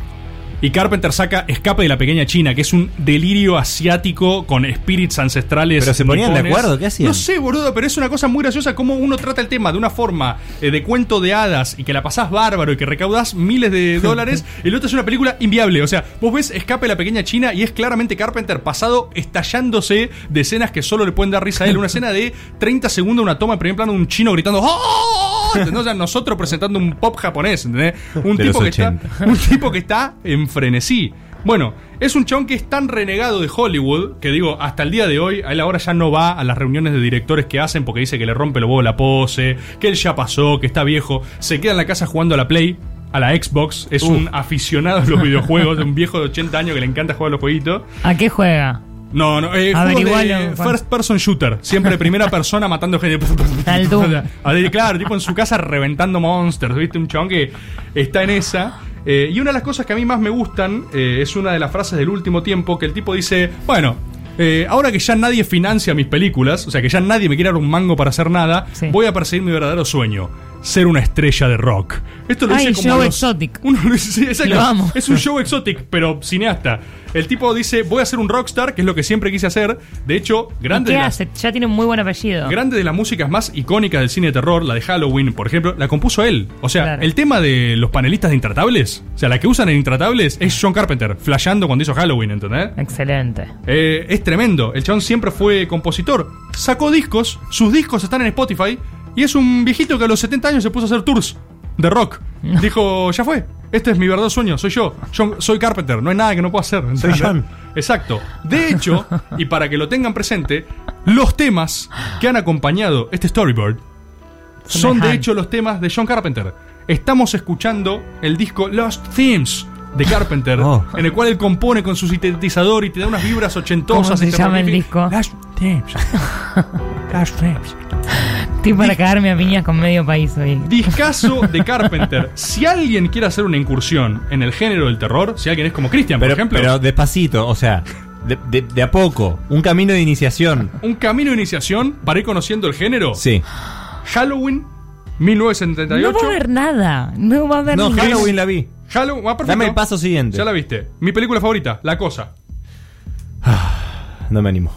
S3: y Carpenter saca Escape de la Pequeña China, que es un delirio asiático con spirits ancestrales.
S4: Pero se ponían de
S3: nipones.
S4: acuerdo, ¿qué hacían?
S3: No sé, boludo, pero es una cosa muy graciosa cómo uno trata el tema de una forma eh, de cuento de hadas y que la pasás bárbaro y que recaudás miles de dólares. el otro es una película inviable. O sea, vos ves Escape de la Pequeña China y es claramente Carpenter pasado estallándose de escenas que solo le pueden dar risa a él. Una escena de 30 segundos, una toma en primer plano de un chino gritando ¡Oh! ¿Entendés? O sea, nosotros presentando un pop japonés, ¿entendés? Un
S4: De
S3: tipo
S4: los
S3: que está
S4: 80.
S3: un tipo que está en frenesí. Bueno, es un chabón que es tan renegado de Hollywood que digo, hasta el día de hoy, a él ahora ya no va a las reuniones de directores que hacen porque dice que le rompe el huevo la pose, que él ya pasó, que está viejo, se queda en la casa jugando a la Play, a la Xbox, es un aficionado a los videojuegos, un viejo de 80 años que le encanta jugar a los jueguitos.
S5: ¿A qué juega?
S3: No, no, eh, juego
S5: Averigualo,
S3: de
S5: Juan.
S3: first person shooter, siempre primera persona matando gente.
S5: Al Doom.
S3: A ver, claro, tipo en su casa reventando monsters, ¿viste? Un chabón que está en esa. Eh, y una de las cosas que a mí más me gustan eh, es una de las frases del último tiempo que el tipo dice, bueno, eh, ahora que ya nadie financia mis películas, o sea que ya nadie me quiere dar un mango para hacer nada,
S5: Sí.
S3: voy a perseguir mi verdadero sueño, ser una estrella de rock. Esto lo
S5: Ay,
S3: dice como
S5: Joe
S3: a
S5: Exotic.
S3: Uno lo dice, sí, exacto.
S5: Lo amo.
S3: Es un show exotic, pero cineasta. El tipo dice, voy a ser un rockstar, que es lo que siempre quise hacer. De hecho, grande
S5: ¿Y
S3: de
S5: ¿Qué
S3: las-
S5: hace? Ya tiene un muy buen apellido.
S3: Grande de las músicas más icónicas del cine de terror, la de Halloween, por ejemplo, la compuso él. O sea,
S5: Claro.
S3: el tema de los panelistas de Intratables, o sea, la que usan en Intratables es John Carpenter, flasheando cuando hizo Halloween, ¿entendés?
S5: Excelente.
S3: Eh, es tremendo. El chabón siempre fue compositor. Sacó discos, sus discos están en Spotify. Y es un viejito que a los 70 años se puso a hacer tours de rock. Dijo, ya fue. Este es mi verdadero sueño, soy yo. Yo soy Carpenter, no hay nada que no pueda hacer.
S6: Soy
S3: ¿entendés?
S6: John.
S3: Exacto. De hecho, y para que lo tengan presente, los temas que han acompañado este storyboard son de
S5: Han.
S3: hecho los temas de John Carpenter. Estamos escuchando el disco Lost Themes de Carpenter,
S4: Oh.
S3: en el cual él compone con su sintetizador y te da unas vibras ochentosas.
S5: ¿Cómo se
S3: y te
S5: llama el
S3: magnifica-
S5: disco?
S3: Lost Themes. Lost Themes.
S5: Estoy para cagarme a piñas con medio país hoy.
S3: Discazo de Carpenter. Si alguien quiere hacer una incursión en el género del terror, si alguien es como Christian,
S4: Pero,
S3: por ejemplo,
S4: pero despacito, o sea, de, de- de a poco. Un camino de iniciación.
S3: un camino de iniciación para ir conociendo el género,
S4: Sí.
S3: Halloween
S5: No
S3: 1978.
S5: va a haber nada. No va a haber
S4: No,
S5: nada.
S4: Halloween la vi.
S3: Halloween. Ah, perfecto.
S4: Dame el paso siguiente.
S3: Ya la viste. Mi película favorita, La Cosa.
S4: No me animo.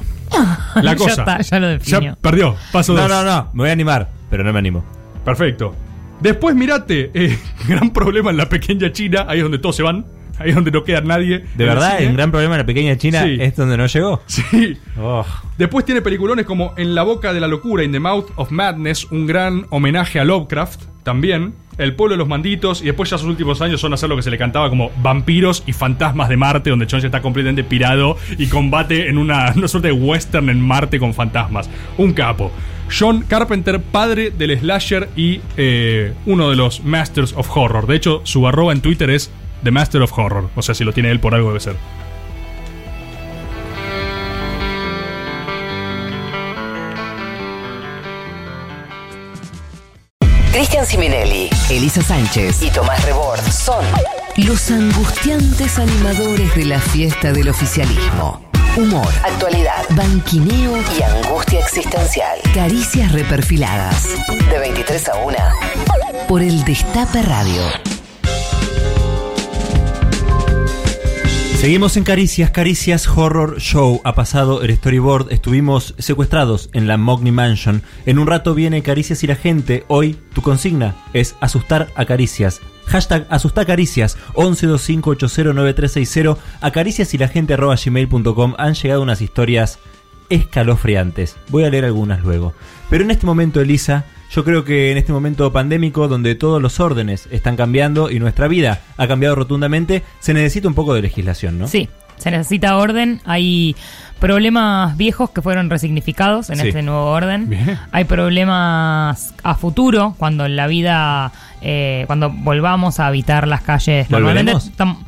S3: La
S5: Ya
S3: Cosa.
S5: está, ya lo definió.
S3: Ya perdió. Paso
S4: No,
S3: dos.
S4: no, no. Me voy a animar, pero no me animo.
S3: Perfecto. Después mirate, eh, gran problema en la pequeña China, ahí es donde todos se van, ahí es donde no queda nadie.
S4: De
S3: en el
S4: verdad,
S3: cine.
S4: el gran problema de la pequeña China
S3: Sí.
S4: es donde no llegó.
S3: Sí.
S4: Oh.
S3: Después tiene peliculones como En la boca de la locura, In the Mouth of Madness, un gran homenaje a Lovecraft también. El pueblo de los manditos, y después ya sus últimos años son hacer lo que se le cantaba como vampiros y fantasmas de Marte, donde Chon está completamente pirado y combate en una, una suerte de western en Marte con fantasmas. Un capo. John Carpenter, padre del slasher y eh, uno de los Masters of Horror. De hecho, su arroba en Twitter es The Master of Horror. O sea, si lo tiene él por algo debe ser.
S1: Cristian Siminelli
S10: Elisa Sánchez.
S1: y Tomás Rebord son
S10: Los angustiantes animadores de la fiesta del oficialismo. Humor,
S1: actualidad
S10: banquineo,
S1: y angustia existencial.
S10: caricias reperfiladas.
S1: De 23 a 1.
S10: Por el Destape Radio.
S4: Seguimos en Caricias, Caricias Horror Show. Ha pasado el storyboard, estuvimos secuestrados en la Mogni Mansion. En un rato viene Caricias y la gente. Hoy tu consigna es asustar a Caricias. Hashtag asustacaricias 1125809360 a caricias y la gente arroba gmail.com han llegado unas historias escalofriantes. Voy a leer algunas luego. Pero en este momento, Elisa, yo creo que en este momento pandémico, donde todos los órdenes están cambiando y nuestra vida ha cambiado rotundamente, se necesita un poco de legislación, ¿no?
S5: Sí, se necesita orden. Hay problemas viejos que fueron resignificados en
S4: Sí.
S5: este nuevo orden.
S3: Bien.
S5: Hay problemas a futuro, cuando la vida, eh, cuando volvamos a habitar las calles. Normalmente
S4: ¿Volveremos?
S5: tam-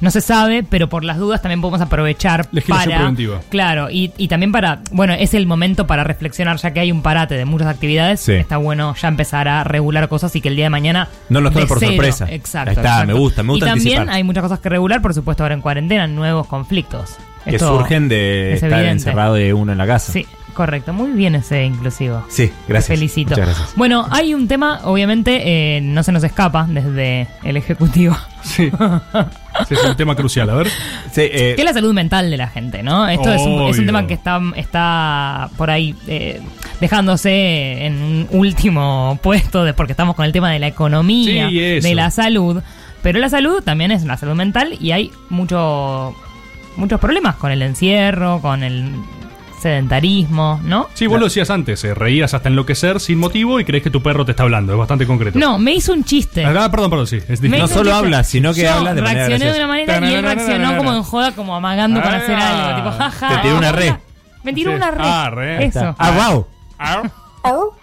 S5: no se sabe, pero por las dudas también podemos aprovechar
S3: Legislación
S5: para...
S3: preventiva.
S5: Claro, y, y también para... Bueno, es el momento para reflexionar, ya que hay un parate de muchas actividades.
S4: Sí.
S5: Está bueno ya empezar a regular cosas y que el día de mañana...
S4: No nos tome
S5: de
S4: por
S5: cero.
S4: sorpresa.
S5: Exacto.
S4: Ahí está,
S5: exacto.
S4: me gusta, me gusta
S5: Y también
S4: anticipar.
S5: hay muchas cosas que regular, por supuesto, ahora en cuarentena, nuevos conflictos.
S4: Que
S5: Esto
S4: surgen de
S5: es
S4: estar
S5: evidente.
S4: encerrado de uno en la casa.
S5: Sí, correcto. Muy bien ese inclusivo.
S4: Sí, gracias.
S5: Te felicito.
S4: Muchas gracias.
S5: Bueno, hay un tema, obviamente, eh, no se nos escapa desde el Ejecutivo,
S3: Sí. Ese es un tema crucial. A ver.
S4: Sí, eh,
S5: que es la salud mental de la gente, ¿no? Esto es un, es un
S3: Obvio.
S5: tema que está, está por ahí eh, dejándose en un último puesto, de, porque estamos con el tema de la economía,
S3: Sí, eso.
S5: de la salud, pero la salud también es una salud mental y hay mucho, muchos problemas con el encierro, con el sedentarismo, ¿no?
S3: Sí, vos lo decías antes, eh, reías hasta enloquecer sin motivo y crees que tu perro te está hablando, es bastante concreto.
S5: No, me hizo un chiste.
S3: Ah, perdón, perdón, sí. es
S5: Me
S3: difícil.
S4: no
S5: hizo
S4: solo
S5: un chiste.
S4: habla, sino que
S5: Yo
S4: habla de manera
S5: reaccioné de una
S4: graciosa.
S5: manera y él reaccionó como en joda, como amagando para
S3: Ah.
S5: hacer algo. Tipo, jaja.
S4: Te tiró una re.
S5: Me tiró
S3: Sí.
S5: una re.
S3: Ah, re. Ahí
S5: Eso.
S4: Ah, wow.
S3: Ar.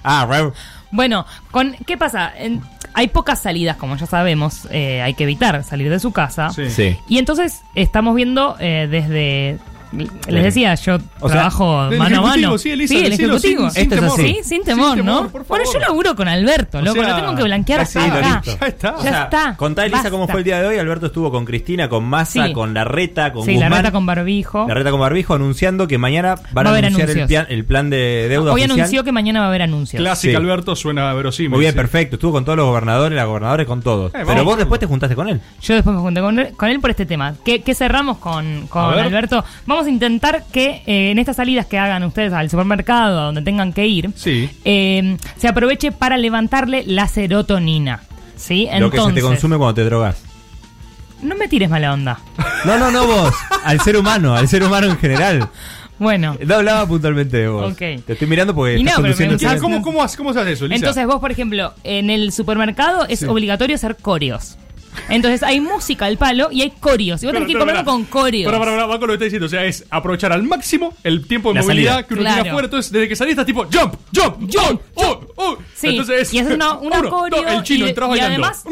S4: Ah, wow.
S5: Bueno, con ¿qué pasa? En- hay pocas salidas, como ya sabemos. eh, hay que evitar salir de su casa.
S3: Sí.
S4: Sí.
S5: Y entonces estamos viendo eh, desde. Les decía, yo
S4: O sea,
S5: trabajo
S3: del
S5: mano a mano.
S3: ejecutivo, sí, Elisa,
S5: el
S3: decilo,
S5: ejecutivo.
S3: sin-
S4: sin Esto Este es temor. así.
S5: Sí, sin temor,
S3: Sin temor,
S5: ¿no?
S3: por
S5: bueno, yo
S3: favor.
S5: laburo con Alberto,
S3: O
S5: loco.
S3: sea,
S5: lo tengo que blanquear
S4: sí,
S5: hasta
S4: lo
S5: acá.
S4: listo.
S3: Ya está.
S5: Ya está.
S4: Contá, Elisa,
S5: Basta.
S4: cómo fue el día de hoy. Alberto estuvo con Cristina, con Massa,
S5: Sí.
S4: con Larreta, con
S5: Sí,
S4: Guzmán.
S5: la reta con barbijo.
S4: La reta con barbijo anunciando que mañana van
S5: Va
S4: a
S5: a haber
S4: anunciar el
S5: anuncios.
S4: plan, el plan de deuda
S5: Hoy
S4: oficial.
S5: anunció que mañana va a haber anuncios.
S3: Clásica
S4: Sí.
S3: Alberto suena verosímil.
S4: Muy bien,
S3: sí. Eh,
S4: perfecto. Estuvo con todos los gobernadores, las gobernadoras, con todos.
S3: vamos,
S4: Pero vos
S3: vamos.
S4: después te juntaste con él.
S5: Yo después me junté con él, con él por este tema. ¿Qué, qué cerramos con, con
S3: A ver.
S5: Alberto? Vamos a intentar que eh, en estas salidas que hagan ustedes al supermercado, a donde tengan que ir,
S3: Sí.
S5: eh, se aproveche para levantarle la serotonina. ¿Sí?
S4: Lo que se te
S5: Entonces,
S4: consume cuando te drogas.
S5: No me tires mala onda.
S4: No, no, no vos. al ser humano, al ser humano en general.
S5: Bueno.
S4: No hablaba puntualmente de vos.
S5: Eh, Ok.
S4: Te estoy mirando porque
S5: Y
S4: estás
S5: no, pero
S4: conduciendo
S3: Ah,
S4: el
S5: me gustaba
S3: ¿Cómo,
S4: silencio.
S3: cómo, haces- ¿Cómo se hace eso, Elisa?
S5: Entonces vos, por ejemplo, en el supermercado es obligatorio hacer corios. Entonces hay música al palo y hay corios. Y vos
S3: Pero,
S5: tenés que ir
S3: pero,
S5: comiendo
S3: pará.
S5: con corios.
S3: Pero, pero, pero, va con lo que está diciendo. O sea, es aprovechar al máximo el tiempo de
S4: La
S3: movilidad
S4: salida.
S3: que uno
S5: Claro.
S3: tiene afuera. Entonces, desde que salís, estás tipo jump, jump, jump, jump, uh.
S5: Sí,
S3: Entonces es.
S5: y haces una, una
S3: uno,
S5: coreo
S3: dos, el chino
S5: y,
S3: entrás
S5: y
S3: bailando. Mm,
S5: además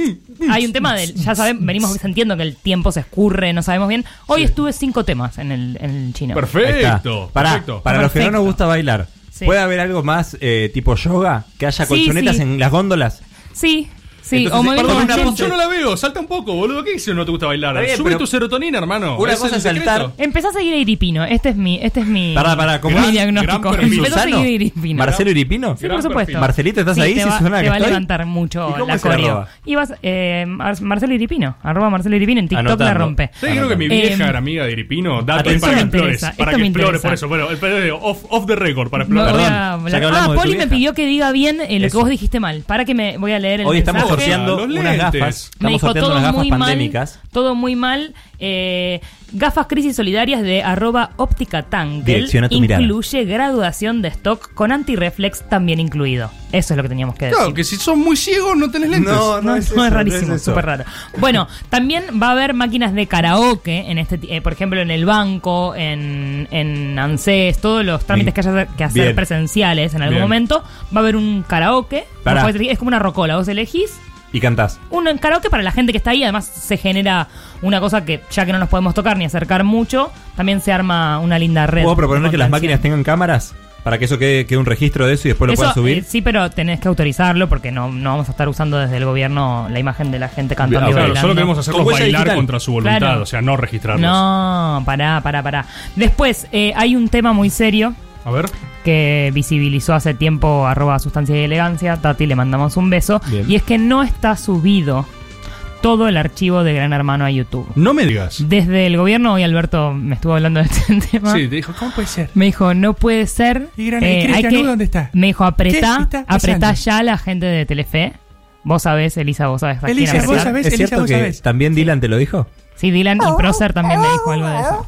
S5: hay un tema del, ya sabemos, venimos sintiendo que el tiempo se escurre, no sabemos bien. Hoy estuve cinco temas en el, en el chino.
S4: Ahí está.
S3: Perfecto.
S4: Pará,
S3: perfecto.
S4: Para los que no nos
S5: Perfecto.
S4: gusta bailar,
S5: Sí.
S4: ¿puede haber algo más eh, tipo yoga? Que haya
S5: Sí,
S4: colchonetas
S5: sí.
S4: en las góndolas.
S5: Sí, Sí,
S4: Entonces,
S5: o movimiento
S4: perdón,
S3: Perdón,
S4: una
S3: yo,
S5: consciente.
S4: pose-
S3: yo no la veo, salta un poco, boludo. ¿Qué dice no te gusta bailar?
S4: Está bien,
S3: Sube
S4: pero-
S3: tu serotonina, hermano.
S4: Una
S3: Es
S4: cosa
S3: el
S4: es saltar.
S3: secreto.
S5: Empezás a seguir a Iripino. Este es mi, este es mi,
S4: Pará, pará, ¿cómo
S5: mi
S4: es?
S5: diagnóstico.
S3: Gran perfil.
S5: Empezás a
S4: ¿Susano?
S5: seguir a Iripino.
S4: ¿Marcelo Iripino?
S5: Sí,
S3: Gran
S5: por supuesto.
S3: perfil.
S4: Marcelito, ¿estás
S5: Sí,
S4: ahí?
S5: Te
S4: ¿Sí
S5: va,
S4: suena
S5: te
S4: que
S5: va a
S4: estoy?
S5: levantar mucho
S4: ¿Y cómo
S5: la
S4: es el
S5: coreo.
S4: arroba?
S5: Ibas, eh, Mar- Marcelo Iripino, arroba Marcelo Iripino en TikTok la
S4: Anotando.
S5: rompe.
S3: Sí, creo que mi
S5: Eh,
S3: vieja era amiga de Iripino. Dato ahí
S4: esto
S3: para
S4: me
S3: que explores.
S5: interesa,
S3: Para
S5: esto
S3: que
S5: me
S3: explores por
S5: interesa.
S3: eso. Pero, pero digo, off, off the record para
S5: voy
S3: explorar.
S4: Perdón, ya
S5: a
S4: que
S5: hablar.
S4: hablamos
S5: ah,
S4: de tu
S5: Poli me
S4: vieja.
S5: pidió que diga bien eh, lo que
S4: Eso.
S5: vos dijiste mal. Para que me voy a leer el
S4: Hoy estamos
S5: mensaje.
S4: sorteando
S3: Los
S4: unas
S3: lentes.
S4: gafas.
S5: Me
S4: Estamos
S5: dijo
S4: sorteando
S5: todo
S4: unas gafas
S5: muy
S4: pandémicas.
S5: mal, todo muy mal. eh, gafas crisis solidarias de arroba óptica tangle
S4: Direcciona tu mirada.
S5: incluye graduación de stock con antireflex también incluido. Eso es lo que teníamos que decir.
S3: Claro, que si sos muy ciego no tenés lentes.
S5: No, no, es, rarísimo, es súper raro. Bueno, también va a haber máquinas de karaoke, en este, ti- eh, por ejemplo, en el banco, en, en ANSES, todos los trámites que haya que hacer
S4: Bien.
S5: presenciales en algún
S3: Bien.
S5: momento. Va a haber un karaoke. vos
S4: Pará.
S5: podés elegir- es como una rocola, vos elegís
S4: Y cantás.
S5: uno en karaoke para la gente que está ahí. Además, se genera una cosa que, ya que no nos podemos tocar ni acercar mucho, también se arma una linda red.
S4: ¿Puedo proponer
S5: de
S4: que las
S5: contención.
S4: máquinas tengan cámaras? Para que eso quede, quede un registro de eso y después lo
S5: Eso,
S4: puedan
S5: eh,
S4: subir.
S5: sí, pero tenés que autorizarlo porque no, no vamos a estar usando desde el gobierno la imagen de la gente cantando. y
S3: Ah, Claro,
S5: bailando.
S3: solo queremos hacerlos
S4: Con huella
S3: bailar
S4: digital.
S3: contra su voluntad,
S5: Claro.
S3: o sea, no registrarlos.
S5: No, pará, pará, pará. Después, eh, hay un tema muy serio
S3: A ver.
S5: que visibilizó hace tiempo arroba sustancia y elegancia. Tati, le mandamos un beso.
S3: Bien.
S5: Y es que no está subido todo el archivo de Gran Hermano a YouTube.
S3: No me digas.
S5: Desde el gobierno, hoy Alberto me estuvo hablando de este tema.
S3: Sí, te dijo, ¿cómo puede ser?
S5: Me dijo, no puede ser. eh,
S3: ¿Y Gran- y Cristian U, dónde está?
S5: Me dijo,
S3: ¿Qué
S5: apretá,
S3: está
S5: apretá
S3: pasando?
S5: ya a la gente de Telefe. Vos sabés, Elisa, vos sabés. a quién
S3: Elisa, vos
S5: apretar.
S3: sabés. ¿ves,
S4: ¿Es
S3: Elisa,
S4: cierto
S3: vos
S4: que
S3: sabés?
S4: también Dylan te lo dijo?
S5: Sí, Dylan y Procer también me dijo algo de eso.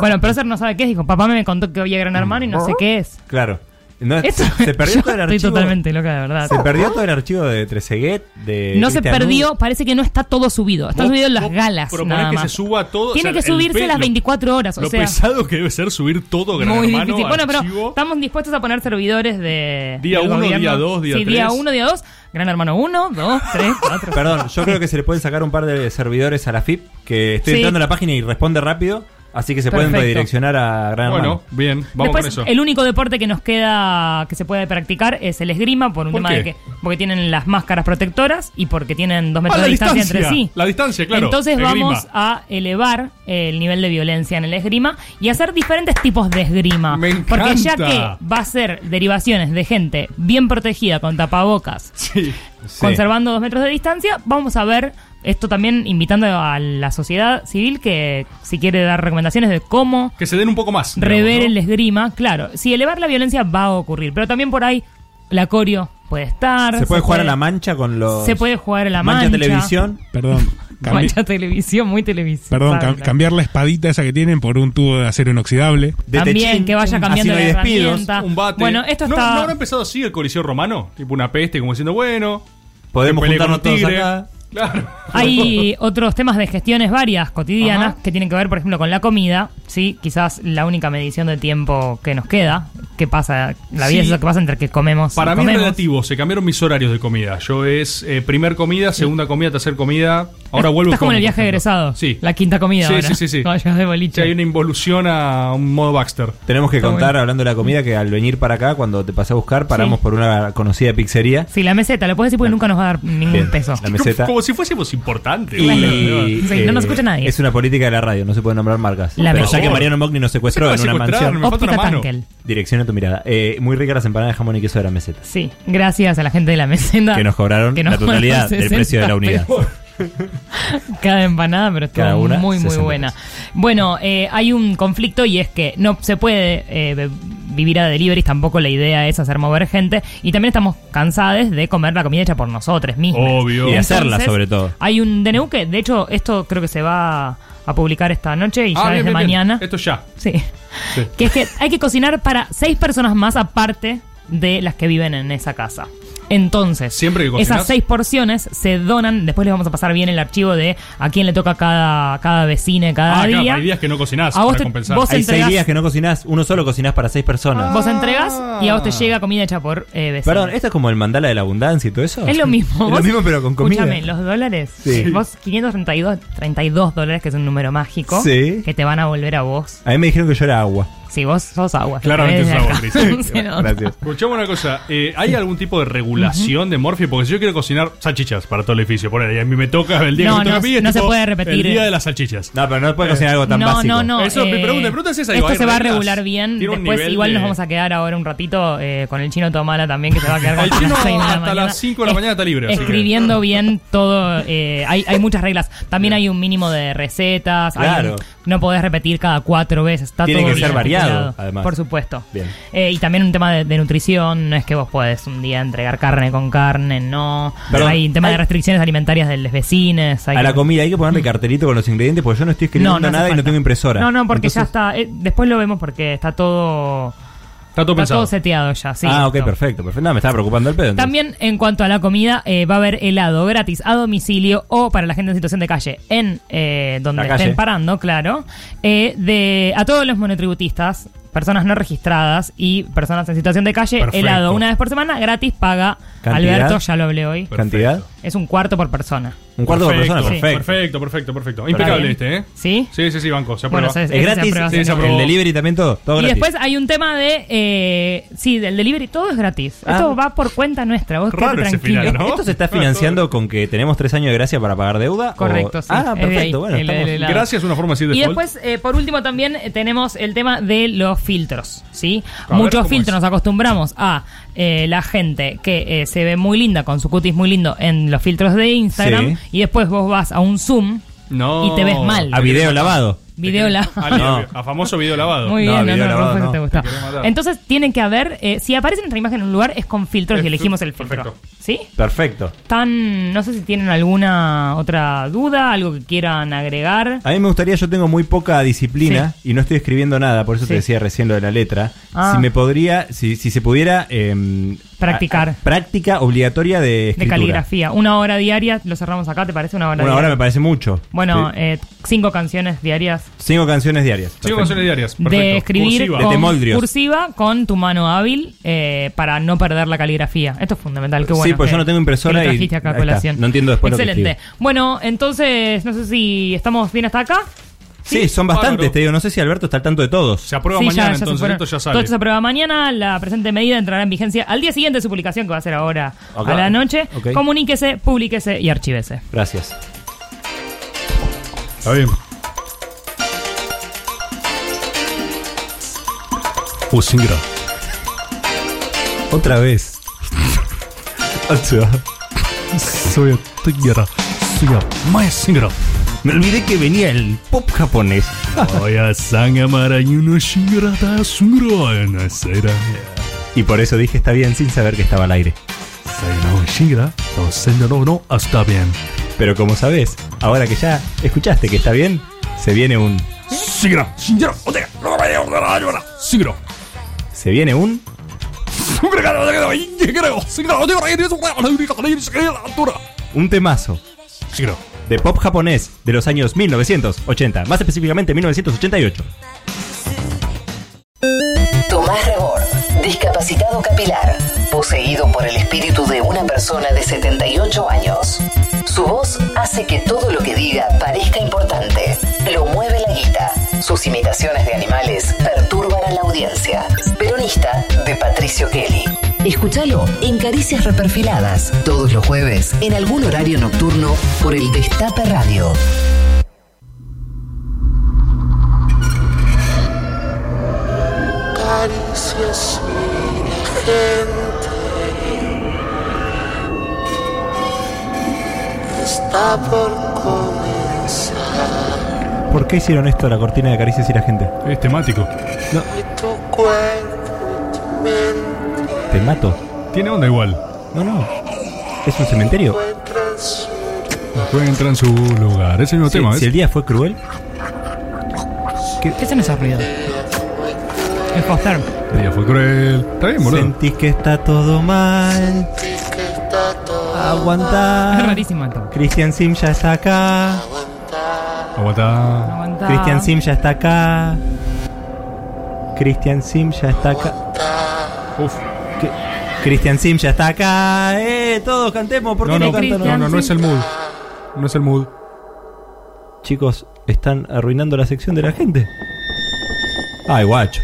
S5: Bueno, Procer no sabe qué es. Dijo, papá me contó que había Gran Hermano y no sé qué es.
S4: Claro. No,
S5: Eso,
S4: se perdió
S5: yo
S4: todo el
S5: estoy
S4: archivo.
S5: totalmente loca, de verdad.
S4: Se perdió todo el archivo de Treseguet, de
S5: no se
S4: Cristian Hugo.
S5: perdió, parece que no está todo subido. Están
S3: Eh, Vos-
S5: subido las
S3: vos
S5: galas.
S3: proponés
S5: nada
S3: que
S5: más.
S3: se suba todo, o sea,
S5: Tiene que
S3: el
S5: subirse
S3: pe-
S5: las
S3: lo-
S5: 24 horas. O
S3: Lo
S5: sea,
S3: pesado que debe ser subir todo Gran
S5: Muy
S3: Hermano
S5: difícil. Bueno, pero
S3: archivo.
S5: estamos dispuestos a poner servidores de.
S3: Día
S5: del
S3: uno,
S5: gobierno.
S3: día dos, día
S5: Sí, día
S3: tres.
S5: 1, día 2. Gran hermano 1, 2, 3, 4.
S4: Perdón, yo creo que se le pueden sacar un par de servidores a la FIP, que estoy
S5: Sí.
S4: entrando a la página y responde rápido, así que se pueden
S5: Perfecto.
S4: redireccionar a Gran
S3: Bueno,
S4: Hermano.
S3: bien, vamos
S5: Después,
S3: con eso.
S5: el único deporte que nos queda que se puede practicar es el esgrima por un
S3: ¿Por
S5: tema de
S3: qué?
S5: que porque tienen las máscaras protectoras y porque tienen dos metros
S3: Ah,
S5: de
S3: la
S5: distancia,
S3: distancia.
S5: entre sí.
S3: La distancia, Eh, claro.
S5: Entonces
S3: Esgrima.
S5: vamos a elevar el nivel de violencia en el esgrima y hacer diferentes tipos de esgrima.
S3: Me
S5: Porque ya
S3: encanta.
S5: que va a ser derivaciones de gente bien protegida con tapabocas,
S3: Sí.
S4: Sí.
S5: conservando dos metros de distancia, vamos a ver esto también invitando a la sociedad civil que si quiere dar recomendaciones de cómo
S3: Que se den un poco más. digamos,
S5: rever
S3: ¿no?
S5: el esgrima, claro, si elevar la violencia va a ocurrir, pero también por ahí la corio puede estar.
S4: Se puede jugar a la mancha con los...
S5: Se puede jugar a la mancha.
S4: televisión.
S6: Perdón. cambi-
S5: Mancha televisión, muy televisión.
S6: Perdón, cam- cambiar la espadita esa que tienen por un tubo de acero inoxidable.
S4: de
S5: También
S4: techín,
S5: que vaya
S4: así
S5: cambiando
S4: no
S5: la
S4: hay despidos,
S5: herramienta.
S3: Un bate.
S5: Bueno, esto
S3: ¿No,
S5: está-
S3: ¿No habrá empezado así el Coliseo Romano? Tipo una peste, como diciendo, bueno.
S4: Podemos
S3: que peleé con
S4: juntarnos
S3: un
S4: todos
S3: tigre.
S4: acá.
S3: Claro.
S5: Hay otros temas de gestiones varias, cotidianas,
S3: Ajá.
S5: que tienen que ver, por ejemplo, con la comida, ¿sí? Quizás la única medición de tiempo que nos queda, que pasa, la vida
S3: Sí.
S5: es eso que pasa entre que comemos y
S3: Para mí es
S5: comemos.
S3: relativo, se cambiaron mis horarios de comida. Yo es eh, primer comida, segunda comida, tercer comida. Ahora vuelvo
S5: Estás como en el
S3: con-
S5: viaje de egresado.
S3: Sí.
S5: La quinta comida
S3: Sí,
S5: ahora.
S3: sí, sí, sí.
S5: Cuando llegas de boliche.
S3: Sí, hay una involución a un modo Baxter.
S4: Tenemos que
S5: Está
S4: contar,
S5: bueno.
S4: hablando de la comida, que al venir para acá, cuando te pasé a buscar, paramos
S5: Sí.
S4: por una conocida pizzería.
S5: Sí, la meseta, la puedes decir porque nunca nos va a dar ningún
S4: Bien,
S5: peso.
S4: La meseta.
S3: Como si fuésemos importantes.
S4: Y,
S5: Sí,
S3: eh,
S5: no nos escucha nadie.
S4: Es una política de la radio, no se puede nombrar marcas.
S5: La
S4: Pero
S5: meseta.
S4: ya que Mariano Mogni nos secuestró
S3: No
S4: en
S3: se
S4: una
S3: puede secuestrar,
S4: mansión,
S3: me falta
S5: Óptica
S3: una mano.
S5: Tankel.
S4: dirección a tu mirada. Eh, muy ricas las empanadas de jamón y queso de la meseta.
S5: Sí, gracias a la gente de la meseta.
S4: Que nos cobraron
S5: que nos
S4: la totalidad
S5: cobraron
S4: del precio de la
S5: 60
S4: unidad.
S5: pesos Cada empanada, pero estuvo
S4: Cada una,
S5: muy, muy
S4: 60
S5: buena.
S4: pesos.
S5: Bueno, eh, hay un conflicto y es que no se puede eh, be- vivir a deliveries, tampoco la idea es hacer mover gente. Y también estamos cansadas de comer la comida hecha por nosotros mismos.
S3: Obvio.
S4: Y hacerla, sobre todo.
S5: Hay un DNU que, de hecho, esto creo que se va a publicar esta noche y
S3: Ah,
S5: ya
S3: bien,
S5: desde
S3: bien, bien.
S5: mañana.
S3: Esto ya.
S5: Sí.
S3: Sí.
S5: Que es que hay que cocinar para seis personas más aparte de las que viven en esa casa. Entonces,
S3: Siempre que cocinás.
S5: esas seis porciones se donan. Después les vamos a pasar bien el archivo de a quién le toca cada, cada vecina y cada
S3: Ah,
S5: día.
S3: claro, hay días que no cocinás
S5: A vos
S3: para
S5: te-
S3: compensar.
S5: vos-
S4: Hay seis
S5: entregás- Ah.
S4: días que no cocinás, uno solo cocinás para seis personas.
S5: Vos entregas y a vos te llega comida hecha por eh, vecinos.
S4: Perdón, ¿esto es como el mandala de la abundancia y todo eso?
S5: Es lo mismo.
S4: Es
S5: Vos-
S4: lo mismo, pero con comida.
S5: Escúchame, los dólares.
S4: Sí.
S5: Vos 532 32 dólares, que es un número mágico.
S4: Sí.
S5: Que te van a volver a vos.
S4: A mí me dijeron que yo era agua.
S5: Si vos sos agua.
S3: Claramente
S5: Ves,
S3: sos agua,
S5: acá
S3: Cris.
S5: se nota.
S3: Escuchame una cosa, eh, ¿hay algún tipo de regulación de Morphy? Porque si yo quiero cocinar salchichas para todo el edificio, por ahí, a mí me toca el día
S5: No,
S3: que me toca
S5: no,
S3: a mí, es
S5: no se
S3: tipo
S5: puede repetir.
S3: El día de las salchichas.
S4: No, pero no puede cocinar algo tan
S5: no,
S4: básico.
S5: no, no.
S3: Eso, mi
S5: eh,
S3: pregunta- mi pregunta es esa,
S5: Esto
S3: ¿hay
S5: se va a
S3: reglas?
S5: regular bien.
S3: Tiene un
S5: Después
S3: nivel
S5: igual
S3: de-
S5: nos vamos a quedar ahora un ratito eh, con el chino Tomala también, que se va a quedar
S3: El
S5: hasta
S3: chino
S5: las seis de la
S3: hasta
S5: mañana.
S3: las cinco de la mañana está libre, así que-
S5: Escribiendo bien todo. eh, hay, hay muchas reglas. También hay un mínimo de recetas. hay
S4: Claro.
S5: un- no podés repetir cada cuatro veces. Está
S4: Tiene
S5: todo
S4: que
S5: bien
S4: ser variado,
S5: estipulado,
S4: además.
S5: Por supuesto.
S4: Bien.
S5: Eh, y también un tema de, de nutrición. No es que vos podés un día entregar carne con carne, no.
S4: Perdón.
S5: Hay un tema de
S4: Hay-
S5: restricciones alimentarias de los vecinos. hay
S4: A la
S5: que-
S4: comida hay que ponerle cartelito con los ingredientes porque yo no estoy escribiendo
S5: Mm. hace
S4: nada y no
S5: falta.
S4: tengo impresora.
S5: No, no, porque ya
S4: Entonces-
S5: está. eh, después lo vemos porque está todo.
S3: Está todo
S5: Está
S3: pensado.
S5: todo seteado ya, sí.
S4: ah, ok,
S5: Esto.
S4: perfecto, perfecto. No, me estaba preocupando el pedo. entonces.
S5: También en cuanto a la comida, eh, va a haber helado gratis a domicilio o para la gente en situación de calle, en eh, donde
S4: La
S5: estén
S4: calle.
S5: parando, claro, eh, de a todos los monotributistas, personas no registradas y personas en situación de calle,
S3: Perfecto.
S5: helado una vez por semana gratis paga
S4: ¿Cantidad?
S5: Alberto, ya lo hablé hoy.
S4: ¿Cantidad?
S5: Es un cuarto por persona.
S4: Un cuarto por persona,
S5: Sí.
S4: perfecto.
S3: Perfecto, perfecto, perfecto. Impecable
S5: ¿Está
S3: este,
S5: bien?
S3: ¿eh?
S5: ¿Sí?
S3: Sí, sí, sí, banco. Se
S5: Bueno,
S3: aprueba.
S5: se-
S4: ¿Es
S5: Ese
S4: gratis?
S5: aprueba,
S3: Sí, se
S5: señor.
S3: aprobó.
S4: ¿El delivery también todo? Todo
S5: Y
S4: gratis.
S5: después hay un tema de. eh, sí, del delivery, todo es gratis.
S4: Ah.
S5: Esto va por cuenta nuestra. Vos
S3: Raro
S5: quedate
S3: ese
S5: tranquilo.
S3: final, ¿no?
S4: ¿Esto se está financiando con que tenemos tres años de gracia para pagar deuda? o-
S5: Correcto, sí.
S4: Ah,
S5: Es de ahí,
S4: perfecto, bueno.
S5: el-
S4: estamos-
S5: el- el-
S3: Gracias, una forma así de
S5: Y
S3: default.
S5: después, eh, por último, también eh, tenemos el tema de los filtros, ¿sí?
S3: A ver,
S5: Muchos
S3: ¿cómo
S5: filtros
S3: es?
S5: nos acostumbramos a eh, la gente que eh, se ve muy linda con su cutis muy lindo en los filtros de
S4: Sí.
S5: Instagram y después vos vas a un Zoom,
S3: No.
S5: y te ves mal.
S4: A video lavado.
S5: video la...
S3: Al-
S4: No.
S3: A famoso video lavado.
S5: Muy
S4: No,
S5: bien, no,
S4: video
S5: no,
S4: grabado,
S5: Rufo,
S4: no.
S5: te gustó.
S3: Te querés matar.
S5: Entonces tiene que haber, eh, si aparece nuestra imagen en un lugar es con filtros
S3: Es
S5: y elegimos el filtro.
S3: perfecto.
S5: ¿Sí?
S4: Perfecto.
S5: Tan, no sé si tienen alguna otra duda, algo que quieran agregar.
S4: A mí me gustaría, yo tengo muy poca disciplina y no estoy escribiendo nada, por eso te
S5: Sí.
S4: decía recién lo de la letra.
S5: Ah.
S4: Si me podría, si, si se pudiera... em,
S5: Practicar.
S4: a- a- práctica obligatoria de
S5: De
S4: escritura.
S5: caligrafía. Una hora diaria, lo cerramos acá, ¿te parece una hora
S4: Bueno,
S5: diaria?
S4: ahora me parece mucho.
S5: Bueno,
S4: Sí.
S5: eh, cinco canciones diarias
S4: Cinco canciones diarias.
S3: Cinco
S4: Perfecto.
S3: canciones diarias.
S5: de
S3: Perfecto.
S5: escribir
S3: Cursiva.
S4: De
S5: con
S4: Temoldrios.
S5: cursiva con tu mano hábil eh, para no perder la caligrafía. Esto es fundamental, qué
S4: Sí,
S5: bueno.
S4: pues
S5: que-
S4: yo no tengo impresora
S5: que lo
S4: y-
S5: trajiste acá a
S4: ahí está.
S5: colación.
S4: No entiendo después lo que
S5: Excelente. bueno, entonces, no sé si estamos bien hasta acá.
S4: Sí, son
S3: Bárbaro.
S4: bastantes, te digo. No sé si Alberto está al tanto de todos.
S3: Se aprueba
S5: Sí, ya-
S3: mañana,
S5: ya se
S3: entonces
S5: fueron.
S3: esto ya
S5: Todo
S3: sale.
S5: esto se aprueba mañana. La presente medida entrará en vigencia al día siguiente de su publicación, que va a ser ahora
S4: Ok.
S5: a la noche.
S4: Ok.
S5: Comuníquese, publíquese y archívese.
S4: Gracias.
S3: Está bien. Usingra.
S4: Uh, Otra vez.
S3: Soy Tierra. Soy Maesingra.
S4: Me olvidé que venía el pop japonés.
S3: Oya sanga marañuno shingrata sungro en sera.
S4: Y por eso dije está bien sin saber que estaba al aire.
S3: Sayano shingra, no senda no no hasta bien.
S4: Pero como sabes, ahora que ya escuchaste que está bien, se viene un.
S3: Singra, shingra, otega, no vaya a llorar. Singro.
S4: Se viene un. Un temazo
S3: Singro.
S4: de pop japonés de los años 1980, más específicamente 1988.
S1: Tomás Rebor, discapacitado capilar, poseído por el espíritu de una persona de 78 años. Su voz hace que todo lo que diga parezca importante. Lo mueve la guita. Sus imitaciones de animales perturban a la audiencia. Peronista de Patricio Kelly. Escúchalo en Caricias Reperfiladas, todos los jueves, en algún horario nocturno, por el Destape Radio.
S11: Caricias, mi gente. Está por comenzar
S4: ¿Por qué hicieron esto a la cortina de caricias y la gente?
S3: Es temático.
S11: y tu cuerpo y tu mente
S4: ¿Te mato?
S3: Tiene onda igual.
S4: No, no. ¿Es un cementerio?
S11: encuentran su
S3: Encuentra en su lugar. Es el mismo
S4: Si,
S3: tema,
S4: si el
S3: ¿ves?
S4: día fue cruel,
S5: ¿Qué son esos ruidos? El postar.
S3: El día fue cruel. Está bien, boludo.
S4: sentís que está todo mal.
S11: que está todo
S5: Es
S4: Aguantar.
S5: rarísimo esto.
S4: Christian Sim ya está acá.
S3: Aguanta.
S5: Aguantá.
S4: Christian Sim ya está acá. Christian Sim ya está acá.
S3: Uf.
S4: Que- Christian Sim ya está acá. Eh, todos cantemos ¿por qué
S3: No,
S4: no,
S3: no,
S4: cantan?
S5: Christian
S3: no, no, no es el mood. No es el mood.
S4: Chicos, están arruinando la sección de la gente. Ay, guacho.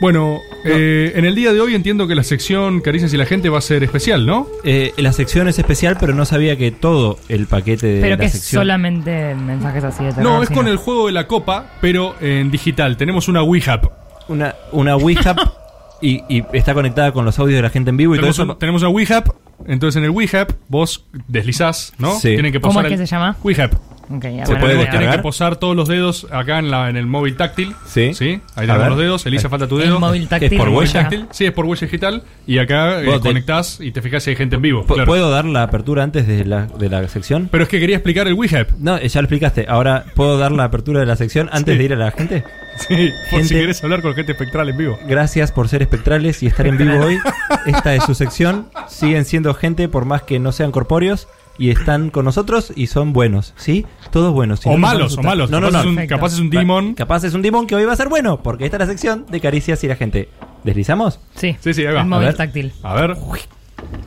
S3: Bueno, eh, en el día de hoy entiendo que la sección Caricias y la gente va a ser especial, ¿no?
S4: Eh, la sección es especial, pero no sabía que todo el paquete de
S5: Pero
S4: la
S5: que es
S4: sección.
S5: solamente mensajes así de terror,
S3: No, es
S5: sino-
S3: con el juego de la copa, pero en digital. Tenemos una WeHub.
S4: Una, una WeHub y, y está conectada con los audios de la gente en vivo y todo
S3: Tenemos,
S4: eso.
S3: un- tenemos una WeHub. Entonces en el WeHub vos deslizás, ¿no?
S4: Sí.
S3: Tienen que
S5: ¿Cómo
S3: posar
S5: es que
S3: el-
S5: se llama?
S3: WeHub.
S5: Ok, ya,
S4: ¿Se
S5: bueno,
S4: puede
S5: voy a-
S3: Tienen que
S4: ¿Cargar?
S3: posar todos los dedos acá en, la, en el móvil táctil.
S4: Sí.
S3: Ahí
S4: A
S3: tenemos
S4: ver.
S3: los dedos. Elisa,
S4: Ahí.
S3: falta tu
S5: El
S3: dedo.
S5: móvil táctil.
S4: ¿Es por
S3: El móvil
S4: huella?
S3: táctil. Sí, es por huella digital. Y acá eh,
S4: Vos te-
S3: conectás y te fijás si hay gente en vivo.
S4: ¿Pu-
S3: claro.
S4: ¿Puedo dar la apertura antes de la, de la sección?
S3: Pero es que quería explicar el WeHub.
S4: No, eh, ya lo explicaste. Ahora, ¿puedo dar la apertura de la sección antes
S3: Sí.
S4: de ir a la gente?
S3: Sí, por si
S4: Gente-
S3: querés hablar con gente espectral en vivo.
S4: Gracias por ser espectrales y estar en vivo hoy. Esta es su sección. Siguen siendo gente por más que no sean corpóreos y están con nosotros y son buenos, ¿sí? Todos buenos. Si
S3: o
S4: no, nos
S3: malos, o
S4: vamos a asustar.
S3: malos.
S4: No, no,
S3: capaz,
S4: no.
S3: Es un,
S5: perfecto.
S3: capaz es un demon.
S4: Capaz es un dimón que hoy va a ser bueno, porque esta es la sección de caricias y la gente. ¿Deslizamos?
S5: Sí,
S3: Sí, sí, ahí va.
S5: El
S3: A
S5: móvil
S4: ver.
S5: táctil.
S3: A ver.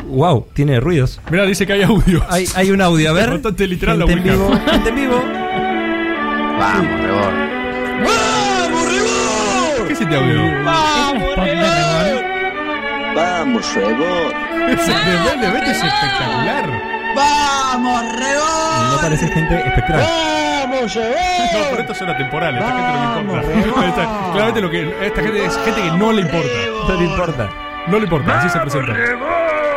S4: Wow, tiene ruidos.
S3: Mira, dice que hay audio.
S4: Hay, hay un audio, a ver.
S3: Bastante literal la
S4: gente en
S3: Wicca.
S4: vivo, gente en vivo.
S1: Vamos, Rebor.
S3: ¿Qué es este audio?
S11: Vamos, Rebor.
S3: Es el de Buen de Beto, es espectacular.
S4: No parece gente espectral.
S3: No, pero esto suena temporal. Esta gente no le importa. Esta- claramente lo que, esta gente es gente que no le importa.
S4: No le importa.
S3: No le importa, así se presenta.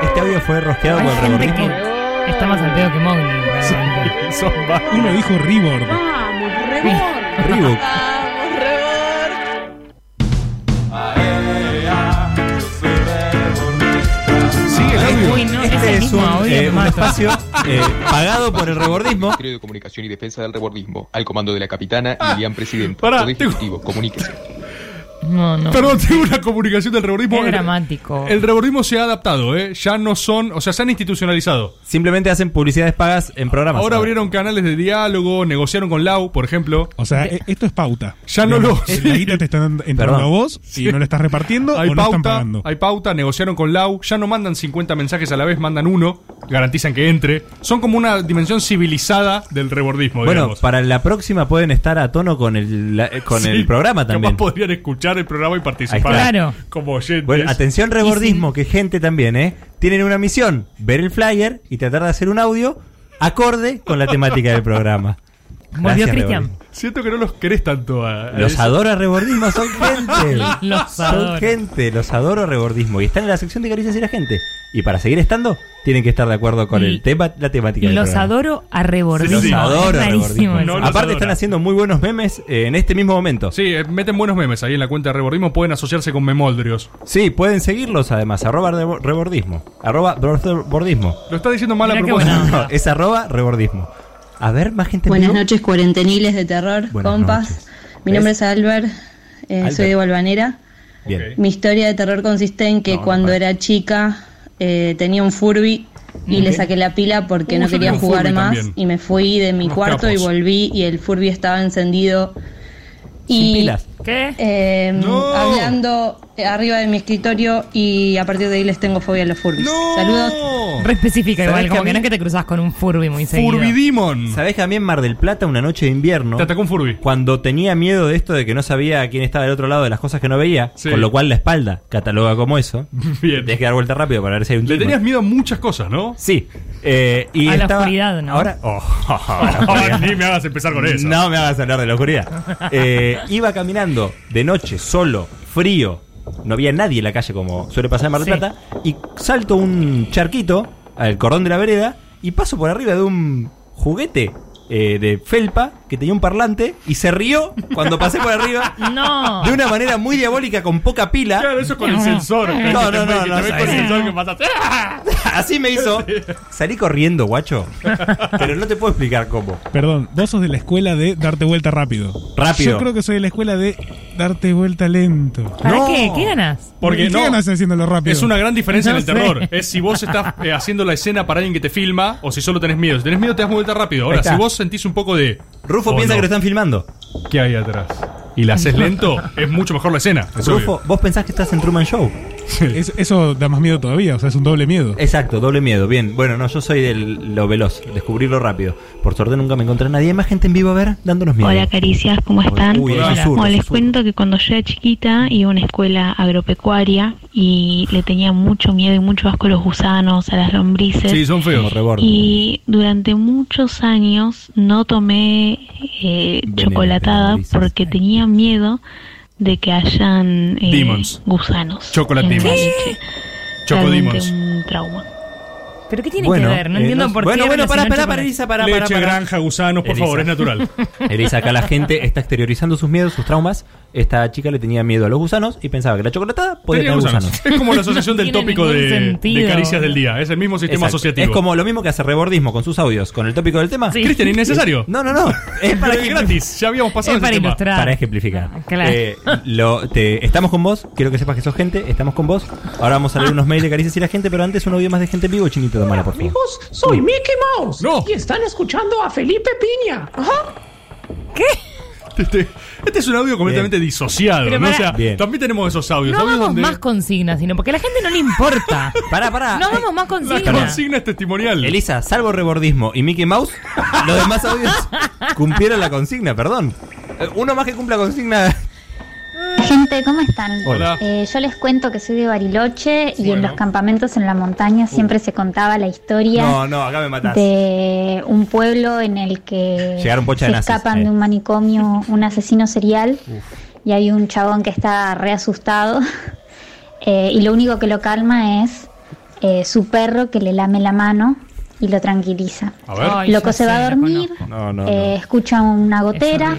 S4: Este audio fue rosqueado
S5: Hay
S4: por el
S5: gente
S4: rebornismo.
S5: que está más al pedo que Mogni. realmente.
S3: Son varios.
S6: Uno dijo Reborn.
S4: Reebok.
S3: Sigue el audio.
S5: Uy, no, es
S4: Este
S5: el
S4: es
S5: mismo
S4: un,
S5: audio
S4: eh,
S5: que
S4: un
S5: mato.
S4: espacio eh, pagado por el rebordismo.
S12: Secretario de Comunicación y Defensa del Rebordismo, al comando de la capitana Lilian Presidente.
S3: pará,
S12: Todo
S3: tengo-
S12: ejecutivo, comuníquese.
S5: No, no.
S3: Perdón, tengo una comunicación del rebordismo.
S5: Es
S3: El-
S5: dramático.
S3: El rebordismo se ha adaptado, ¿eh? Ya no son, o sea, se han institucionalizado.
S4: Simplemente hacen publicidades pagas en programas.
S3: Ahora abrieron canales de diálogo, negociaron con Lau, por ejemplo. Eh,
S6: O sea, e- esto es pauta.
S3: Ya no
S6: Digamos,
S3: lo-
S6: La guita te está dando- entrando
S4: Perdón.
S6: a vos y no la estás repartiendo
S3: Hay
S6: o no están
S3: pauta,
S6: pagando.
S3: hay pauta, negociaron con Lau, ya no mandan 50 mensajes a la vez, mandan uno, garantizan que entre. Son como una dimensión civilizada del rebordismo,
S4: Bueno,
S3: digamos.
S4: para la próxima pueden estar a tono con el, la- eh, con
S3: Sí,
S4: el programa también.
S3: Capaz podrían escuchar el programa y participar.
S4: Ahí está.
S5: Claro.
S3: Como oyentes.
S4: Bueno, atención rebordismo, que gente también, ¿eh? Tienen una misión, ver el flyer y tratar de hacer un audio acorde con la temática del programa.
S5: Volvió
S4: Gracias,
S5: Cristian.
S4: rebordismo.
S3: Siento que no los querés tanto a, a
S4: Los
S3: eso.
S4: adoro a rebordismo, son gente.
S5: Los adoro.
S4: Son gente, los adoro a rebordismo. Y están en la sección de caricias y la gente. Y para seguir estando, tienen que estar de acuerdo con
S5: Y-
S4: el tema, la temática del
S5: Los
S4: programa.
S5: adoro a rebordismo.
S3: Sí, sí.
S4: Los adoro
S5: Es
S4: a
S5: rarísimo
S4: rebordismo.
S5: eso.
S3: No, los
S4: Aparte
S3: adora.
S4: están haciendo muy buenos memes eh, en este mismo momento.
S3: Sí, eh, meten buenos memes ahí en la cuenta de rebordismo, pueden asociarse con Memoldrios.
S4: Sí, pueden seguirlos además, arroba rebo- rebordismo. Arroba bro- bordismo.
S3: Lo está diciendo mal a
S5: Mirá qué
S3: propósito.
S5: buena onda.
S4: No, es arroba rebordismo. A ver, más gente en
S13: Buenas
S4: vivo.
S13: noches, cuarenteniles de terror,
S4: Buenas
S13: compas.
S4: noches.
S13: Mi
S4: ¿Ves?
S13: nombre es Albert, eh,
S4: Albert.
S13: soy de Balvanera.
S4: Bien.
S3: Ok.
S13: Mi historia de terror consiste en que
S4: No, no
S13: cuando
S4: pasa.
S13: era chica eh, tenía un Furby y le saqué la pila porque
S3: Uh,
S13: no
S3: yo tenía
S13: quería
S3: un
S13: jugar
S3: Furby
S13: más
S3: también.
S13: y me fui de mi
S3: Unos
S13: cuarto y
S3: capos.
S13: volví y el Furby estaba encendido
S4: Sin
S13: y
S4: pilas.
S5: ¿Qué?
S13: eh,
S3: No.
S13: hablando eh, arriba de mi escritorio y a partir de ahí les tengo fobia a los Furbies. Saludos.
S5: Re específica
S4: ¿Sabés
S5: igual,
S4: que
S5: como
S4: a
S5: que
S4: mí-
S5: no es que te cruzas con un Furby muy seguido.
S3: Furbidimon.
S4: ¿Sabés que a mí en Mar del Plata, una noche de invierno,
S3: Te atacó un Furby.
S4: cuando tenía miedo de esto de que no sabía quién estaba del otro lado de las cosas que no veía,
S3: Sí.
S4: con lo cual la espalda cataloga como eso,
S3: Bien.
S4: tenés que dar vuelta rápido para ver si hay un
S3: Le
S4: tipo.
S3: tenías miedo a muchas cosas, ¿no?
S4: Sí. eh, y
S5: A la
S4: estaba-
S5: oscuridad, ¿no?
S4: Ahora. Oh, la
S3: Ah,
S4: oscuridad.
S3: ni me hagas empezar con eso.
S4: No me hagas hablar de la oscuridad. Eh, iba caminando de noche, solo, frío. No había nadie en la calle como suele pasar en Mar del
S5: Sí.
S4: Plata. Y salto un charquito al cordón de la vereda y paso por arriba de un juguete eh, de felpa que tenía un parlante y se rió cuando pasé por arriba.
S5: No.
S4: De una manera muy diabólica, con poca pila.
S3: Claro, eso es con el sensor. que
S4: No,
S3: te-
S4: no,
S3: que
S4: no,
S3: te
S4: no,
S3: ves con el
S4: sabés.
S3: sensor que mataste. ¡Ah!
S4: Así me hizo. Salí corriendo, guacho. Pero no te puedo explicar cómo.
S6: Perdón, vos sos de la escuela de darte vuelta rápido.
S4: Rápido.
S6: Yo creo que soy de la escuela de darte vuelta lento.
S5: ¿Para
S3: No.
S5: qué? ¿Qué ganas?
S3: Porque
S6: ¿Y qué
S3: no.
S6: ganas haciéndolo rápido?
S3: Es una gran diferencia
S5: No
S3: en el terror.
S5: sé.
S3: Es si vos estás eh, haciendo la escena para alguien que te filma o si solo tenés miedo. Si tenés miedo, te das vuelta rápido. Ahora,
S4: Ahí está.
S3: si vos sentís un poco de.
S4: Rufo
S3: oh,
S4: piensa
S3: no,
S4: que lo están filmando.
S3: ¿Qué hay atrás? Y la haces lento, es mucho mejor la escena. es
S4: Rufo, vos pensás que estás en Truman Show.
S6: Es- eso da más miedo todavía, o sea, es un doble miedo.
S4: Exacto, doble miedo. Bien, bueno, no, yo soy de lo veloz, descubrirlo rápido. Por suerte nunca me encontré a nadie. Hay más gente en vivo, a ver, dándonos miedo.
S14: Hola caricias, ¿cómo están?
S4: Uy, hay susurros,
S14: Bueno, les
S4: susurros.
S14: cuento que cuando yo era chiquita iba a una escuela agropecuaria y le tenía mucho miedo y mucho asco a los gusanos, a las lombrices.
S3: Sí, son feos.
S14: Y durante muchos años no tomé eh, chocolatada porque tenía miedo de que hayan eh,
S3: Demons.
S14: gusanos.
S3: Chocolate
S14: en la
S3: Demons.
S14: leche.
S3: Choco
S14: Realmente
S3: Demons.
S14: un trauma.
S5: ¿Pero qué tiene
S4: Bueno,
S5: que ver? No
S4: eh,
S5: entiendo
S4: no-
S5: por
S4: bueno,
S5: qué.
S4: bueno, pará,
S5: relacionar
S4: pará, pará,
S5: chocolate.
S4: Elisa, pará, pará,
S3: Leche,
S4: pará.
S3: granja, gusanos, por
S4: Elisa.
S3: favor, es natural.
S4: Elisa, acá la gente está exteriorizando sus miedos, sus traumas. Esta chica le tenía miedo a los gusanos y pensaba que la chocolatada podía
S3: Tenía
S4: tener
S3: gusanos.
S4: gusanos.
S3: Es como la asociación del tópico de- de caricias del día. Es el mismo sistema
S4: Exacto.
S3: asociativo.
S4: Es como lo mismo que hace Rebordismo con sus audios, con el tópico del tema.
S3: Sí. Cristian, innecesario.
S4: No, no, no. Es para
S3: Pero es gratis. Ya habíamos pasado ese tema.
S4: Para ejemplificar.
S3: claro.
S4: Eh, lo- te- estamos con vos, quiero que sepas que sos gente, estamos con vos. Ahora vamos a leer unos mails de caricias y la gente, pero antes un audio más de gente en vivo, chinito de mala, por favor.
S15: Amigos, soy Mickey Mouse. Y están escuchando a Felipe Piña. Ajá.
S3: Este, este es un audio completamente disociado.
S5: Pero
S3: ¿no? O
S5: pará.
S3: sea,
S5: Bien.
S3: también tenemos esos audios.
S5: No
S3: audios
S5: hagamos
S3: donde
S5: más consignas, sino porque a la gente no le importa.
S4: Pará, pará.
S5: No hagamos más
S3: La
S5: consignas.
S3: consigna es testimonial.
S4: Elisa, salvo rebordismo y Mickey Mouse, los demás audios cumplieron la consigna, perdón. Eh, Uno más que cumpla consigna.
S16: Gente, ¿cómo están?
S4: Hola.
S16: Eh, yo les cuento que soy de Bariloche y en los campamentos en la montaña siempre se contaba la historia
S4: Uh. No, no, acá me matás.
S16: de un pueblo en el que
S4: Llegaron pocha de
S16: se
S4: nazis,
S16: escapan
S4: eh.
S16: de un manicomio un asesino serial y hay un chabón que está re asustado eh, y lo único que lo calma es eh, su perro que le lame la mano y lo tranquiliza.
S11: A ver. Ay,
S16: Loco
S11: ya
S16: se
S11: sé,
S16: va a
S11: la
S16: dormir,
S11: No, no,
S16: eh,
S11: no.
S16: escucha una gotera.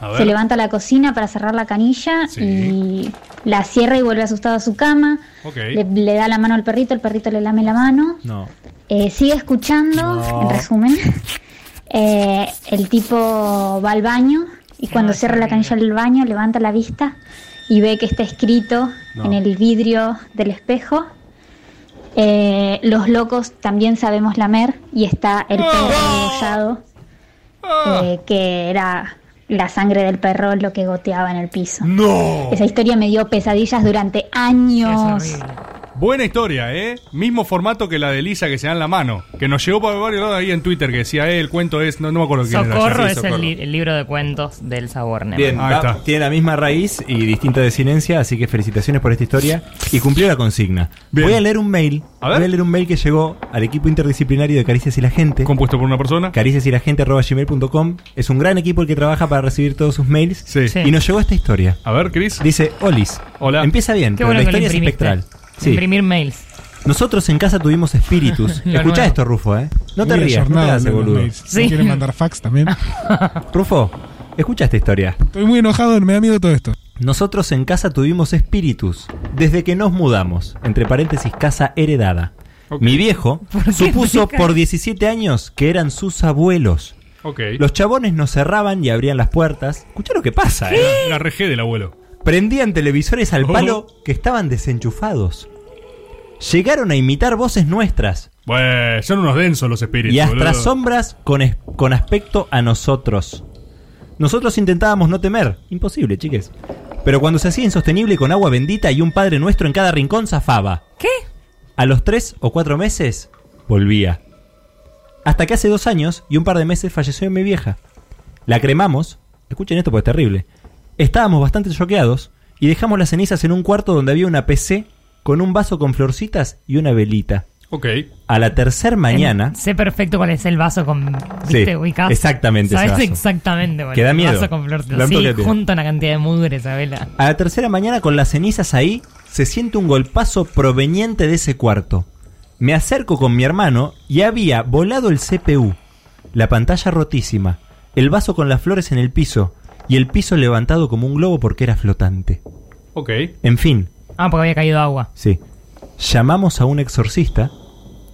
S11: A ver.
S16: Se levanta a la cocina para cerrar la canilla y la cierra y vuelve asustado a su cama.
S11: Ok.
S16: Le, le da la mano al perrito, el perrito le lame la mano.
S4: No.
S16: Eh, sigue escuchando,
S11: No.
S16: en resumen. Eh, el tipo va al baño y cuando cierra la canilla del baño levanta la vista y ve que está escrito
S11: No.
S16: en el vidrio del espejo. eh, los locos también sabemos lamer y está
S11: Ah.
S16: el perro degollado, eh, que era la sangre del perro lo que goteaba en el piso.
S3: ¡No!
S16: Esa historia me dio pesadillas durante años.
S3: Buena historia, ¿eh? Mismo formato que la de Elisa que se da en la mano. Que nos llegó por varios lados ahí en Twitter que decía, eh, el cuento es. No, no me acuerdo quién era.
S5: Socorro
S3: Sí,
S5: es
S3: Socorro.
S5: el, li- el libro de cuentos del Saborne.
S4: Bien,
S3: Ahí
S4: va-
S3: está.
S4: tiene la misma raíz y distinta desinencia, así que felicitaciones por esta historia y cumplió la consigna. Voy a leer un mail. Voy a leer un mail que llegó al equipo interdisciplinario de Caricias y la Gente.
S3: Compuesto por una persona.
S4: Caricias y la Gente gmail.com. Es un gran equipo el que trabaja para recibir todos sus mails.
S3: Sí.
S4: Y nos llegó esta historia.
S3: A ver, Chris.
S4: Dice, Olis.
S3: Hola.
S4: Empieza bien,
S5: Qué
S4: pero
S5: bueno
S4: la
S5: que lo
S4: historia es
S5: imprimiste.
S4: espectral. Sí.
S5: Imprimir mails.
S4: Nosotros en casa tuvimos espíritus.
S5: Lo
S4: Escuchá
S5: nuevo.
S4: esto, Rufo, ¿eh? No te
S6: Uy, la
S4: rías, no te
S6: jornada
S4: hagas
S6: de
S4: el
S6: los
S4: boludo.
S6: mails. ¿No quieren mandar fax también?
S4: Rufo, escucha esta historia.
S6: Estoy muy enojado, me da miedo todo esto.
S4: Nosotros en casa tuvimos espíritus desde que nos mudamos, entre paréntesis, casa heredada. Mi viejo
S11: ¿Por qué
S4: supuso
S11: explica?
S4: por 17 años que eran sus abuelos.
S3: Ok.
S4: Los chabones nos cerraban y abrían las puertas. Escucha lo que pasa,
S3: Era
S4: ¿eh?
S3: La regé del abuelo.
S4: Prendían televisores al palo
S11: Oh.
S4: que estaban desenchufados. Llegaron a imitar voces nuestras
S3: Bueno, son unos densos los espíritus.
S4: y hasta
S3: boludo.
S4: sombras con, es- con aspecto a nosotros. Nosotros intentábamos no temer. Imposible, chiques. Pero cuando se hacía insostenible con agua bendita y un padre nuestro en cada rincón zafaba.
S5: ¿Qué?
S4: A los tres o cuatro meses volvía. Hasta que hace dos años y un par de meses falleció mi vieja. La cremamos. Escuchen esto porque es terrible. Estábamos bastante choqueados y dejamos las cenizas en un cuarto donde había una PC con un vaso con florcitas y una velita.
S3: Ok.
S4: A la tercer mañana...
S5: Sé perfecto cuál es el vaso con.
S4: Sí,
S5: ¿Viste? ubicás.
S4: exactamente ese
S5: Sabes
S4: vaso.
S5: exactamente, boludo.
S4: Que da
S5: El
S4: miedo.
S5: Vaso con flor
S4: Da un
S5: Sí,
S4: toque de miedo.
S5: junta una cantidad de mugre, Isabela.
S4: A la tercera mañana, con las cenizas ahí, se siente un golpazo proveniente de ese cuarto. Me acerco con mi hermano y había volado el CPU, la pantalla rotísima, el vaso con las flores en el piso y el piso levantado como un globo porque era flotante.
S3: Ok.
S4: En fin,
S5: Ah, porque había caído agua.
S4: sí. Llamamos a un exorcista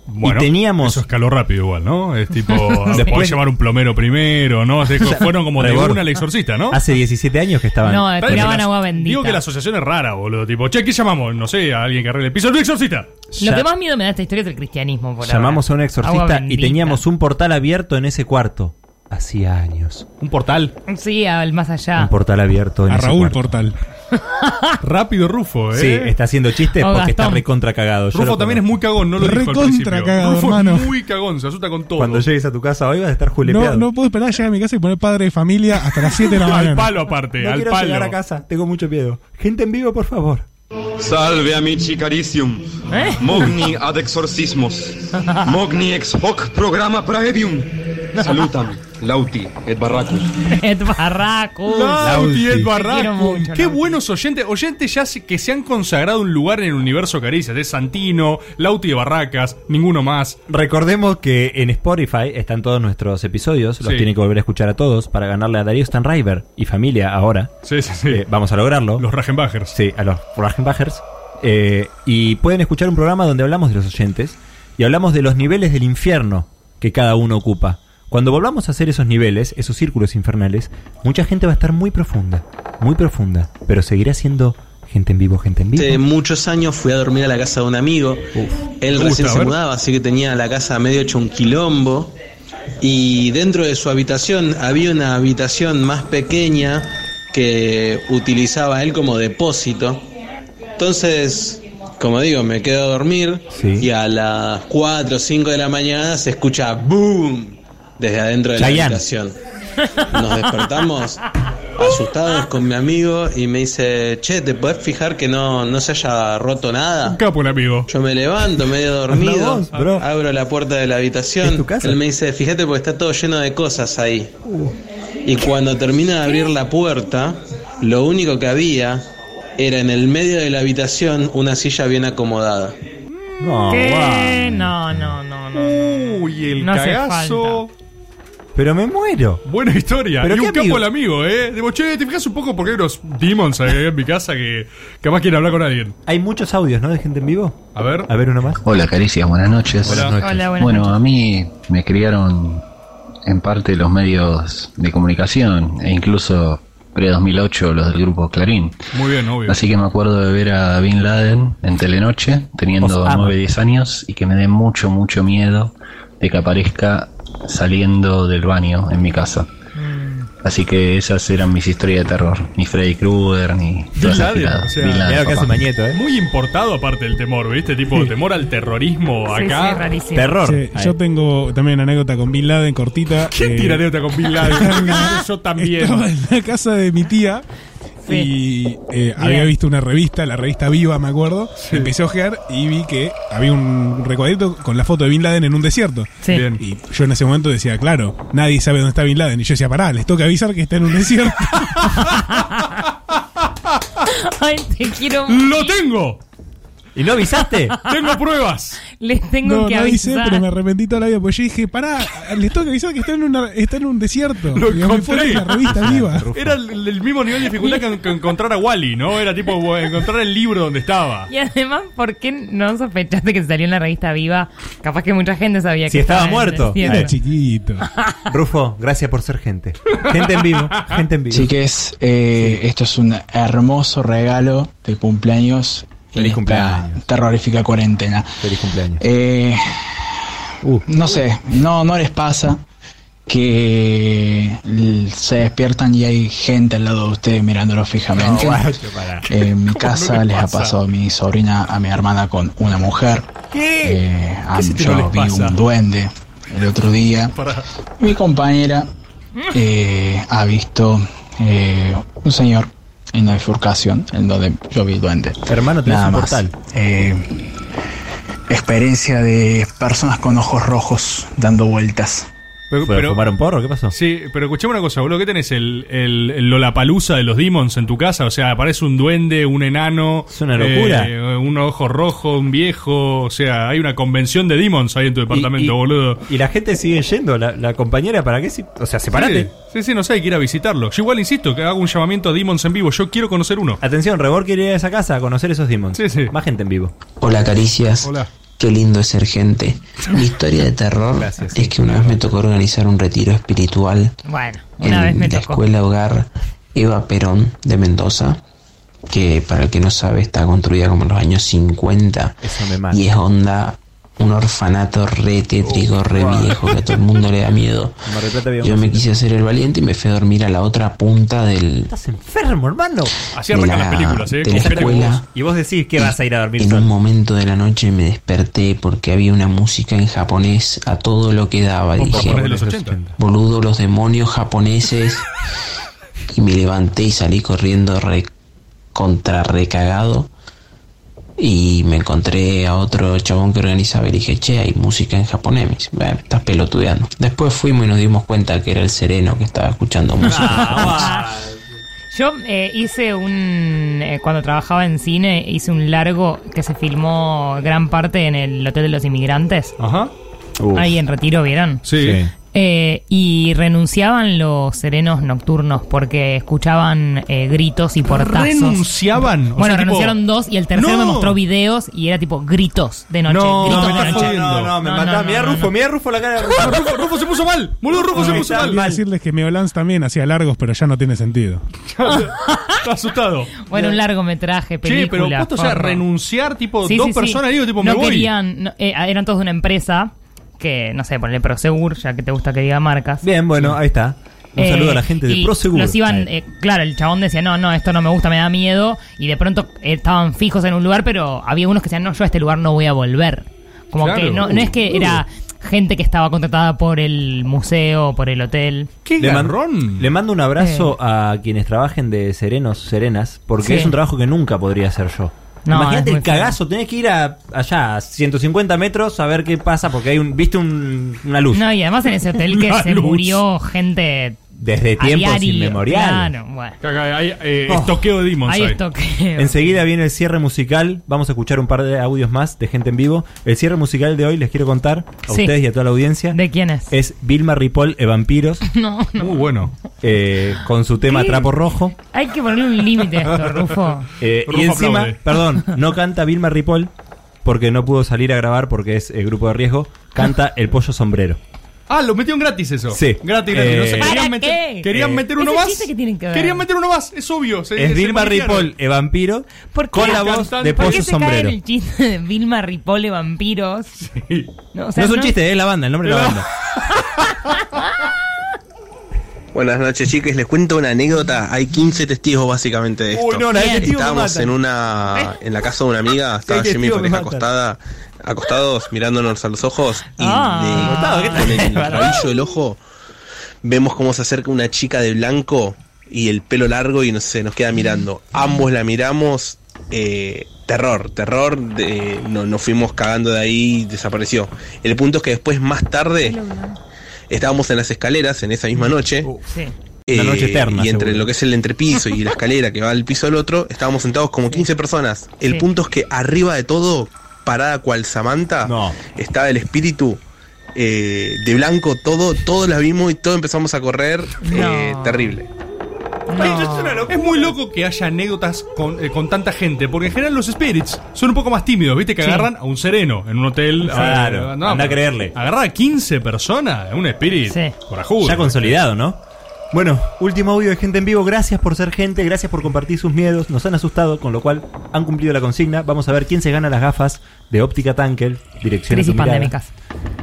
S3: Bueno,
S4: y teníamos...
S3: Eso escaló rápido igual, ¿no? Es tipo,
S4: Después-
S3: después llevar un plomero primero, ¿no? Así que fueron como de
S4: Rebord.
S3: una al exorcista, ¿no?
S4: Hace 17 años que estaban...
S5: No, eh,
S3: Pero
S5: tiraban
S3: las-
S5: agua bendita.
S3: Digo que la asociación es rara, boludo. Tipo, che, ¿qué llamamos? No sé, a alguien que arregle el piso. ¡Un exorcista!
S5: Lo que más miedo me da esta historia es el cristianismo, por
S4: Llamamos a un
S5: ahora. Agua
S4: exorcista y
S5: bendita.
S4: teníamos un portal abierto en ese cuarto. Hacía años. ¿Un portal?
S5: Sí, al más allá.
S3: Ah.
S4: Un portal abierto en
S6: A
S4: ese
S6: Raúl
S4: cuarto.
S6: Portal.
S3: Rápido Rufo, ¿eh?
S4: Sí, está haciendo chistes
S3: Oh,
S4: porque está
S3: Gastón.
S4: recontra cagado.
S3: Rufo también es muy cagón, no lo dijo al
S4: Recontra
S3: principio.
S4: cagado,
S3: Rufo
S4: hermano.
S3: es muy cagón, se asusta con todo.
S4: Cuando llegues a tu casa hoy vas a estar
S6: No,
S4: julepeado.
S6: no puedo esperar a llegar a mi casa y poner padre de familia hasta las 7 de la mañana.
S4: Al palo
S3: aparte,
S4: No quiero llegar a casa, tengo mucho miedo. Gente en vivo, por favor.
S17: Salve amici caricium.
S8: ¿Eh?
S17: Mogni ad exorcismos. Mogni ex hoc programa praebium. Salutam, lauti et barracus.
S5: Ed Barracus.
S3: Lauti
S5: Te
S3: Ed
S5: quiero
S3: Barracus.
S5: mucho,
S3: Qué
S5: Lauti.
S3: buenos oyentes. Oyentes ya se- que se han consagrado un lugar en el universo Caricias. Es Santino, Lauti de Barracas, ninguno más.
S4: Recordemos que en Spotify están todos nuestros episodios, los
S3: Sí.
S4: tienen que volver a escuchar a todos para ganarle a Darío Stanriver y familia ahora.
S3: Sí, sí, sí.
S4: Eh, vamos a lograrlo.
S3: Los Ragenbachers.
S4: Sí, a los Ragenbachers. Eh, y pueden escuchar un programa donde hablamos de los oyentes y hablamos de los niveles del infierno que cada uno ocupa. Cuando volvamos a hacer esos niveles, esos círculos infernales, mucha gente va a estar muy profunda, muy profunda, pero seguirá siendo gente en vivo, gente en vivo.
S18: Hace muchos años fui a dormir a la casa de un amigo. Él
S4: Uf,
S18: recién
S4: a
S18: se
S4: ver.
S18: mudaba, así que tenía la casa medio hecha un quilombo. Y dentro de su habitación había una habitación más pequeña que utilizaba él como depósito. Entonces, como digo, me quedo a dormir y a las 4 o 5 de la mañana se escucha boom desde adentro de la
S4: Chayanne.
S18: habitación. Nos despertamos asustados con mi amigo y me dice, che, ¿te podés fijar que no, no se haya roto nada?
S3: Capo el amigo.
S18: Yo me levanto medio
S3: Anda
S18: dormido,
S3: vos, bro.
S18: abro la puerta de la habitación, él me dice, fíjate porque está todo lleno de cosas ahí.
S4: Uh,
S18: Y cuando termina de abrir la puerta, lo único que había era en el medio de la habitación una silla bien acomodada.
S5: ¿Qué? No, no, no, no.
S3: Uy, el
S5: No hace
S3: cagazo.
S4: Pero me muero.
S3: Buena historia.
S4: Pero
S3: y
S4: qué
S3: un capo
S4: amigo.
S3: el amigo, ¿eh? Digo, che, ¿te fijas un poco porque hay unos demons ahí en mi casa que capaz quieren hablar con alguien?
S4: Hay muchos audios, ¿no? De gente en vivo.
S3: A ver.
S4: A ver uno más.
S19: Hola Caricias, buenas noches.
S3: Hola. Hola, buenas
S19: bueno,
S3: noches.
S19: a mí me criaron en parte los medios de comunicación e incluso pre-2008 los del grupo Clarín.
S3: Muy bien, obvio.
S19: Así que me acuerdo de ver a Bin Laden en Telenoche, teniendo
S3: Os amo.
S19: 9, 10 años, y que me dé mucho, mucho miedo de que aparezca saliendo del baño en mi casa.
S3: Mm.
S19: Así que esas eran mis historias de terror. Ni Freddy Krueger, ni... todas esas
S3: Laden,
S19: tiradas.
S3: o sea,
S19: Bin Laden, papá.
S4: ¿eh?
S3: Muy importado aparte el temor, ¿viste? Tipo, temor al terrorismo
S5: Sí,
S3: acá.
S5: sí, rarísimo.
S6: Sí,
S3: Ahí.
S6: yo tengo también una anécdota con Bin Laden cortita.
S3: ¿Quién
S6: Eh,
S3: tira anécdota con Bin Laden? Yo también.
S6: Estaba en la casa de mi tía y eh, había visto una revista, la revista Viva, me acuerdo. Empecé a ojear y vi que había un recuadrito con la foto de Bin Laden en un desierto.
S5: Sí. Bien.
S6: Y yo en ese momento decía, claro, nadie sabe dónde está Bin Laden. Y yo decía, pará, les toca avisar que está en un desierto.
S5: Ay, te quiero
S3: ¡Lo tengo!
S4: ¿Y no avisaste?
S3: ¡Tengo pruebas!
S5: Les tengo
S6: no,
S5: que
S6: no avisé,
S5: avisar.
S6: pero me arrepentí toda la vida. Porque yo dije, pará, les tengo que avisar que está en, una, está en un desierto.
S3: Lo
S6: Y me fue
S3: encontré.
S6: en la revista Viva.
S3: Era el, el mismo nivel de dificultad que, que encontrar a Wally, ¿no? Era tipo bueno, encontrar el libro donde estaba.
S5: Y además, ¿por qué no sospechaste que salió en la revista Viva? Capaz que mucha gente sabía que
S4: Si estaba
S5: en el
S4: muerto.
S5: desierto.
S6: chiquito.
S4: Rufo, gracias por ser gente. Gente en vivo, gente en vivo.
S20: Chiques, eh, esto es un hermoso regalo de cumpleaños. en
S4: Feliz
S20: esta
S4: cumpleaños.
S20: Terrorífica cuarentena.
S4: Feliz cumpleaños. Uh.
S20: Eh, No sé, no, no les pasa que l- se despiertan y hay gente al lado de ustedes mirándolo fijamente.
S4: No, guacho, pará.
S20: Eh, en
S4: ¿Cómo
S20: mi
S4: no
S20: casa
S4: les
S20: les ha
S4: pasa?
S20: pasado a mi sobrina, a mi hermana con una mujer. Eh, a-
S4: ¿Qué si te
S20: yo
S4: no les
S20: vi
S4: pasa?
S20: un duende el otro día. Mi compañera eh, ha visto eh, un señor en la bifurcación en donde yo vi el duende.
S4: Hermano, tenés
S20: Nada
S4: un
S20: más.
S4: portal.
S20: Eh, experiencia de personas con ojos rojos dando vueltas.
S3: Pero,
S20: ¿Fue a fumar un
S4: porro? ¿Qué pasó?
S3: Sí, pero escuchame una cosa, boludo. ¿Qué tenés? ¿El, el, el Lollapalooza de los Demons en tu casa? O sea, aparece un duende, un enano. Es
S4: una locura.
S3: un ojo rojo, un viejo. O sea, hay una convención de Demons ahí en tu departamento,
S4: y-
S3: boludo.
S4: Y la gente sigue yendo, la, la compañera, ¿para qué? si- O sea, separate.
S3: Sí, sí, sí, no sé, hay que ir a visitarlo. Yo igual insisto que hago un llamamiento a Demons en vivo. Yo quiero conocer uno.
S4: Atención, Rebor quiere ir a esa casa a conocer esos demons. Sí, sí. Más gente en vivo.
S21: Hola Caricias.
S3: Hola.
S21: Qué lindo es ser gente. Mi historia de terror es que una vez me tocó organizar un retiro espiritual
S5: Bueno,
S21: en
S5: una vez me
S21: la
S5: tocó.
S21: escuela hogar Eva Perón de Mendoza, que para el que no sabe está construida como en los años 50
S4: Eso me mata.
S21: y es onda un orfanato re tétrico, re
S5: Oh,
S21: viejo, que a todo el mundo le da miedo.
S4: Mar del Plata había
S21: Yo
S4: uno
S21: me
S4: así.
S21: quise hacer el valiente y me fui a dormir a la otra punta del,
S4: Estás enfermo, hermano.
S21: Así arrancan De la- las películas, ¿eh? de la Conspira con escuela. vos.
S4: Y vos decís que vas a ir a dormir
S21: En un
S4: solo.
S21: momento de la noche me desperté porque había una música en japonés a todo lo que daba. Y
S4: Por
S21: dije,
S4: favor, de los 80.
S21: boludo, los demonios japoneses. Y me levanté y salí corriendo re, contra recagado. Y me encontré a otro chabón que organizaba y le dije, che, hay música en japonés. Me dice, "Bah, estás pelotudeando. Después fuimos y nos dimos cuenta que era el sereno que estaba escuchando música.
S4: Ah,
S5: Yo eh, hice un. eh, cuando trabajaba en cine, hice un largo que se filmó gran parte en el Hotel de los Inmigrantes.
S3: Ajá.
S5: Ahí en Retiro, ¿vieron?
S3: Sí.
S5: Eh, y renunciaban los serenos nocturnos porque escuchaban eh, gritos y portazos.
S3: ¿Renunciaban? O sea,
S5: bueno,
S3: tipo-
S5: renunciaron dos y el tercero
S3: ¡No!
S5: me mostró videos y era tipo gritos de noche.
S3: No,
S5: gritos
S3: me
S5: de
S3: estás
S5: noche.
S3: jodiendo.
S4: No, no, me
S5: No,
S4: mataba.
S5: no,
S4: mirá
S5: no,
S4: Rufo, mirá Rufo la cara de Rufo. Rufo, Rufo se puso mal. Boludo, Rufo se puso
S6: Quería
S4: mal.
S6: decirles que Meolans también hacía largos, pero ya no tiene sentido.
S3: Está asustado.
S5: Bueno, un largometraje, película.
S3: Che, pero posta, o sea,
S5: porno.
S3: renunciar, tipo,
S5: Sí,
S3: dos
S5: sí, sí.
S3: personas, digo, tipo,
S5: no
S3: me voy.
S5: querían, no, eh, eran todos de una empresa que, no sé, ponle Prosegur, ya que te gusta que diga marcas.
S4: Bien, bueno, ahí está. Un
S5: Eh,
S4: saludo a la gente de
S5: y
S4: Prosegur.
S5: Los iban, eh, claro, el chabón decía, no, no, esto no me gusta, me da miedo. Y de pronto eh, estaban fijos en un lugar, pero había unos que decían, no, yo a este lugar no voy a volver. Como
S4: Claro.
S5: que no, no es que
S4: Uh.
S5: era gente que estaba contratada por el museo, por el hotel.
S4: le, man- le mando un abrazo a quienes trabajen de serenos, serenas, porque
S5: Eh. Sí.
S4: es un trabajo que nunca podría hacer yo.
S5: No, es
S4: Imagínate
S5: muy
S4: el cagazo, tenés que ir a, allá a 150 metros a ver qué pasa, porque hay un, viste un- una luz.
S5: No, y además en ese hotel que
S4: La
S5: se
S4: luz.
S5: murió gente
S4: Desde
S5: a
S4: tiempos
S5: diario.
S4: inmemoriales.
S5: Claro, bueno.
S3: Hay eh, este
S4: Oh.
S3: estoqueo de Demons.
S5: Ahí
S3: ahí.
S5: estoqueo.
S4: Enseguida viene el cierre musical. Vamos a escuchar un par de audios más de gente en vivo. El cierre musical de hoy les quiero contar a
S5: Sí.
S4: ustedes y a toda la audiencia.
S5: ¿De quién es?
S4: Es Vilma Ripoll e Vampiros
S5: No, no.
S3: Muy Uh, bueno.
S4: eh, con su tema
S5: ¿Qué?
S4: Trapo Rojo.
S5: Hay que ponerle un límite a esto, Rufo.
S4: Eh,
S3: Rufo
S4: y encima,
S3: aplaude.
S4: perdón, no canta Vilma Ripoll porque no pudo salir a grabar porque es el grupo de riesgo. Canta El Pollo Sombrero.
S3: Ah, lo metieron gratis eso.
S4: Sí.
S3: Gratis, gratis. No sé,
S4: Eh,
S3: querían
S5: ¿Para
S3: meter,
S5: qué?
S3: querían
S4: Eh,
S3: meter uno
S5: Ese
S3: más.
S5: chiste que tienen que ver.
S3: Querían meter uno más, es obvio. se-
S4: Es
S3: se
S4: Vilma
S3: maniquearon.
S4: Ripoll e Vampiro
S5: ¿Por qué?
S4: con la
S5: ¿Por
S4: voz
S3: Cantante.
S4: de
S5: ¿Por
S4: Pollo
S5: qué se cae en
S4: Sombrero.
S5: el chiste de Vilma Ripolle Vampiros? No, o sea,
S4: no es un chiste, es la banda, el nombre de la banda.
S18: Buenas noches, chicos. Les cuento una anécdota. Hay 15 testigos básicamente de esto.
S4: Uy, no, la de testigos me
S18: Estábamos
S4: matan. ¿Eh?
S18: en una en la casa de una amiga, estaba Jimmy y
S4: testigos me
S18: pareja
S4: matan.
S18: acostada, acostados mirándonos a los ojos y
S5: Ah.
S18: de-
S3: este
S5: Acostado, ¿qué tal?
S18: con el rabillo del ojo vemos cómo se acerca una chica de blanco y el pelo largo y no sé, nos queda mirando. Ambos la miramos eh, terror, terror, de- no- nos fuimos cagando de ahí, desapareció. El punto es que después más tarde estábamos en las escaleras en esa misma noche.
S5: Sí.
S4: Una noche eterna,
S18: Eh, Y entre
S4: seguro.
S18: lo que es el entrepiso y la escalera que va al piso al otro, estábamos sentados como 15 personas. El
S5: Sí.
S18: punto es que arriba de todo, parada cual Samantha, estaba el espíritu eh, de blanco, todo, todos las vimos y todos empezamos a correr. eh,
S5: No.
S18: terrible.
S4: Eh.
S3: Ay, es una loca- Es muy loco que haya anécdotas con, eh, con tanta gente, porque en general los spirits son un poco más tímidos, ¿viste? Que
S5: Sí.
S3: agarran a un sereno en un hotel.
S4: Claro,
S3: a, eh,
S4: anda a
S3: pero
S4: creerle.
S3: Agarrar a 15 personas, un spirit
S5: Sí.
S3: corajudo.
S4: Ya consolidado, ¿no? Bueno, último audio de gente en vivo. Gracias por ser gente, gracias por compartir sus miedos. Nos han asustado, con lo cual han cumplido la consigna. Vamos a ver quién se gana las gafas de óptica Tankel, dirección a tu
S5: Crisis
S4: mirada.
S5: pandémicas.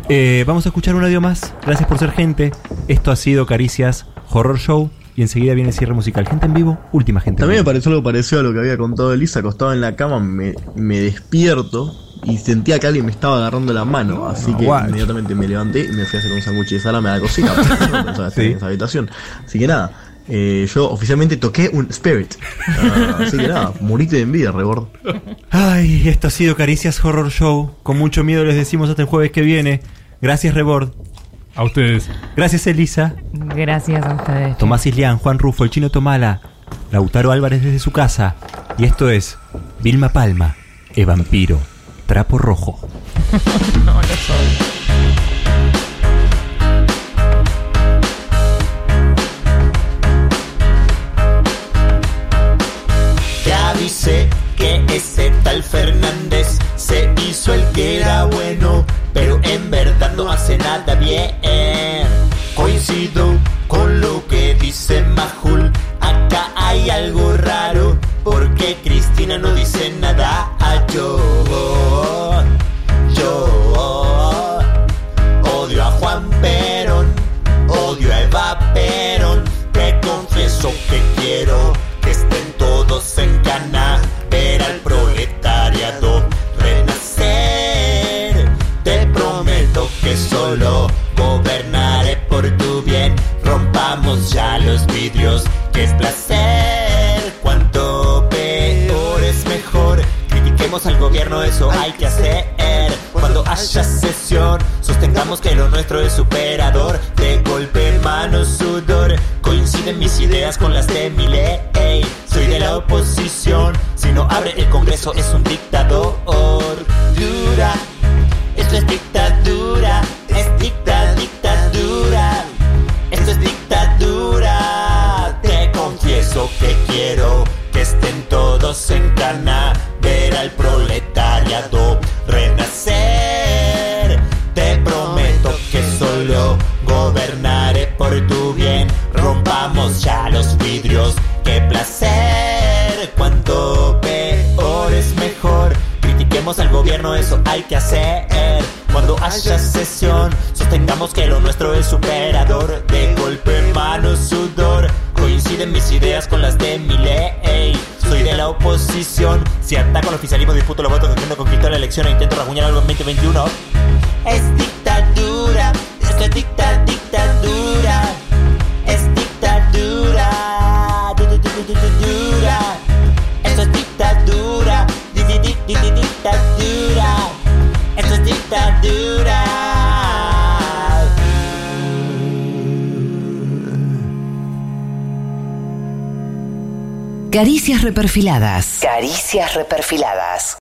S4: Eh, vamos a escuchar un audio más. Gracias por ser gente. Esto ha sido Caricias Horror Show. Y enseguida viene el cierre musical. Gente en vivo, última gente. en
S2: También me
S4: vivo.
S2: pareció algo parecido a lo que había contado Elisa, acostado en la cama, me, me despierto y sentía que alguien me estaba agarrando la mano, así que
S4: guacho.
S2: inmediatamente me levanté y me fui a hacer un sándwich de salame a la cocina, porque no pensaba estar en esa habitación. Así que nada, eh, yo oficialmente toqué un spirit. Ah, así que nada, morite de envidia, rebord.
S4: Ay, esto ha sido Caricias Horror Show. Con mucho miedo les decimos hasta el jueves que viene. Gracias, Rebord.
S3: A ustedes.
S4: Gracias, Elisa.
S5: Gracias a ustedes.
S4: ¿eh? Tomás Islián, Juan Rufo, el chino Tomala, Lautaro Álvarez desde su casa. Y esto es Vilma Palma, e vampiro, trapo rojo.
S11: Te avisé que ese tal Fernández se hizo el que era bueno, pero en verdad no hace nada bien. Coincido con lo que dice Majul, acá hay algo raro, porque Cristina no dice nada. Ah, Yo, yo. que quiero que estén todos en cana, ver al proletariado renacer. Te prometo que solo gobernaré por tu bien. Rompamos ya los vidrios, que es placer. Cuanto peor es mejor. Critiquemos al gobierno, eso hay que hacer. Cuando haya sesión, sostengamos que lo nuestro es superador. De golpe, mano, sudor. Coinciden mis ideas con las de mi ley. Soy de la oposición. Si no abre el Congreso, es un dictador. Dura, esto es dictadura. Es dicta, dictadura. Esto es dictadura. Te confieso que quiero que estén todos en cana. Ver al proletariado renacer. Te prometo que solo gobernaré por tu bien. Rompamos ya los vidrios. ¡Qué placer! Cuanto peor es mejor. Critiquemos al gobierno, eso hay que hacer. Cuando haya sesión, sostengamos que lo nuestro es superador. De golpe, mano, sudor. Coinciden mis ideas con las de mi ley. Soy de la oposición. Si ataco al oficialismo, disputo los votos que tengo conquistado la elección e intento rasguñar algo en 2021. Es dictadura, esto es dicta, dictadura. Es dictadura, du- du- du- du- du- dura. Esto es dictadura, di- di- di- di- di- dictadura. Esto es dictadura.
S10: Caricias reperfiladas.
S1: Caricias reperfiladas.